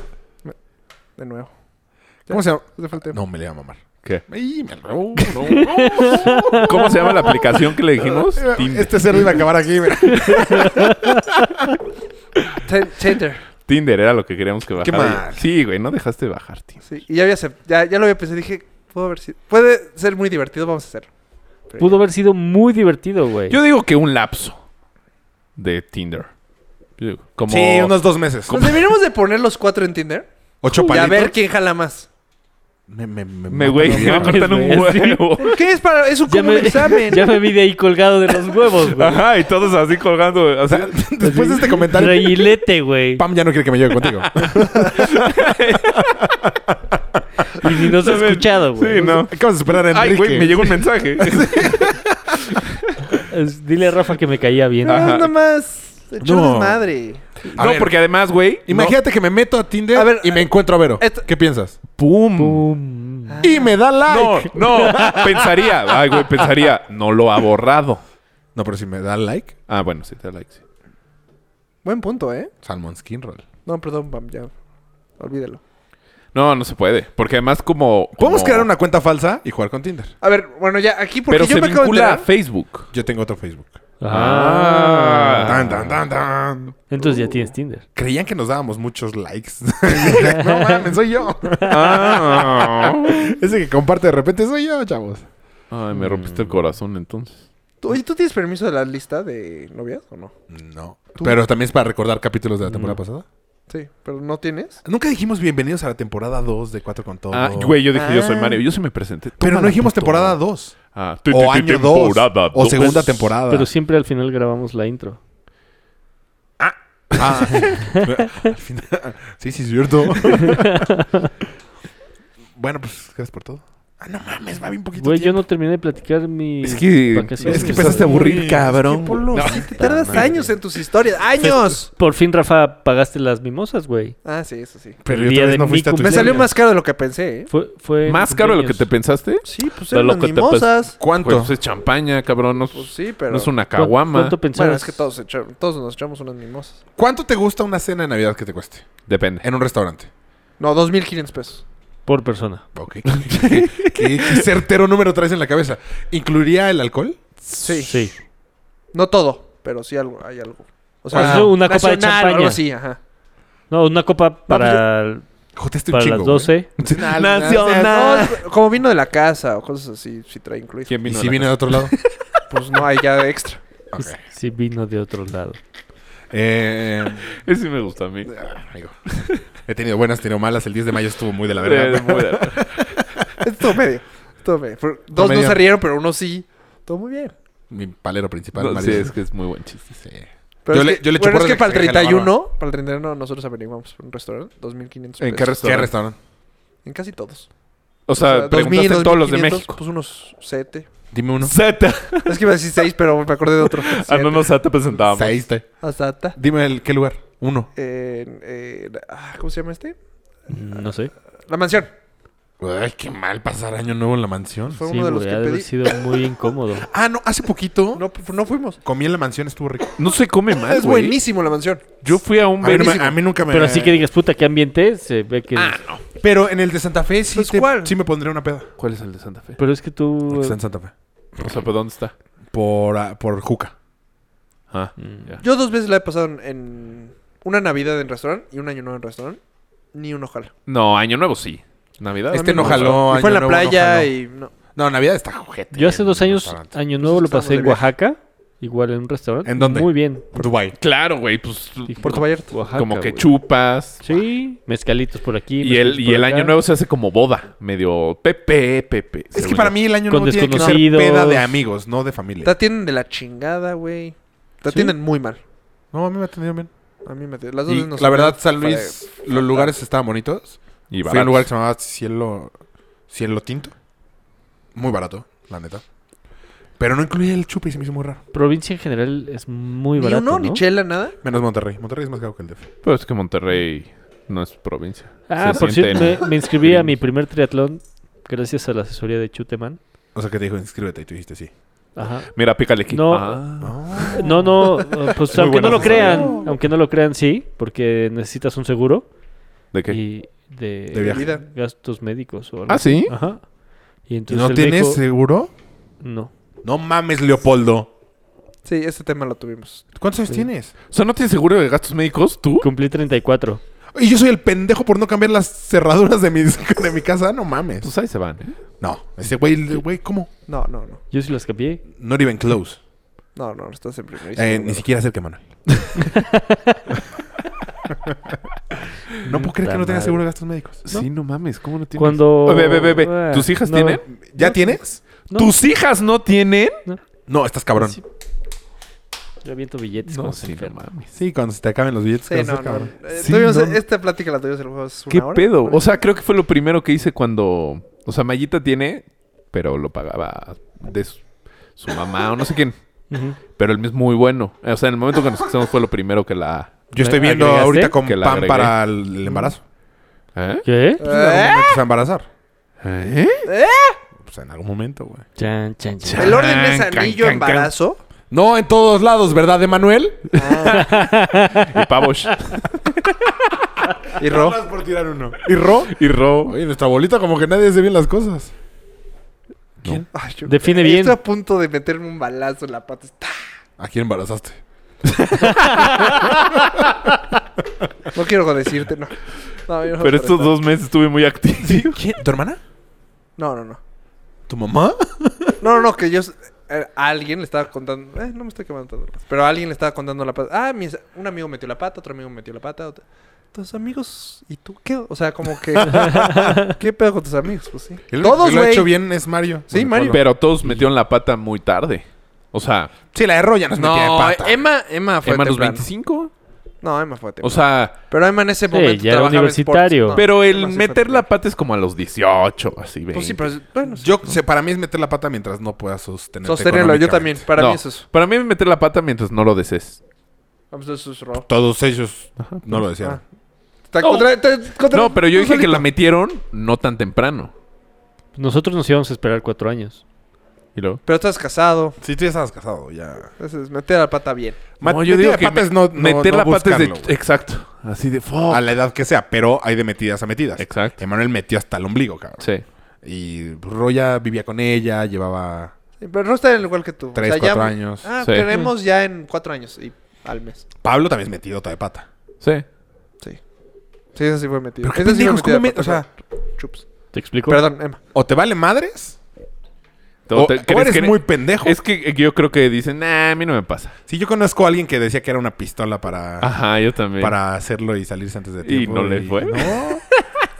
[SPEAKER 5] De nuevo.
[SPEAKER 3] ¿Cómo se llama?
[SPEAKER 5] Hace falta-
[SPEAKER 3] No, me le va a mamar.
[SPEAKER 1] ¿Qué?
[SPEAKER 3] Ay, me la- uh,
[SPEAKER 1] (laughs)
[SPEAKER 3] (laughs)
[SPEAKER 1] ¿Cómo se llama la aplicación que le dijimos? Tinder.
[SPEAKER 3] Este cerdo iba a acabar aquí. mira.
[SPEAKER 5] Tin- Tinder.
[SPEAKER 1] Tinder era lo que queríamos que bajara.
[SPEAKER 3] mal.
[SPEAKER 1] Sí, güey, no dejaste de bajar Tinder.
[SPEAKER 5] Sí. Y ya había... acep- Ya, ya lo había pensado. Dije, puedo ver si... Puede ser muy divertido, vamos a hacerlo. Pero
[SPEAKER 2] Pudo haber sido muy divertido, güey.
[SPEAKER 1] Yo digo que un lapso de Tinder. Yo digo, Como...
[SPEAKER 3] Sí, unos dos meses.
[SPEAKER 5] Nos deberíamos de poner los cuatro en Tinder.
[SPEAKER 3] Ocho
[SPEAKER 5] Y a
[SPEAKER 3] palitos.
[SPEAKER 5] ver quién jala más.
[SPEAKER 3] Me, me, me,
[SPEAKER 1] Me,
[SPEAKER 3] mata,
[SPEAKER 1] güey,
[SPEAKER 3] no
[SPEAKER 1] que (laughs) me
[SPEAKER 3] mames.
[SPEAKER 1] cortan un
[SPEAKER 2] güey.
[SPEAKER 1] huevo.
[SPEAKER 5] ¿Qué es para? Es un,
[SPEAKER 2] Ya
[SPEAKER 5] como un
[SPEAKER 2] me- (laughs)
[SPEAKER 5] examen.
[SPEAKER 2] Ya me vi de ahí colgado de los
[SPEAKER 3] (laughs)
[SPEAKER 2] huevos, güey.
[SPEAKER 1] Ajá, y todos así colgando. güey, O sea,
[SPEAKER 3] Después de este comentario,
[SPEAKER 2] Reguilete, güey.
[SPEAKER 3] Pam ya no quiere que me lleve (laughs) contigo.
[SPEAKER 2] Y ni nos ha escuchado, güey.
[SPEAKER 1] Sí, no.
[SPEAKER 3] Acabas de superar a Enrique.
[SPEAKER 1] Ay, güey, me llegó un mensaje.
[SPEAKER 2] Es- Dile a Rafa que me caía bien.
[SPEAKER 1] Ajá.
[SPEAKER 5] Nada más. Echar
[SPEAKER 3] No.
[SPEAKER 5] desmadre.
[SPEAKER 3] A
[SPEAKER 1] no,
[SPEAKER 3] ver,
[SPEAKER 1] porque además, güey,
[SPEAKER 3] Imagínate que me meto a eh, Tinder
[SPEAKER 5] A ver,
[SPEAKER 3] y me encuentro a Vero.
[SPEAKER 5] esto-
[SPEAKER 3] ¿Qué piensas?
[SPEAKER 1] ¡Pum!
[SPEAKER 2] Pum.
[SPEAKER 3] Y me da (laughs) like.
[SPEAKER 1] No, no, pensaría. Ay, güey, pensaría. No lo ha borrado.
[SPEAKER 3] No, pero si me da like,
[SPEAKER 1] Ah, bueno, sí, te da like. sí.
[SPEAKER 5] Buen punto, ¿eh?
[SPEAKER 3] Salmon Skin Roll.
[SPEAKER 5] No, perdón, Pam, ya. Olvídalo.
[SPEAKER 1] No, no se puede. Porque además, como.
[SPEAKER 3] Podemos
[SPEAKER 1] como-
[SPEAKER 3] crear una cuenta falsa y jugar con Tinder.
[SPEAKER 5] A ver, bueno, ya aquí porque
[SPEAKER 1] Pero
[SPEAKER 5] yo
[SPEAKER 1] se
[SPEAKER 5] me acabo de
[SPEAKER 1] vincula a
[SPEAKER 5] enterar.
[SPEAKER 1] Facebook.
[SPEAKER 3] Yo tengo otro Facebook.
[SPEAKER 2] Ah.
[SPEAKER 3] Tan, tan, tan, tan.
[SPEAKER 2] Entonces ya tienes Tinder.
[SPEAKER 3] Creían que nos dábamos muchos likes. (laughs) no mames, soy yo.
[SPEAKER 1] Ah.
[SPEAKER 3] Ese que comparte de repente soy yo, chavos.
[SPEAKER 1] Ay, me rompiste el corazón entonces.
[SPEAKER 5] ¿Tú, oye, ¿tú tienes permiso de la lista de novias o no?
[SPEAKER 3] No.
[SPEAKER 5] ¿Tú?
[SPEAKER 3] Pero también es para recordar capítulos de la temporada
[SPEAKER 2] No.
[SPEAKER 3] pasada.
[SPEAKER 5] Sí, pero ¿no tienes?
[SPEAKER 3] Nunca dijimos bienvenidos a la temporada 2 de 4 con todo.
[SPEAKER 1] Ah, güey, yo dije, yo soy
[SPEAKER 5] Ah.
[SPEAKER 1] Mario. Yo sí me presenté.
[SPEAKER 3] Pero
[SPEAKER 1] Toma
[SPEAKER 3] no
[SPEAKER 1] la
[SPEAKER 3] dijimos
[SPEAKER 1] puto.
[SPEAKER 3] temporada 2.
[SPEAKER 1] Ah, te- te-
[SPEAKER 3] O año 2.
[SPEAKER 1] temporada
[SPEAKER 3] O
[SPEAKER 1] dos.
[SPEAKER 3] segunda
[SPEAKER 2] Pues,
[SPEAKER 3] temporada.
[SPEAKER 2] Pero siempre al final grabamos la intro.
[SPEAKER 3] Ah. Al final- sí, sí, es cierto. bueno, pues gracias por todo. Ah, no mames, va bien poquito.
[SPEAKER 2] Güey, yo
[SPEAKER 3] tiempo.
[SPEAKER 2] no terminé de platicar mi...
[SPEAKER 1] Es que,
[SPEAKER 2] vacaciones.
[SPEAKER 1] es que empezaste a aburrir, cabrón.
[SPEAKER 5] Polo,
[SPEAKER 1] No.
[SPEAKER 5] sí, te tardas
[SPEAKER 3] madre.
[SPEAKER 5] años en tus historias. ¡Años!
[SPEAKER 2] Por fin, Rafa, pagaste las mimosas, güey.
[SPEAKER 5] Ah, sí, eso sí.
[SPEAKER 3] Pero
[SPEAKER 2] el
[SPEAKER 3] yo
[SPEAKER 2] día
[SPEAKER 3] otra vez
[SPEAKER 2] de
[SPEAKER 3] no fuiste a
[SPEAKER 2] Miku.
[SPEAKER 3] tu
[SPEAKER 5] Me
[SPEAKER 2] Sí,
[SPEAKER 5] salió
[SPEAKER 3] historia.
[SPEAKER 5] más caro de lo que pensé, ¿eh?
[SPEAKER 2] Fue, fue
[SPEAKER 1] ¿Más
[SPEAKER 2] mi
[SPEAKER 1] caro de lo que te
[SPEAKER 2] cumpleaños.
[SPEAKER 1] pensaste?
[SPEAKER 5] Sí, pues
[SPEAKER 1] Pero
[SPEAKER 5] eran
[SPEAKER 1] lo
[SPEAKER 5] las
[SPEAKER 1] que te
[SPEAKER 5] mimosas.
[SPEAKER 1] Güey,
[SPEAKER 3] ¿Cuánto?
[SPEAKER 1] pues es champaña, cabrón. No es,
[SPEAKER 5] Pues sí, pero...
[SPEAKER 1] no es una
[SPEAKER 2] ¿Cuán-
[SPEAKER 1] caguama.
[SPEAKER 2] ¿Cuánto pensabas?
[SPEAKER 5] Bueno, es que todos, echa- todos nos echamos unas mimosas.
[SPEAKER 3] ¿Cuánto te gusta una cena de Navidad que te cueste?
[SPEAKER 1] Depende.
[SPEAKER 3] En un restaurante.
[SPEAKER 5] No, 2.500 pesos.
[SPEAKER 2] Por persona.
[SPEAKER 1] (laughs)
[SPEAKER 3] Ok. ¿Qué, qué certero número traes en la cabeza. ¿Incluiría el alcohol?
[SPEAKER 5] Sí.
[SPEAKER 2] Sí.
[SPEAKER 5] No todo, pero sí algo, hay algo. O
[SPEAKER 2] Pues es una copa de
[SPEAKER 5] nacional o
[SPEAKER 2] champaña.
[SPEAKER 5] Algo así, ajá.
[SPEAKER 2] No, una copa para,
[SPEAKER 3] Joteaste este un
[SPEAKER 2] para
[SPEAKER 3] chingo.
[SPEAKER 2] las 12.
[SPEAKER 3] güey.
[SPEAKER 5] No, es como vino de la casa o cosas así, si trae incluido.
[SPEAKER 1] ¿Quién
[SPEAKER 3] ¿Y
[SPEAKER 1] vino? a
[SPEAKER 3] si
[SPEAKER 1] la
[SPEAKER 3] viene
[SPEAKER 1] casa?
[SPEAKER 3] de otro lado?
[SPEAKER 5] Pues no, hay ya extra.
[SPEAKER 3] Ok.
[SPEAKER 2] Sí, vino de otro lado.
[SPEAKER 3] Eh,
[SPEAKER 1] (laughs) Ese sí me gusta a mí.
[SPEAKER 3] amigo. He tenido buenas, he tenido malas. El 10 de mayo estuvo muy de la verga.
[SPEAKER 1] Eh, muy de-
[SPEAKER 5] (laughs) Es todo medio. es todo medio. Pero Dos
[SPEAKER 3] medio.
[SPEAKER 5] no se rieron, pero uno sí. Todo muy bien.
[SPEAKER 3] Mi palero principal.
[SPEAKER 1] No, sí,
[SPEAKER 3] Mario.
[SPEAKER 1] es que es muy buen chiste.
[SPEAKER 3] Sí.
[SPEAKER 5] Pero
[SPEAKER 3] Yo
[SPEAKER 5] es
[SPEAKER 3] le-
[SPEAKER 5] que,
[SPEAKER 3] yo le echo
[SPEAKER 5] bueno,
[SPEAKER 3] porras
[SPEAKER 5] es
[SPEAKER 3] de
[SPEAKER 5] que para el
[SPEAKER 3] que se deje la
[SPEAKER 5] 31, para el 31 nosotros averiguamos por un restaurante, 2500 pesos.
[SPEAKER 1] ¿En qué
[SPEAKER 3] ¿Qué
[SPEAKER 1] restaurante?
[SPEAKER 3] restaurante?
[SPEAKER 5] En casi todos.
[SPEAKER 1] O sea, preguntaste en todos los de
[SPEAKER 5] 2500,
[SPEAKER 1] México.
[SPEAKER 5] Pues unos 7.
[SPEAKER 3] Dime uno.
[SPEAKER 1] Zeta.
[SPEAKER 5] Es que iba a decir 6, pero me acordé
[SPEAKER 1] (laughs)
[SPEAKER 5] de otro.
[SPEAKER 1] Ah, no, no, Zeta presentábamos.
[SPEAKER 3] Seis, te-
[SPEAKER 5] Hasta hasta.
[SPEAKER 3] Dime el, qué lugar. Uno.
[SPEAKER 5] En- en- ah, ¿Cómo se llama este?
[SPEAKER 2] No sé.
[SPEAKER 5] La mansión.
[SPEAKER 3] Ay, qué mal pasar año nuevo en la mansión.
[SPEAKER 5] Fue
[SPEAKER 2] Sí,
[SPEAKER 5] uno de los
[SPEAKER 2] güey,
[SPEAKER 5] que
[SPEAKER 2] ha de haber
[SPEAKER 5] pedí.
[SPEAKER 2] sido muy incómodo.
[SPEAKER 3] Ah, no, hace poquito
[SPEAKER 5] No, pu- no fuimos.
[SPEAKER 3] comí en la mansión, estuvo rico.
[SPEAKER 1] No se come
[SPEAKER 3] Ah,
[SPEAKER 1] mal,
[SPEAKER 5] Es
[SPEAKER 1] güey.
[SPEAKER 5] buenísimo la mansión.
[SPEAKER 1] Yo fui a un
[SPEAKER 3] A mí, no me-
[SPEAKER 1] verano.
[SPEAKER 3] a mí nunca me.
[SPEAKER 2] Pero así que digas, puta, qué ambiente, se ve que...
[SPEAKER 5] Ah,
[SPEAKER 3] Pero en el de Santa Fe sí,
[SPEAKER 5] Pues,
[SPEAKER 3] te-
[SPEAKER 5] ¿cuál?
[SPEAKER 3] sí me pondría una peda.
[SPEAKER 1] ¿Cuál es el de Santa Fe?
[SPEAKER 2] Pero es que tú...
[SPEAKER 3] Porque está en Santa Fe.
[SPEAKER 1] O sea, ¿pero dónde está?
[SPEAKER 3] Por, ah, por Juca.
[SPEAKER 1] Ah,
[SPEAKER 2] Mm.
[SPEAKER 1] ya.
[SPEAKER 5] Yo dos veces la he pasado en, en una Navidad en restaurante y un año nuevo en restaurante. Ni un ojal.
[SPEAKER 1] No, Año Nuevo sí. Navidad.
[SPEAKER 3] Este
[SPEAKER 5] A mí
[SPEAKER 3] no
[SPEAKER 5] me
[SPEAKER 3] jaló.
[SPEAKER 5] gustó. Y fue en
[SPEAKER 3] Año
[SPEAKER 5] la
[SPEAKER 3] Nuevo no
[SPEAKER 5] playa
[SPEAKER 3] jaló.
[SPEAKER 5] y no.
[SPEAKER 3] No, Navidad está jojete.
[SPEAKER 2] Yo hace dos
[SPEAKER 3] en un
[SPEAKER 2] años,
[SPEAKER 3] restaurante.
[SPEAKER 2] Año Nuevo lo
[SPEAKER 5] Estamos
[SPEAKER 2] pasé
[SPEAKER 5] de
[SPEAKER 2] en
[SPEAKER 5] viaje.
[SPEAKER 2] Oaxaca, igual en un restaurante.
[SPEAKER 3] ¿En dónde?
[SPEAKER 2] Muy bien.
[SPEAKER 3] Dubai.
[SPEAKER 1] Claro, güey, pues
[SPEAKER 2] Dije,
[SPEAKER 5] Puerto Vallarta.
[SPEAKER 2] Oaxaca,
[SPEAKER 1] como que
[SPEAKER 2] güey.
[SPEAKER 1] chupas.
[SPEAKER 2] Sí, mezcalitos por aquí.
[SPEAKER 1] Y el,
[SPEAKER 2] mezcalitos
[SPEAKER 1] y
[SPEAKER 2] por
[SPEAKER 1] el
[SPEAKER 2] acá.
[SPEAKER 1] año nuevo se hace como boda, medio pepe, pepe.
[SPEAKER 3] Es que
[SPEAKER 1] según
[SPEAKER 3] para
[SPEAKER 1] yo.
[SPEAKER 3] mí el año
[SPEAKER 2] Con
[SPEAKER 3] nuevo tiene que ser
[SPEAKER 2] desconocidos.
[SPEAKER 3] peda de amigos, no de familia.
[SPEAKER 5] Te atienden de la chingada, güey. Te
[SPEAKER 2] ¿Sí?
[SPEAKER 5] atienden muy mal.
[SPEAKER 3] No, a mí me atendieron bien.
[SPEAKER 5] A mí me atienden. Las dos
[SPEAKER 3] Y
[SPEAKER 5] veces nos
[SPEAKER 3] la verdad, San
[SPEAKER 5] atendieron
[SPEAKER 3] Luis, los lugares estaban bonitos.
[SPEAKER 1] Y
[SPEAKER 3] Fui a un
[SPEAKER 1] baratos.
[SPEAKER 3] lugar que se llamaba Cielo, Cielo Tinto. Muy barato, la neta. Pero no incluía el chupe y se me hizo muy raro.
[SPEAKER 2] Provincia en general es muy
[SPEAKER 5] para- Ni
[SPEAKER 2] barato, ¿no?
[SPEAKER 5] uno, ni chela, nada.
[SPEAKER 3] Menos Monterrey. Monterrey es más caro que el DF.
[SPEAKER 1] Pero es que Monterrey no es provincia.
[SPEAKER 2] Ah,
[SPEAKER 1] Se
[SPEAKER 2] por
[SPEAKER 1] sienten-
[SPEAKER 2] cierto, me, me inscribí a mi
[SPEAKER 1] gringos.
[SPEAKER 2] primer triatlón gracias a la asesoría de Chuteman.
[SPEAKER 3] O sea, que te dijo, inscríbete y tú dijiste sí.
[SPEAKER 2] Ajá.
[SPEAKER 1] Mira, pícale aquí.
[SPEAKER 2] No.
[SPEAKER 1] Ah. (laughs)
[SPEAKER 2] No, no, eh, pues
[SPEAKER 1] Muy
[SPEAKER 2] aunque no
[SPEAKER 1] buena
[SPEAKER 2] lo
[SPEAKER 1] asesoría.
[SPEAKER 2] crean, aunque no lo crean, sí, porque necesitas un seguro
[SPEAKER 1] ¿De qué?
[SPEAKER 2] y de,
[SPEAKER 3] De viaje.
[SPEAKER 5] Vida.
[SPEAKER 2] gastos médicos o algo.
[SPEAKER 1] Ah, sí.
[SPEAKER 2] Ajá. Y
[SPEAKER 3] ¿Y
[SPEAKER 2] entonces
[SPEAKER 3] no
[SPEAKER 2] el
[SPEAKER 3] tienes
[SPEAKER 2] meco-
[SPEAKER 3] seguro?
[SPEAKER 2] No.
[SPEAKER 3] No mames, Leopoldo.
[SPEAKER 5] Sí, este tema lo tuvimos.
[SPEAKER 3] ¿Cuántos años tienes?
[SPEAKER 1] O sea, ¿no tienes seguro de gastos médicos tú?
[SPEAKER 2] Cumplí 34.
[SPEAKER 3] Y yo soy el pendejo por no cambiar las cerraduras de mi, (laughs) de mi casa. No mames.
[SPEAKER 1] Pues ahí se van, ¿eh?
[SPEAKER 3] No. Ese güey, el güey, ¿cómo?
[SPEAKER 5] No, no, no.
[SPEAKER 2] Yo sí las cambié.
[SPEAKER 3] Not even close.
[SPEAKER 5] No, no, estás en primerísimo.
[SPEAKER 3] Eh, ni
[SPEAKER 5] lugar.
[SPEAKER 3] siquiera cerca, Manuel. no puedo creer que no
[SPEAKER 2] madre.
[SPEAKER 3] tengas seguro de gastos médicos.
[SPEAKER 1] Sí, no mames, ¿cómo no tienes?
[SPEAKER 2] Cuando-
[SPEAKER 1] Oh, Ve, ve, ve, ve.
[SPEAKER 2] Ah,
[SPEAKER 1] ¿Tus hijas
[SPEAKER 2] no.
[SPEAKER 1] tienen?
[SPEAKER 3] ¿Ya tienes?
[SPEAKER 2] No.
[SPEAKER 1] ¿Tus hijas no tienen?
[SPEAKER 3] No, estás cabrón.
[SPEAKER 2] Sí. Yo aviento billetes.
[SPEAKER 1] No,
[SPEAKER 2] cuando se
[SPEAKER 1] sí, no
[SPEAKER 2] enferma.
[SPEAKER 1] mames.
[SPEAKER 3] Sí, cuando se te acaben los billetes.
[SPEAKER 5] Sí,
[SPEAKER 3] cuando
[SPEAKER 5] no,
[SPEAKER 3] seas
[SPEAKER 5] no.
[SPEAKER 3] cabrón.
[SPEAKER 5] Eh,
[SPEAKER 3] Sí,
[SPEAKER 5] tuvimos-
[SPEAKER 3] no.
[SPEAKER 5] Esta plática la tuvimos el juego hace una
[SPEAKER 1] ¿Qué
[SPEAKER 5] hora.
[SPEAKER 1] pedo? O sea, creo que fue lo primero que hice cuando. O sea, Mayita tiene, pero lo pagaba de su, su mamá o no sé quién.
[SPEAKER 2] Ujú.
[SPEAKER 1] Pero el mes muy bueno. O sea, en el momento que nos casamos fue lo primero que la.
[SPEAKER 3] Yo estoy viendo
[SPEAKER 2] ¿Agregaste?
[SPEAKER 3] ahorita con
[SPEAKER 1] Que la
[SPEAKER 3] pan
[SPEAKER 1] agregué.
[SPEAKER 3] para el el embarazo.
[SPEAKER 1] ¿Eh?
[SPEAKER 2] ¿Qué?
[SPEAKER 3] Pues, en algún momento se va a embarazar.
[SPEAKER 1] ¿Eh?
[SPEAKER 3] Pues en algún momento, güey.
[SPEAKER 2] Chan, chan, chan.
[SPEAKER 5] El orden es
[SPEAKER 1] Can, can,
[SPEAKER 5] anillo,
[SPEAKER 1] can, can.
[SPEAKER 5] embarazo.
[SPEAKER 3] No en todos lados, ¿verdad, Emanuel?
[SPEAKER 1] Y Pavosh.
[SPEAKER 5] (laughs) Y Ro.
[SPEAKER 3] por tirar uno. ¿Y Ro?
[SPEAKER 1] y Ro.
[SPEAKER 3] Oye, nuestra bolita como que nadie hace bien las cosas.
[SPEAKER 5] Ay, yo-
[SPEAKER 2] Define bien.
[SPEAKER 5] Estoy a punto de meterme un balazo en la pata. Está-
[SPEAKER 3] ¿A quién embarazaste?
[SPEAKER 5] No quiero decirte, no. No, yo no
[SPEAKER 1] Pero estos dos meses estuve muy activo.
[SPEAKER 3] ¿Tu hermana?
[SPEAKER 5] No, no, no.
[SPEAKER 3] ¿Tu mamá?
[SPEAKER 5] No, no, que yo. eh, A alguien le estaba contando. eh, no me estoy quemando tanto. Pero a alguien le estaba contando la pata. Ah, mi- un amigo metió la pata, otro amigo metió la pata. Otro... Tus amigos. ¿Y tú qué? O sea, como que. ¿Qué pedo con tus amigos? Pues sí.
[SPEAKER 3] El único
[SPEAKER 5] Todos,
[SPEAKER 3] que lo ha
[SPEAKER 5] güey.
[SPEAKER 3] hecho bien es Mario.
[SPEAKER 5] Sí,
[SPEAKER 3] Bueno,
[SPEAKER 5] Mario.
[SPEAKER 3] Pablo.
[SPEAKER 1] Pero todos metieron la pata muy tarde. O sea,
[SPEAKER 3] Sí, la de Roya nos metía de
[SPEAKER 5] No,
[SPEAKER 3] pata.
[SPEAKER 5] Emma, Emma fue
[SPEAKER 1] Emma a los
[SPEAKER 5] temprano.
[SPEAKER 1] 25.
[SPEAKER 5] No, Emma fue temprano.
[SPEAKER 1] O sea,
[SPEAKER 5] pero Emma en ese
[SPEAKER 2] Sí,
[SPEAKER 5] momento
[SPEAKER 2] ya era
[SPEAKER 5] trabajaba en
[SPEAKER 2] universitario.
[SPEAKER 5] Sports. No,
[SPEAKER 1] pero el
[SPEAKER 5] Emma sí fue
[SPEAKER 1] meter la
[SPEAKER 5] temprano.
[SPEAKER 1] pata es como a los 18, así,
[SPEAKER 5] Pues
[SPEAKER 1] 20.
[SPEAKER 5] sí, pero es- bueno, sí.
[SPEAKER 3] Yo, sé, para mí es meter la pata mientras no puedas sostenerlo.
[SPEAKER 5] sostenerlo. Yo también. Para
[SPEAKER 1] No,
[SPEAKER 5] mí eso es.
[SPEAKER 1] Para mí meter la pata mientras no lo desees.
[SPEAKER 5] Vamos, eso es rock.
[SPEAKER 3] Todos ellos no lo decían.
[SPEAKER 5] Ah. Te contra- te contra-
[SPEAKER 1] No, pero yo
[SPEAKER 5] tú
[SPEAKER 1] dije que
[SPEAKER 5] solito.
[SPEAKER 1] la metieron no tan temprano.
[SPEAKER 2] Nosotros nos íbamos a esperar cuatro años.
[SPEAKER 1] Y luego...
[SPEAKER 5] Pero estás casado.
[SPEAKER 3] Si tú ya estabas casado, ya.
[SPEAKER 5] Entonces, meter la pata bien.
[SPEAKER 3] Ma-
[SPEAKER 1] No, yo
[SPEAKER 3] meter
[SPEAKER 1] digo
[SPEAKER 3] la
[SPEAKER 1] que
[SPEAKER 3] pata
[SPEAKER 1] me-
[SPEAKER 3] es no- no-
[SPEAKER 1] meter
[SPEAKER 3] no
[SPEAKER 1] la pata es de...
[SPEAKER 3] buscarlo, güey.
[SPEAKER 1] Exacto. Así de... fuck.
[SPEAKER 3] A la edad que sea, pero hay de metidas a metidas.
[SPEAKER 1] Exacto.
[SPEAKER 3] Emanuel metió hasta el ombligo, cabrón.
[SPEAKER 1] Sí.
[SPEAKER 3] Y Roya vivía con ella, llevaba
[SPEAKER 5] Sí, Pero no está en el igual que tú. O
[SPEAKER 3] tres,
[SPEAKER 5] sea, ya-
[SPEAKER 3] cuatro años.
[SPEAKER 5] Ah,
[SPEAKER 1] Sí.
[SPEAKER 5] queremos ya en cuatro años y al mes.
[SPEAKER 3] Pablo también es metidota de pata.
[SPEAKER 1] Sí.
[SPEAKER 5] Sí. Sí, esa sí fue metida.
[SPEAKER 3] Pero qué
[SPEAKER 5] Esa sí fue
[SPEAKER 3] pendejos,
[SPEAKER 5] metida
[SPEAKER 3] ¿cómo
[SPEAKER 5] de
[SPEAKER 3] met- o
[SPEAKER 5] pata. Chups.
[SPEAKER 2] ¿Te explico?
[SPEAKER 5] Perdón, Emma.
[SPEAKER 3] O te vale madres, o,
[SPEAKER 1] O te-
[SPEAKER 3] o
[SPEAKER 1] ¿crees
[SPEAKER 3] eres
[SPEAKER 1] que-
[SPEAKER 3] muy pendejo.
[SPEAKER 1] Es que yo creo que dicen, nah, a mí no me pasa.
[SPEAKER 3] Si yo conozco a alguien que decía que era una pistola para,
[SPEAKER 1] Ajá, yo también.
[SPEAKER 3] Ah, para hacerlo y salirse antes de
[SPEAKER 1] Ah, Y
[SPEAKER 3] tiempo.
[SPEAKER 1] no le fue.
[SPEAKER 3] no.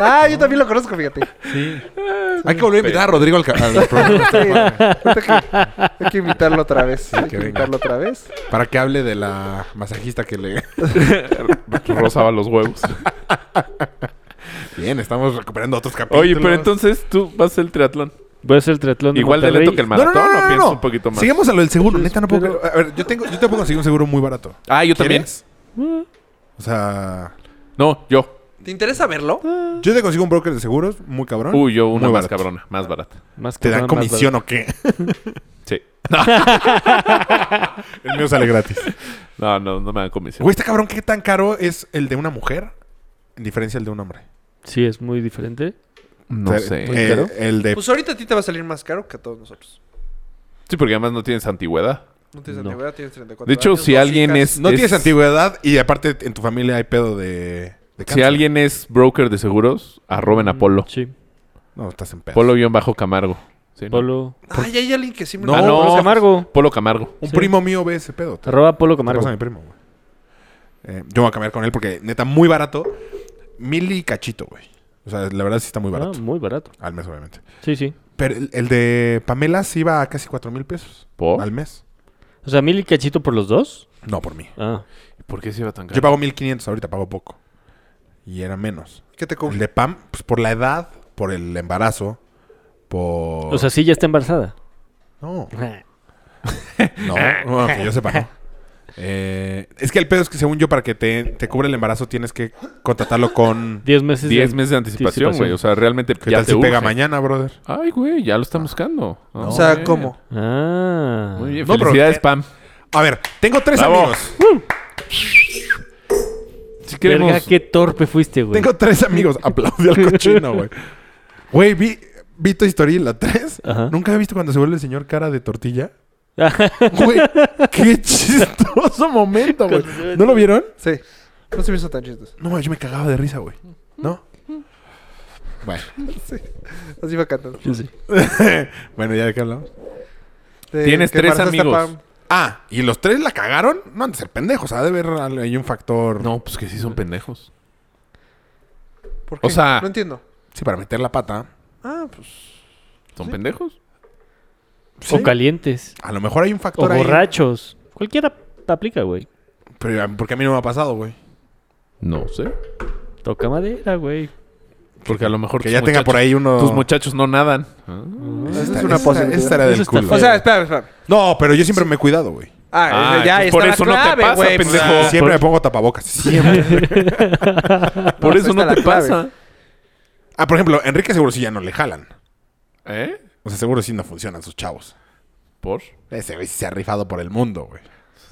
[SPEAKER 5] Ah, yo también lo conozco, fíjate.
[SPEAKER 1] (laughs)
[SPEAKER 3] Hay que volver a invitar a Rodrigo al, ca- (laughs) al programa este,
[SPEAKER 5] Sí. Ahorita que- Hay que invitarlo otra vez. Hay
[SPEAKER 3] que
[SPEAKER 5] que
[SPEAKER 3] venga.
[SPEAKER 5] invitarlo otra vez.
[SPEAKER 3] para que hable de la masajista que le... (laughs)
[SPEAKER 1] (laughs) Rozaba los huevos.
[SPEAKER 3] Bien, estamos recuperando otros capítulos.
[SPEAKER 1] Oye, pero entonces tú vas al triatlón.
[SPEAKER 2] Voy a hacer el triatlón de
[SPEAKER 1] Igual de lento
[SPEAKER 2] Monterrey.
[SPEAKER 1] que el
[SPEAKER 3] No, no,
[SPEAKER 1] maratón,
[SPEAKER 3] no, no,
[SPEAKER 1] o
[SPEAKER 3] no,
[SPEAKER 1] piensas
[SPEAKER 3] no.
[SPEAKER 1] un poquito más.
[SPEAKER 3] Sigamos a lo del seguro. Neta, no puedo...
[SPEAKER 2] Pero-
[SPEAKER 3] creer. A ver, yo, tengo, yo te puedo conseguir un seguro muy barato.
[SPEAKER 1] Ah, yo también.
[SPEAKER 3] ¿Quieres? O sea...
[SPEAKER 1] No, yo.
[SPEAKER 5] ¿Te interesa verlo?
[SPEAKER 3] Yo te consigo un broker de seguros muy cabrón.
[SPEAKER 1] Uy, yo una
[SPEAKER 3] Muy
[SPEAKER 1] más
[SPEAKER 3] barato.
[SPEAKER 1] cabrona, más barata.
[SPEAKER 2] Más
[SPEAKER 3] ¿Te dan
[SPEAKER 2] cabrón, más
[SPEAKER 3] comisión o qué? (laughs)
[SPEAKER 1] Sí. (laughs)
[SPEAKER 3] El mío sale gratis.
[SPEAKER 1] No, no, no me dan comisión.
[SPEAKER 3] Güey, este cabrón, ¿qué tan caro es el de una mujer? En diferencia al de un hombre.
[SPEAKER 2] barato. Sí, es muy diferente.
[SPEAKER 1] no
[SPEAKER 3] O sea,
[SPEAKER 1] sé.
[SPEAKER 3] eh,
[SPEAKER 1] Eh,
[SPEAKER 3] el de.
[SPEAKER 5] Pues ahorita a ti te va a salir más caro que a todos nosotros.
[SPEAKER 1] sí, porque además no tienes antigüedad.
[SPEAKER 5] No tienes
[SPEAKER 2] No.
[SPEAKER 5] antigüedad, tienes 34
[SPEAKER 1] De hecho,
[SPEAKER 5] años,
[SPEAKER 1] si
[SPEAKER 5] dos
[SPEAKER 1] alguien
[SPEAKER 5] hijas.
[SPEAKER 1] es...
[SPEAKER 3] no
[SPEAKER 1] es-
[SPEAKER 3] tienes antigüedad y aparte en tu familia hay pedo de. de
[SPEAKER 1] Si
[SPEAKER 3] cáncer.
[SPEAKER 1] alguien es broker de seguros, arroben a Polo.
[SPEAKER 2] Sí.
[SPEAKER 3] No, estás en pedo.
[SPEAKER 1] Polo-Camargo. ¿Sí, no?
[SPEAKER 2] Polo.
[SPEAKER 5] Ay, hay alguien que sí me
[SPEAKER 3] No,
[SPEAKER 1] Ah,
[SPEAKER 2] Polo Camargo.
[SPEAKER 1] Polo Camargo.
[SPEAKER 3] Un
[SPEAKER 2] Sí.
[SPEAKER 3] primo mío ve ese pedo. Te
[SPEAKER 2] Arroba Polo
[SPEAKER 3] lo pasa a
[SPEAKER 2] Camargo.
[SPEAKER 3] mi primo, güey. Eh, yo me voy a cambiar con él porque, neta, muy barato. Mil y cachito, güey. O sea, la verdad sí está muy
[SPEAKER 2] Ah,
[SPEAKER 3] barato.
[SPEAKER 2] muy barato.
[SPEAKER 3] Al mes, obviamente.
[SPEAKER 2] Sí, sí.
[SPEAKER 3] Pero el, el de Pamela sí iba a casi cuatro mil pesos
[SPEAKER 1] ¿Por?
[SPEAKER 3] al mes.
[SPEAKER 2] O sea, mil y cachito por los dos.
[SPEAKER 3] No, por mí.
[SPEAKER 2] Ah.
[SPEAKER 1] ¿Por qué se iba tan
[SPEAKER 3] Yo pago 1500, ahorita pago poco. Y era menos.
[SPEAKER 5] ¿Qué te
[SPEAKER 3] El
[SPEAKER 5] cubre?
[SPEAKER 3] de Pam, pues por la edad, por el embarazo, por.
[SPEAKER 1] Oh.
[SPEAKER 2] O sea, sí, ya está embarazada. Ah.
[SPEAKER 3] No, no, no, que yo sepa, no. Eh, es que el pedo es que, según yo, para que te, te cubra el embarazo tienes que contratarlo con.
[SPEAKER 2] Diez meses.
[SPEAKER 1] 10
[SPEAKER 2] de-
[SPEAKER 1] meses de anticipación,
[SPEAKER 2] anticipación.
[SPEAKER 1] güey. O sea, realmente
[SPEAKER 3] ¿Qué
[SPEAKER 1] ya
[SPEAKER 3] tal
[SPEAKER 1] te
[SPEAKER 3] si pega
[SPEAKER 1] urge.
[SPEAKER 3] mañana, brother?
[SPEAKER 1] Ay, güey, ya lo están buscando.
[SPEAKER 5] O sea,
[SPEAKER 1] Ah,
[SPEAKER 5] ¿cómo?
[SPEAKER 2] Ah.
[SPEAKER 1] Muy bien.
[SPEAKER 3] No, pero-
[SPEAKER 1] Felicidades, Pam.
[SPEAKER 3] A ver, tengo tres
[SPEAKER 1] Bravo.
[SPEAKER 3] amigos.
[SPEAKER 1] Si
[SPEAKER 2] Verga, qué torpe fuiste, güey. (laughs)
[SPEAKER 3] Tengo tres amigos. Aplaudí al cochino, güey. Güey, vi, vi Toy Story, la 3.
[SPEAKER 2] Ajá.
[SPEAKER 3] Nunca he visto cuando se vuelve el señor cara de tortilla. Güey, qué (laughs) chistoso momento, güey. ¿No lo vieron?
[SPEAKER 5] Sí. No se me hizo tan chistoso.
[SPEAKER 3] No, mames, yo me cagaba de risa, güey. ¿No? (laughs) Bueno.
[SPEAKER 5] Así va cantando.
[SPEAKER 2] Sí, sí.
[SPEAKER 3] bueno, ¿ya de qué hablamos?
[SPEAKER 5] De-
[SPEAKER 1] Tienes
[SPEAKER 5] que
[SPEAKER 1] tres
[SPEAKER 5] embarazaste a
[SPEAKER 1] amigos.
[SPEAKER 5] Pam.
[SPEAKER 3] Ah, ¿y los tres la cagaron? No han de ser pendejos. Ha de haber al- ahí un factor...
[SPEAKER 1] No, pues que sí son pendejos.
[SPEAKER 5] ¿Por
[SPEAKER 1] O
[SPEAKER 5] qué?
[SPEAKER 1] sea-
[SPEAKER 5] No entiendo.
[SPEAKER 3] Sí, para meter la pata.
[SPEAKER 5] Ah, pues.
[SPEAKER 1] ¿Son pendejos?
[SPEAKER 3] Sí.
[SPEAKER 2] O calientes.
[SPEAKER 3] A lo mejor hay un
[SPEAKER 2] O
[SPEAKER 3] factor ahí.
[SPEAKER 2] borrachos. Cualquiera te aplica, güey.
[SPEAKER 3] Pero a- porque a mí no me ha pasado, güey.
[SPEAKER 1] No sé.
[SPEAKER 2] Toca madera, güey.
[SPEAKER 1] Porque a lo mejor
[SPEAKER 3] Que
[SPEAKER 1] tus
[SPEAKER 3] ya tenga
[SPEAKER 1] muchachos-
[SPEAKER 3] por ahí uno...
[SPEAKER 1] Tus muchachos no
[SPEAKER 3] (laughs)
[SPEAKER 1] nadan.
[SPEAKER 5] Esa es
[SPEAKER 3] Esta-
[SPEAKER 5] una
[SPEAKER 3] esta-
[SPEAKER 5] posibilidad.
[SPEAKER 3] esta era
[SPEAKER 2] Eso
[SPEAKER 3] del
[SPEAKER 2] está
[SPEAKER 3] culo.
[SPEAKER 2] feo.
[SPEAKER 5] O sea, espérame, espérame.
[SPEAKER 3] No, pero yo siempre me he cuidado, güey.
[SPEAKER 5] Ah,
[SPEAKER 1] Ah,
[SPEAKER 5] ya
[SPEAKER 1] pues
[SPEAKER 5] está
[SPEAKER 1] por
[SPEAKER 5] la
[SPEAKER 1] eso no te
[SPEAKER 5] clave,
[SPEAKER 1] pasa,
[SPEAKER 5] güey.
[SPEAKER 1] pendejo.
[SPEAKER 5] Pues, ah,
[SPEAKER 3] Siempre
[SPEAKER 1] por-
[SPEAKER 3] me pongo tapabocas. Siempre.
[SPEAKER 1] Por
[SPEAKER 5] No,
[SPEAKER 1] eso
[SPEAKER 5] está
[SPEAKER 1] no
[SPEAKER 5] la
[SPEAKER 1] te
[SPEAKER 5] clave.
[SPEAKER 1] pasa.
[SPEAKER 3] ah, por ejemplo, Enrique seguro sí ya no le jalan.
[SPEAKER 1] ¿Eh?
[SPEAKER 3] O sea, seguro sí no funcionan sus chavos.
[SPEAKER 1] ¿Por?
[SPEAKER 3] Ese güey sí se ha rifado por el mundo, güey.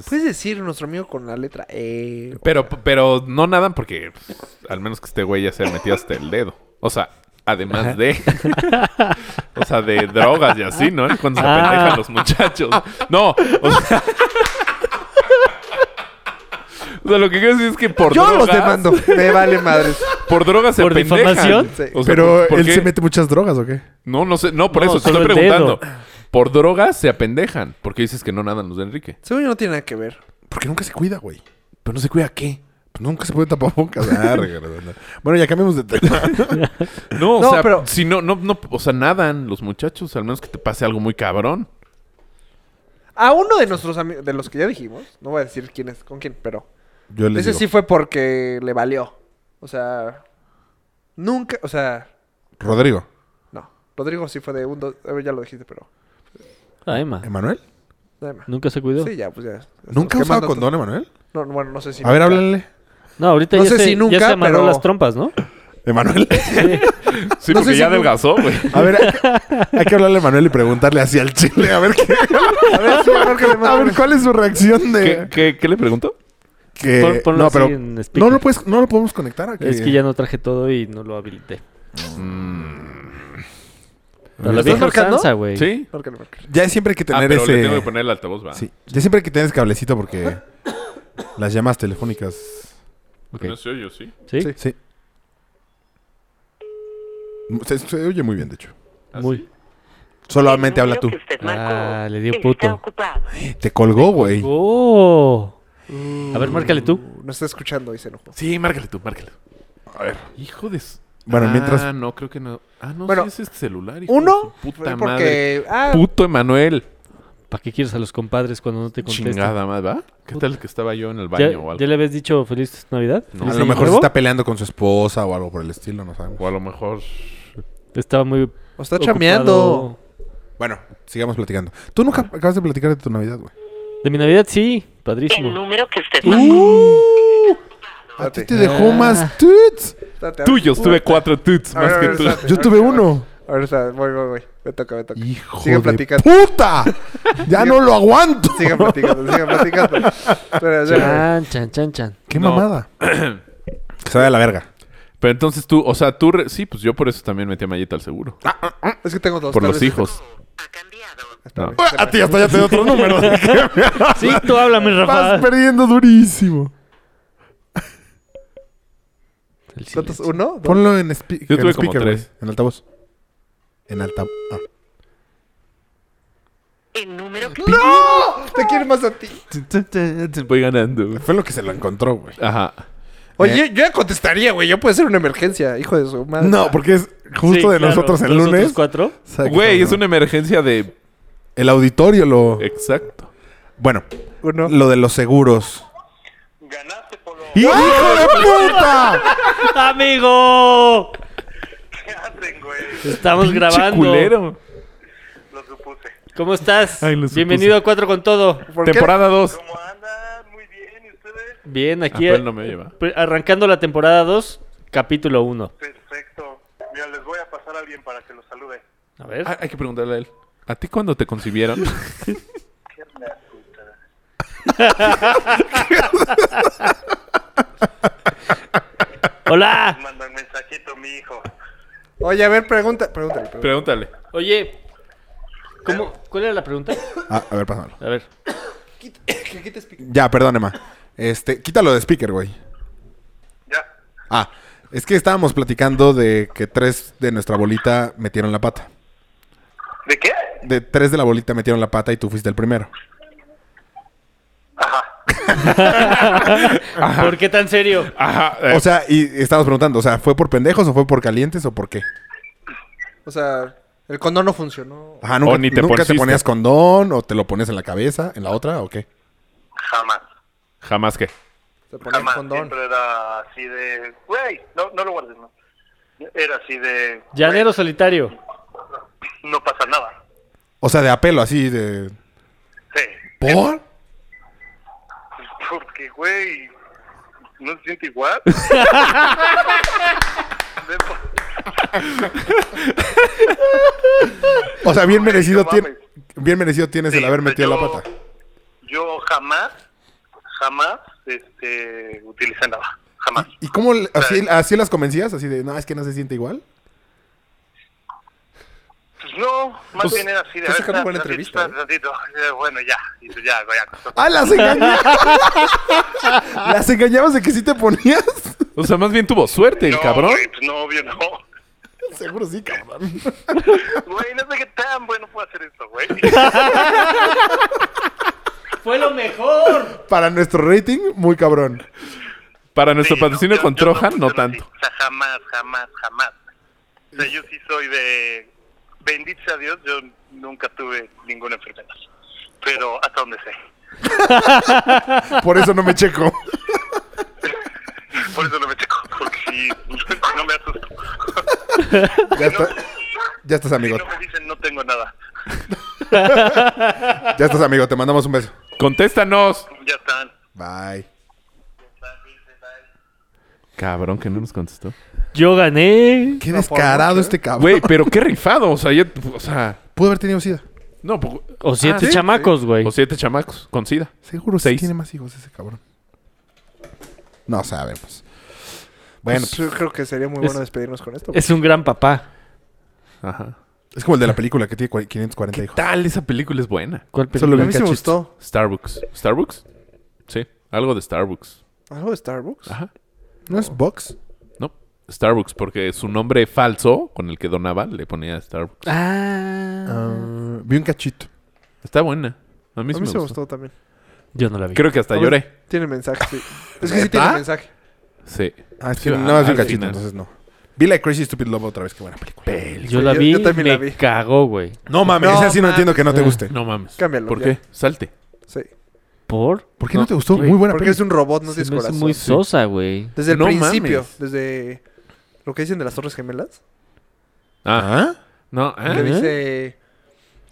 [SPEAKER 5] Puedes decir nuestro amigo con la letra E.
[SPEAKER 1] Pero, pero no nadan porque pues, al menos que este güey ya se ha metido hasta el dedo. O sea, además de... o sea, de drogas y así, ¿no? Cuando
[SPEAKER 2] Ah.
[SPEAKER 1] se pendejan los muchachos. No, o sea... O sea, lo que quiero decir es que por
[SPEAKER 5] Yo
[SPEAKER 1] drogas...
[SPEAKER 5] los demando. Me vale madres.
[SPEAKER 1] Por drogas se
[SPEAKER 2] ¿Por
[SPEAKER 1] pendejan.
[SPEAKER 2] difamación?
[SPEAKER 5] Sí.
[SPEAKER 1] O sea, ¿por- por qué?
[SPEAKER 3] muchas drogas, ¿o qué?
[SPEAKER 1] No, no sé. No, por
[SPEAKER 2] No,
[SPEAKER 1] eso te
[SPEAKER 2] solo
[SPEAKER 1] estoy
[SPEAKER 2] el dedo.
[SPEAKER 1] preguntando. Por drogas se apendejan. Porque dices que no nadan los de Enrique.
[SPEAKER 5] Según yo no tiene nada que ver.
[SPEAKER 3] Porque nunca se cuida, güey.
[SPEAKER 1] Pero no se cuida qué.
[SPEAKER 3] Pues nunca se puede (laughs) tapabocas. Ah, regresando. bueno, ya cambiamos de tema.
[SPEAKER 1] No, o
[SPEAKER 5] No,
[SPEAKER 1] sea,
[SPEAKER 5] pero-
[SPEAKER 1] si no, no, no, o sea, nadan los muchachos, al menos que te pase algo muy cabrón.
[SPEAKER 5] A uno de nuestros amigos, de los que ya dijimos, no voy a decir quién es, con quién, pero
[SPEAKER 3] Yo les
[SPEAKER 5] ese sí
[SPEAKER 3] digo,
[SPEAKER 5] fue porque le valió. O sea, nunca, o sea,
[SPEAKER 3] Rodrigo.
[SPEAKER 5] no. Rodrigo sí fue de un, dos, a ver, ya lo dijiste, pero
[SPEAKER 2] Ah, Emma.
[SPEAKER 3] ¿Emanuel?
[SPEAKER 5] nada más.
[SPEAKER 2] nunca se cuidó.
[SPEAKER 5] Sí, ya, pues ya.
[SPEAKER 3] ¿Nunca ha
[SPEAKER 5] Estamos
[SPEAKER 3] usado
[SPEAKER 5] quemando
[SPEAKER 3] condón, Emanuel?
[SPEAKER 5] todo. No, bueno, no sé si.
[SPEAKER 3] A ver,
[SPEAKER 5] nunca.
[SPEAKER 3] háblale.
[SPEAKER 2] No, ahorita
[SPEAKER 5] No
[SPEAKER 2] ya,
[SPEAKER 5] sé
[SPEAKER 2] se,
[SPEAKER 5] si
[SPEAKER 2] ya
[SPEAKER 5] nunca,
[SPEAKER 2] se amarró
[SPEAKER 5] pero-
[SPEAKER 2] las trompas, ¿no?
[SPEAKER 3] ¿Emanuel?
[SPEAKER 1] Sí,
[SPEAKER 5] No
[SPEAKER 1] porque
[SPEAKER 5] sé
[SPEAKER 1] ya
[SPEAKER 5] si-
[SPEAKER 1] adelgazó, (laughs) güey.
[SPEAKER 3] (laughs) A ver, hay que, hay que hablarle a Emanuel y preguntarle así al chile. (laughs) A ver qué.
[SPEAKER 5] A ver, sí, mejor que le
[SPEAKER 3] A ver,
[SPEAKER 5] mande-
[SPEAKER 3] ¿cuál es su reacción
[SPEAKER 1] ¿Qué,
[SPEAKER 3] de
[SPEAKER 1] qué, qué le pregunto?
[SPEAKER 3] que
[SPEAKER 2] Pon- ponlo
[SPEAKER 3] no,
[SPEAKER 2] así
[SPEAKER 3] pero
[SPEAKER 2] en speaker.
[SPEAKER 3] no lo puedes no lo podemos conectar aquí.
[SPEAKER 2] Es que ya no traje todo y no lo habilité. Pero la
[SPEAKER 5] ¿Lo estás
[SPEAKER 2] vieja
[SPEAKER 5] marcando?
[SPEAKER 2] usanza, güey.
[SPEAKER 1] Sí.
[SPEAKER 5] mejor que le marque.
[SPEAKER 3] Ya siempre hay que
[SPEAKER 1] Ah,
[SPEAKER 3] tener
[SPEAKER 1] pero le
[SPEAKER 3] ese
[SPEAKER 1] tengo que poner el altavoz, ¿verdad?
[SPEAKER 3] Sí, ya siempre hay que tener ese cablecito porque las llamadas telefónicas
[SPEAKER 2] Ok.
[SPEAKER 1] No se oye, sí.
[SPEAKER 2] ¿Sí?
[SPEAKER 5] Sí.
[SPEAKER 3] sí. Se, se oye muy bien, de hecho.
[SPEAKER 2] Muy.
[SPEAKER 3] Solamente habla tú.
[SPEAKER 2] Ah, le dio puto.
[SPEAKER 3] Te colgó, güey.
[SPEAKER 2] ¡Oh! A ver, márcale tú.
[SPEAKER 1] Uh.
[SPEAKER 5] No está escuchando y se enojó.
[SPEAKER 1] Sí, márcale tú, márcale.
[SPEAKER 3] A ver.
[SPEAKER 1] Hijo de. s-
[SPEAKER 3] Bueno,
[SPEAKER 1] ah,
[SPEAKER 3] mientras
[SPEAKER 1] no, creo que no. Ah, no,
[SPEAKER 5] Bueno,
[SPEAKER 1] sí es este celular. hijo de
[SPEAKER 5] Uno,
[SPEAKER 1] su
[SPEAKER 5] fue
[SPEAKER 1] Puta madre.
[SPEAKER 5] porque. Ah,
[SPEAKER 1] Puto Emanuel.
[SPEAKER 2] ¿Para qué quieres a los compadres cuando no te contestan?
[SPEAKER 1] Chingada más, ¿va? ¿Qué tal que estaba yo en el baño
[SPEAKER 2] ¿Ya,
[SPEAKER 1] o algo?
[SPEAKER 2] ya le habías dicho feliz Navidad?
[SPEAKER 1] No.
[SPEAKER 2] ¿Feliz
[SPEAKER 3] a lo
[SPEAKER 2] Año
[SPEAKER 3] mejor se
[SPEAKER 2] Nuevo?
[SPEAKER 3] está peleando con su esposa o algo por el estilo, no sabemos.
[SPEAKER 1] O a lo mejor.
[SPEAKER 2] Estaba muy.
[SPEAKER 5] o está
[SPEAKER 2] ocupado.
[SPEAKER 5] chameando.
[SPEAKER 3] Bueno, sigamos platicando. Tú nunca acabas de platicar de tu Navidad, güey.
[SPEAKER 2] De mi Navidad sí, padrísimo.
[SPEAKER 6] número que usted
[SPEAKER 3] A ti
[SPEAKER 5] Espérate,
[SPEAKER 3] te dejó
[SPEAKER 2] Ah.
[SPEAKER 3] más tuts.
[SPEAKER 5] espérate, a ver.
[SPEAKER 1] Tuyos, tuve cuatro tuts
[SPEAKER 5] A ver,
[SPEAKER 1] más
[SPEAKER 5] a
[SPEAKER 1] que
[SPEAKER 5] ver,
[SPEAKER 1] tú.
[SPEAKER 5] espérate,
[SPEAKER 3] Yo
[SPEAKER 5] a
[SPEAKER 3] tuve
[SPEAKER 5] ver, a ver.
[SPEAKER 3] uno.
[SPEAKER 5] A ver, está, voy, voy, voy. Me toca, me toca.
[SPEAKER 3] Hijo
[SPEAKER 5] Sigue
[SPEAKER 3] de
[SPEAKER 5] platicando.
[SPEAKER 3] puta. Ya no lo aguanto. (laughs)
[SPEAKER 5] Sigan platicando, sigan platicando.
[SPEAKER 1] (laughs)
[SPEAKER 5] Pero ya.
[SPEAKER 2] Chan, chan, chan, chan.
[SPEAKER 3] Qué
[SPEAKER 1] No.
[SPEAKER 3] (clears throat) mamada. Que se vaya a la verga.
[SPEAKER 1] Pero entonces tú, o sea, tú. re- Sí, pues yo por eso también metí a Mayita al seguro.
[SPEAKER 5] Es que tengo dos.
[SPEAKER 1] por
[SPEAKER 5] tal
[SPEAKER 1] los
[SPEAKER 5] vez-
[SPEAKER 1] hijos.
[SPEAKER 6] ha cambiado.
[SPEAKER 1] No. (laughs)
[SPEAKER 3] Ah, A ti hasta ya te doy (laughs) otro número.
[SPEAKER 2] Sí, tú háblame,
[SPEAKER 3] Vas
[SPEAKER 2] Rafa.
[SPEAKER 3] perdiendo durísimo.
[SPEAKER 2] El
[SPEAKER 5] ¿Cuántos?
[SPEAKER 2] silencio.
[SPEAKER 5] ¿Uno? ¿Dos?
[SPEAKER 3] Ponlo en, spe-
[SPEAKER 1] Yo
[SPEAKER 3] en
[SPEAKER 1] tuve como
[SPEAKER 3] speaker, güey.
[SPEAKER 1] tres.
[SPEAKER 3] En altavoz. En altavoz. Ah.
[SPEAKER 6] El número que
[SPEAKER 5] ¡No! Te quiero más a ti.
[SPEAKER 1] Voy ganando.
[SPEAKER 3] Fue lo que se lo encontró, güey.
[SPEAKER 1] Ajá.
[SPEAKER 5] Oye, yo ya contestaría, güey. Yo puede ser una emergencia, hijo de su madre.
[SPEAKER 3] No, porque es justo
[SPEAKER 2] Sí,
[SPEAKER 3] de
[SPEAKER 2] claro,
[SPEAKER 3] nosotros el
[SPEAKER 2] ¿los
[SPEAKER 3] lunes.
[SPEAKER 2] otros cuatro?
[SPEAKER 3] Saca,
[SPEAKER 1] Güey, es
[SPEAKER 3] cabrón.
[SPEAKER 1] una emergencia de.
[SPEAKER 3] El auditorio lo...
[SPEAKER 1] Exacto.
[SPEAKER 3] Bueno, ¡Ah!
[SPEAKER 5] Uno.
[SPEAKER 3] lo de los seguros.
[SPEAKER 6] ganaste, Polo. (laughs)
[SPEAKER 3] ¡Hijo de puta!
[SPEAKER 2] (laughs) ¡Amigo!
[SPEAKER 6] ¿Qué hacen, güey?
[SPEAKER 2] Estamos
[SPEAKER 1] Pinche
[SPEAKER 2] grabando.
[SPEAKER 1] culero.
[SPEAKER 6] eh, Lo supuse.
[SPEAKER 2] ¿Cómo estás?
[SPEAKER 1] Ay, lo supuse.
[SPEAKER 2] Bienvenido a Cuatro con Todo.
[SPEAKER 5] ¿Por qué?
[SPEAKER 1] Temporada 2.
[SPEAKER 6] ¿Cómo andan? Muy bien, ¿y ustedes?
[SPEAKER 2] Bien, aquí
[SPEAKER 1] Apple no me lleva.
[SPEAKER 2] pr- arrancando la temporada 2, capítulo 1.
[SPEAKER 6] Perfecto. Mira, les voy a pasar a alguien para que los salude.
[SPEAKER 2] A ver.
[SPEAKER 1] Ah, hay que preguntarle a él. ¿A ti cuándo te concibieron?
[SPEAKER 6] ¿Qué la puta?
[SPEAKER 2] ¡Hola!
[SPEAKER 6] Manda un mensajito, mi hijo.
[SPEAKER 5] Oye, a ver, pregunta, pregúntale.
[SPEAKER 1] (laughs)
[SPEAKER 5] pregúntale.
[SPEAKER 1] Pregúntale.
[SPEAKER 2] Oye, ¿cómo, ¿cuál era la pregunta?
[SPEAKER 3] Ah, a ver, pásamelo.
[SPEAKER 2] A ver.
[SPEAKER 5] Que aquí te explico.
[SPEAKER 3] Ya, perdón, Emma. Este, quítalo de speaker, güey.
[SPEAKER 6] Ya.
[SPEAKER 3] Ah, es que estábamos platicando de que tres de nuestra bolita metieron la pata.
[SPEAKER 6] ¿De qué?
[SPEAKER 3] De tres de la bolita metieron la pata y tú fuiste el primero.
[SPEAKER 6] Ajá.
[SPEAKER 2] ¿Por qué tan serio?
[SPEAKER 1] Ajá. eh,
[SPEAKER 3] O sea, y estábamos preguntando, o sea, ¿fue por pendejos o fue por calientes o por qué?
[SPEAKER 5] O sea, el condón no funcionó.
[SPEAKER 3] Ajá, nunca,
[SPEAKER 1] O ni te
[SPEAKER 3] nunca te
[SPEAKER 1] pusiste.
[SPEAKER 3] ponías condón o te lo ponías en la cabeza, en la otra o qué.
[SPEAKER 6] Jamás.
[SPEAKER 1] jamás que.
[SPEAKER 5] Se ponía el
[SPEAKER 6] Jamás.
[SPEAKER 5] condón.
[SPEAKER 6] Siempre era así de... Güey, no, no lo guardes, no. Era así de...
[SPEAKER 2] Llanero solitario.
[SPEAKER 6] güey, No pasa nada.
[SPEAKER 3] O sea, de apelo, así de.
[SPEAKER 6] Sí. (laughs)
[SPEAKER 3] ¿Por?
[SPEAKER 6] Porque, güey, no se siente igual. (laughs) Ven pa-
[SPEAKER 3] O sea, bien merecido,
[SPEAKER 6] no
[SPEAKER 3] tiene,
[SPEAKER 6] mames.
[SPEAKER 3] bien merecido tienes el
[SPEAKER 6] Sí,
[SPEAKER 3] haber
[SPEAKER 6] pero
[SPEAKER 3] metido la
[SPEAKER 6] yo-
[SPEAKER 3] pata.
[SPEAKER 6] Yo jamás, jamás, este, utilicé nada. Jamás.
[SPEAKER 3] ¿Y cómo le- así,
[SPEAKER 6] Sí.
[SPEAKER 3] así las convencías? Así de, no, es que no se siente igual.
[SPEAKER 6] Pues no, más
[SPEAKER 1] Pues,
[SPEAKER 6] bien era así de...
[SPEAKER 5] estás
[SPEAKER 6] a ver,
[SPEAKER 5] sacando buena
[SPEAKER 6] tantito,
[SPEAKER 5] entrevista, ¿eh?
[SPEAKER 6] tantito, eh, Bueno, ya, y tú ya, güey, ya. costó.
[SPEAKER 3] ¡Ah, las engañabas!
[SPEAKER 6] (laughs)
[SPEAKER 3] ¿Las engañabas de que sí te ponías? (laughs)
[SPEAKER 1] O sea, más bien tuvo suerte el
[SPEAKER 6] No, (laughs)
[SPEAKER 1] cabrón.
[SPEAKER 6] güey, pues no, obvio, no.
[SPEAKER 3] Seguro sí, cabrón.
[SPEAKER 6] Güey, no sé qué tan bueno puede hacer
[SPEAKER 1] (laughs)
[SPEAKER 6] esto, güey.
[SPEAKER 2] ¡Fue lo mejor!
[SPEAKER 3] Para nuestro rating, muy cabrón.
[SPEAKER 1] Para nuestro
[SPEAKER 6] Sí,
[SPEAKER 1] patrocinio
[SPEAKER 6] yo-
[SPEAKER 1] con
[SPEAKER 6] yo
[SPEAKER 1] Trojan, no
[SPEAKER 6] funciono así.
[SPEAKER 1] tanto.
[SPEAKER 6] O sea, jamás, jamás, jamás. O sea, yo sí soy de... Bendito sea Dios, yo nunca tuve ninguna enfermedad. Pero hasta donde sé.
[SPEAKER 3] Por eso no me
[SPEAKER 6] (laughs)
[SPEAKER 3] checo.
[SPEAKER 6] Por eso no me (laughs) checo, porque si no me asusto.
[SPEAKER 3] Ya, está- ya estás, amigo.
[SPEAKER 6] Si no me dicen, no tengo nada.
[SPEAKER 3] Ya estás, amigo. Te mandamos un beso.
[SPEAKER 1] Contéstanos.
[SPEAKER 6] Ya están.
[SPEAKER 3] Bye.
[SPEAKER 1] Cabrón, que no nos contestó.
[SPEAKER 2] Yo gané.
[SPEAKER 3] Qué
[SPEAKER 5] No, por
[SPEAKER 3] descarado
[SPEAKER 5] mucho, ¿eh?
[SPEAKER 3] este
[SPEAKER 1] (laughs)
[SPEAKER 3] cabrón.
[SPEAKER 1] Güey, pero qué rifado. O sea, ya- o sea,
[SPEAKER 3] Pudo haber tenido sida.
[SPEAKER 1] no, po-
[SPEAKER 2] O siete
[SPEAKER 1] Ah, ¿sí?
[SPEAKER 2] chamacos, güey.
[SPEAKER 1] O siete chamacos con sida.
[SPEAKER 3] Seguro sí
[SPEAKER 1] Seis.
[SPEAKER 3] tiene más hijos ese cabrón. No sabemos. Bueno,
[SPEAKER 5] Pues yo creo que sería muy
[SPEAKER 2] Es-
[SPEAKER 5] bueno despedirnos con esto.
[SPEAKER 2] Es un gran papá.
[SPEAKER 1] Ajá.
[SPEAKER 3] es como el de la película que tiene cua- 540 hijos.
[SPEAKER 1] Tal, esa película es buena.
[SPEAKER 2] ¿Cuál
[SPEAKER 3] Solo
[SPEAKER 5] güey.
[SPEAKER 2] película?
[SPEAKER 5] a mí sí me gustó.
[SPEAKER 1] Starbucks. ¿Starbucks? Sí, algo de Starbucks.
[SPEAKER 5] ¿Algo de Starbucks?
[SPEAKER 1] Ajá.
[SPEAKER 3] ¿No es Box?
[SPEAKER 1] No, Starbucks, porque su nombre falso con el que donaba le ponía Starbucks.
[SPEAKER 2] Ah.
[SPEAKER 3] Ah, vi un cachito.
[SPEAKER 1] Está buena. A mí, sí me
[SPEAKER 5] a mí se me
[SPEAKER 1] gustó.
[SPEAKER 5] gustó también.
[SPEAKER 2] Yo no la vi.
[SPEAKER 1] Creo que hasta
[SPEAKER 5] A ver.
[SPEAKER 1] lloré.
[SPEAKER 5] Tiene mensaje, sí. Es que sí tiene
[SPEAKER 3] ¿Neta?
[SPEAKER 5] mensaje.
[SPEAKER 1] Sí.
[SPEAKER 3] Ah, es
[SPEAKER 1] Sí,
[SPEAKER 3] que nada más vi un
[SPEAKER 1] al
[SPEAKER 3] cachito,
[SPEAKER 1] final.
[SPEAKER 3] entonces no. Vi la Crazy Stupid Love otra vez. Qué buena película.
[SPEAKER 2] Yo la
[SPEAKER 5] Yo-
[SPEAKER 2] vi.
[SPEAKER 5] yo también
[SPEAKER 2] me
[SPEAKER 5] la vi.
[SPEAKER 2] cagó, güey.
[SPEAKER 3] No mames,
[SPEAKER 5] No
[SPEAKER 3] esa sí no
[SPEAKER 5] mames.
[SPEAKER 3] entiendo que no te
[SPEAKER 2] Ah.
[SPEAKER 3] guste.
[SPEAKER 1] No mames.
[SPEAKER 5] Cámbialo,
[SPEAKER 1] ¿Por
[SPEAKER 5] ya.
[SPEAKER 1] qué? Salte.
[SPEAKER 5] Sí.
[SPEAKER 2] ¿Por?
[SPEAKER 3] ¿Por qué no,
[SPEAKER 1] No,
[SPEAKER 3] te gustó?
[SPEAKER 2] güey,
[SPEAKER 3] Muy buena
[SPEAKER 5] Porque
[SPEAKER 3] película.
[SPEAKER 5] es un robot, no
[SPEAKER 2] Se
[SPEAKER 5] tienes
[SPEAKER 2] me hace
[SPEAKER 5] corazón.
[SPEAKER 2] muy sosa, güey.
[SPEAKER 5] Desde el
[SPEAKER 1] No
[SPEAKER 5] principio,
[SPEAKER 1] mames.
[SPEAKER 5] desde lo que dicen de las Torres Gemelas,
[SPEAKER 1] Ah.
[SPEAKER 3] ¿Ah?
[SPEAKER 1] No, ah.
[SPEAKER 5] que
[SPEAKER 2] ¿Eh?
[SPEAKER 5] dice...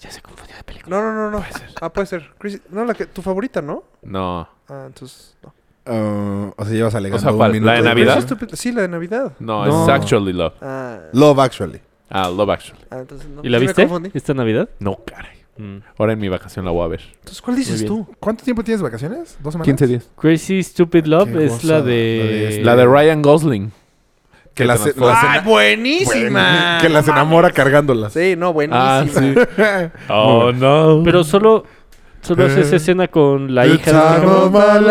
[SPEAKER 2] Ya se confundió de película.
[SPEAKER 5] No, no, no, no. Ah, puede ser. Chris- No, la que... tu favorita, ¿no?
[SPEAKER 1] No.
[SPEAKER 5] Ah, entonces... No.
[SPEAKER 3] Ah, o sea, llevas alegando
[SPEAKER 1] O sea, ¿cuál? ¿La
[SPEAKER 3] un minuto
[SPEAKER 1] de
[SPEAKER 3] de
[SPEAKER 1] Navidad?
[SPEAKER 3] Crazy Stupid-
[SPEAKER 5] Estúpido- Sí, la de Navidad.
[SPEAKER 1] No,
[SPEAKER 2] No.
[SPEAKER 1] es Actually Love.
[SPEAKER 5] Ah,
[SPEAKER 3] Love Actually.
[SPEAKER 1] Ah, Love Actually.
[SPEAKER 5] ah, entonces no.
[SPEAKER 2] ¿Y la
[SPEAKER 5] Sí me
[SPEAKER 2] viste
[SPEAKER 5] confundí.
[SPEAKER 2] esta Navidad?
[SPEAKER 1] No, caray.
[SPEAKER 2] Mm.
[SPEAKER 1] Ahora en mi vacación la voy a ver.
[SPEAKER 5] Entonces, ¿cuál dices
[SPEAKER 2] Muy
[SPEAKER 5] tú?
[SPEAKER 2] bien.
[SPEAKER 3] ¿Cuánto tiempo tienes de vacaciones? ¿Dos semanas?
[SPEAKER 1] 15 días.
[SPEAKER 2] Crazy Stupid Love
[SPEAKER 3] Qué
[SPEAKER 2] es la
[SPEAKER 3] gozada, la de-
[SPEAKER 2] de...
[SPEAKER 1] La de Ryan Gosling.
[SPEAKER 3] Que la,
[SPEAKER 1] se
[SPEAKER 3] ce- la cena-
[SPEAKER 5] buenísima!
[SPEAKER 3] que las enamora cargándolas.
[SPEAKER 5] Sí, no, buenísima.
[SPEAKER 1] Ah, sí. Oh, no.
[SPEAKER 2] Pero solo, solo hace esa escena con la hija de un robot.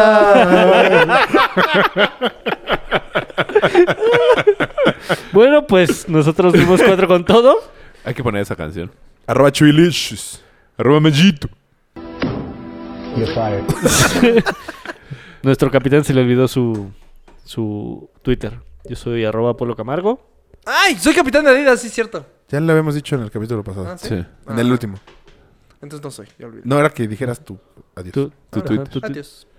[SPEAKER 2] Bueno, pues nosotros dimos cuatro con todo.
[SPEAKER 1] Hay que poner esa canción.
[SPEAKER 3] (laughs) Arroba chuilicious.
[SPEAKER 1] Arroba Mellito.
[SPEAKER 2] Nuestro capitán se le olvidó su, su Twitter. Yo soy arroba Polo Camargo.
[SPEAKER 5] (laughs) ¡Ay! Soy capitán de Adidas, sí, cierto.
[SPEAKER 3] Ya lo habíamos dicho en el capítulo pasado.
[SPEAKER 5] Ah, sí.
[SPEAKER 1] Sí.
[SPEAKER 5] Ah,
[SPEAKER 3] En el último.
[SPEAKER 5] Entonces no soy, ya olvidé.
[SPEAKER 3] No era que dijeras tú. Adiós.
[SPEAKER 2] Tú-
[SPEAKER 1] Tu
[SPEAKER 2] Ajá,
[SPEAKER 1] Twitter.
[SPEAKER 2] tu Twitter.
[SPEAKER 5] Adiós.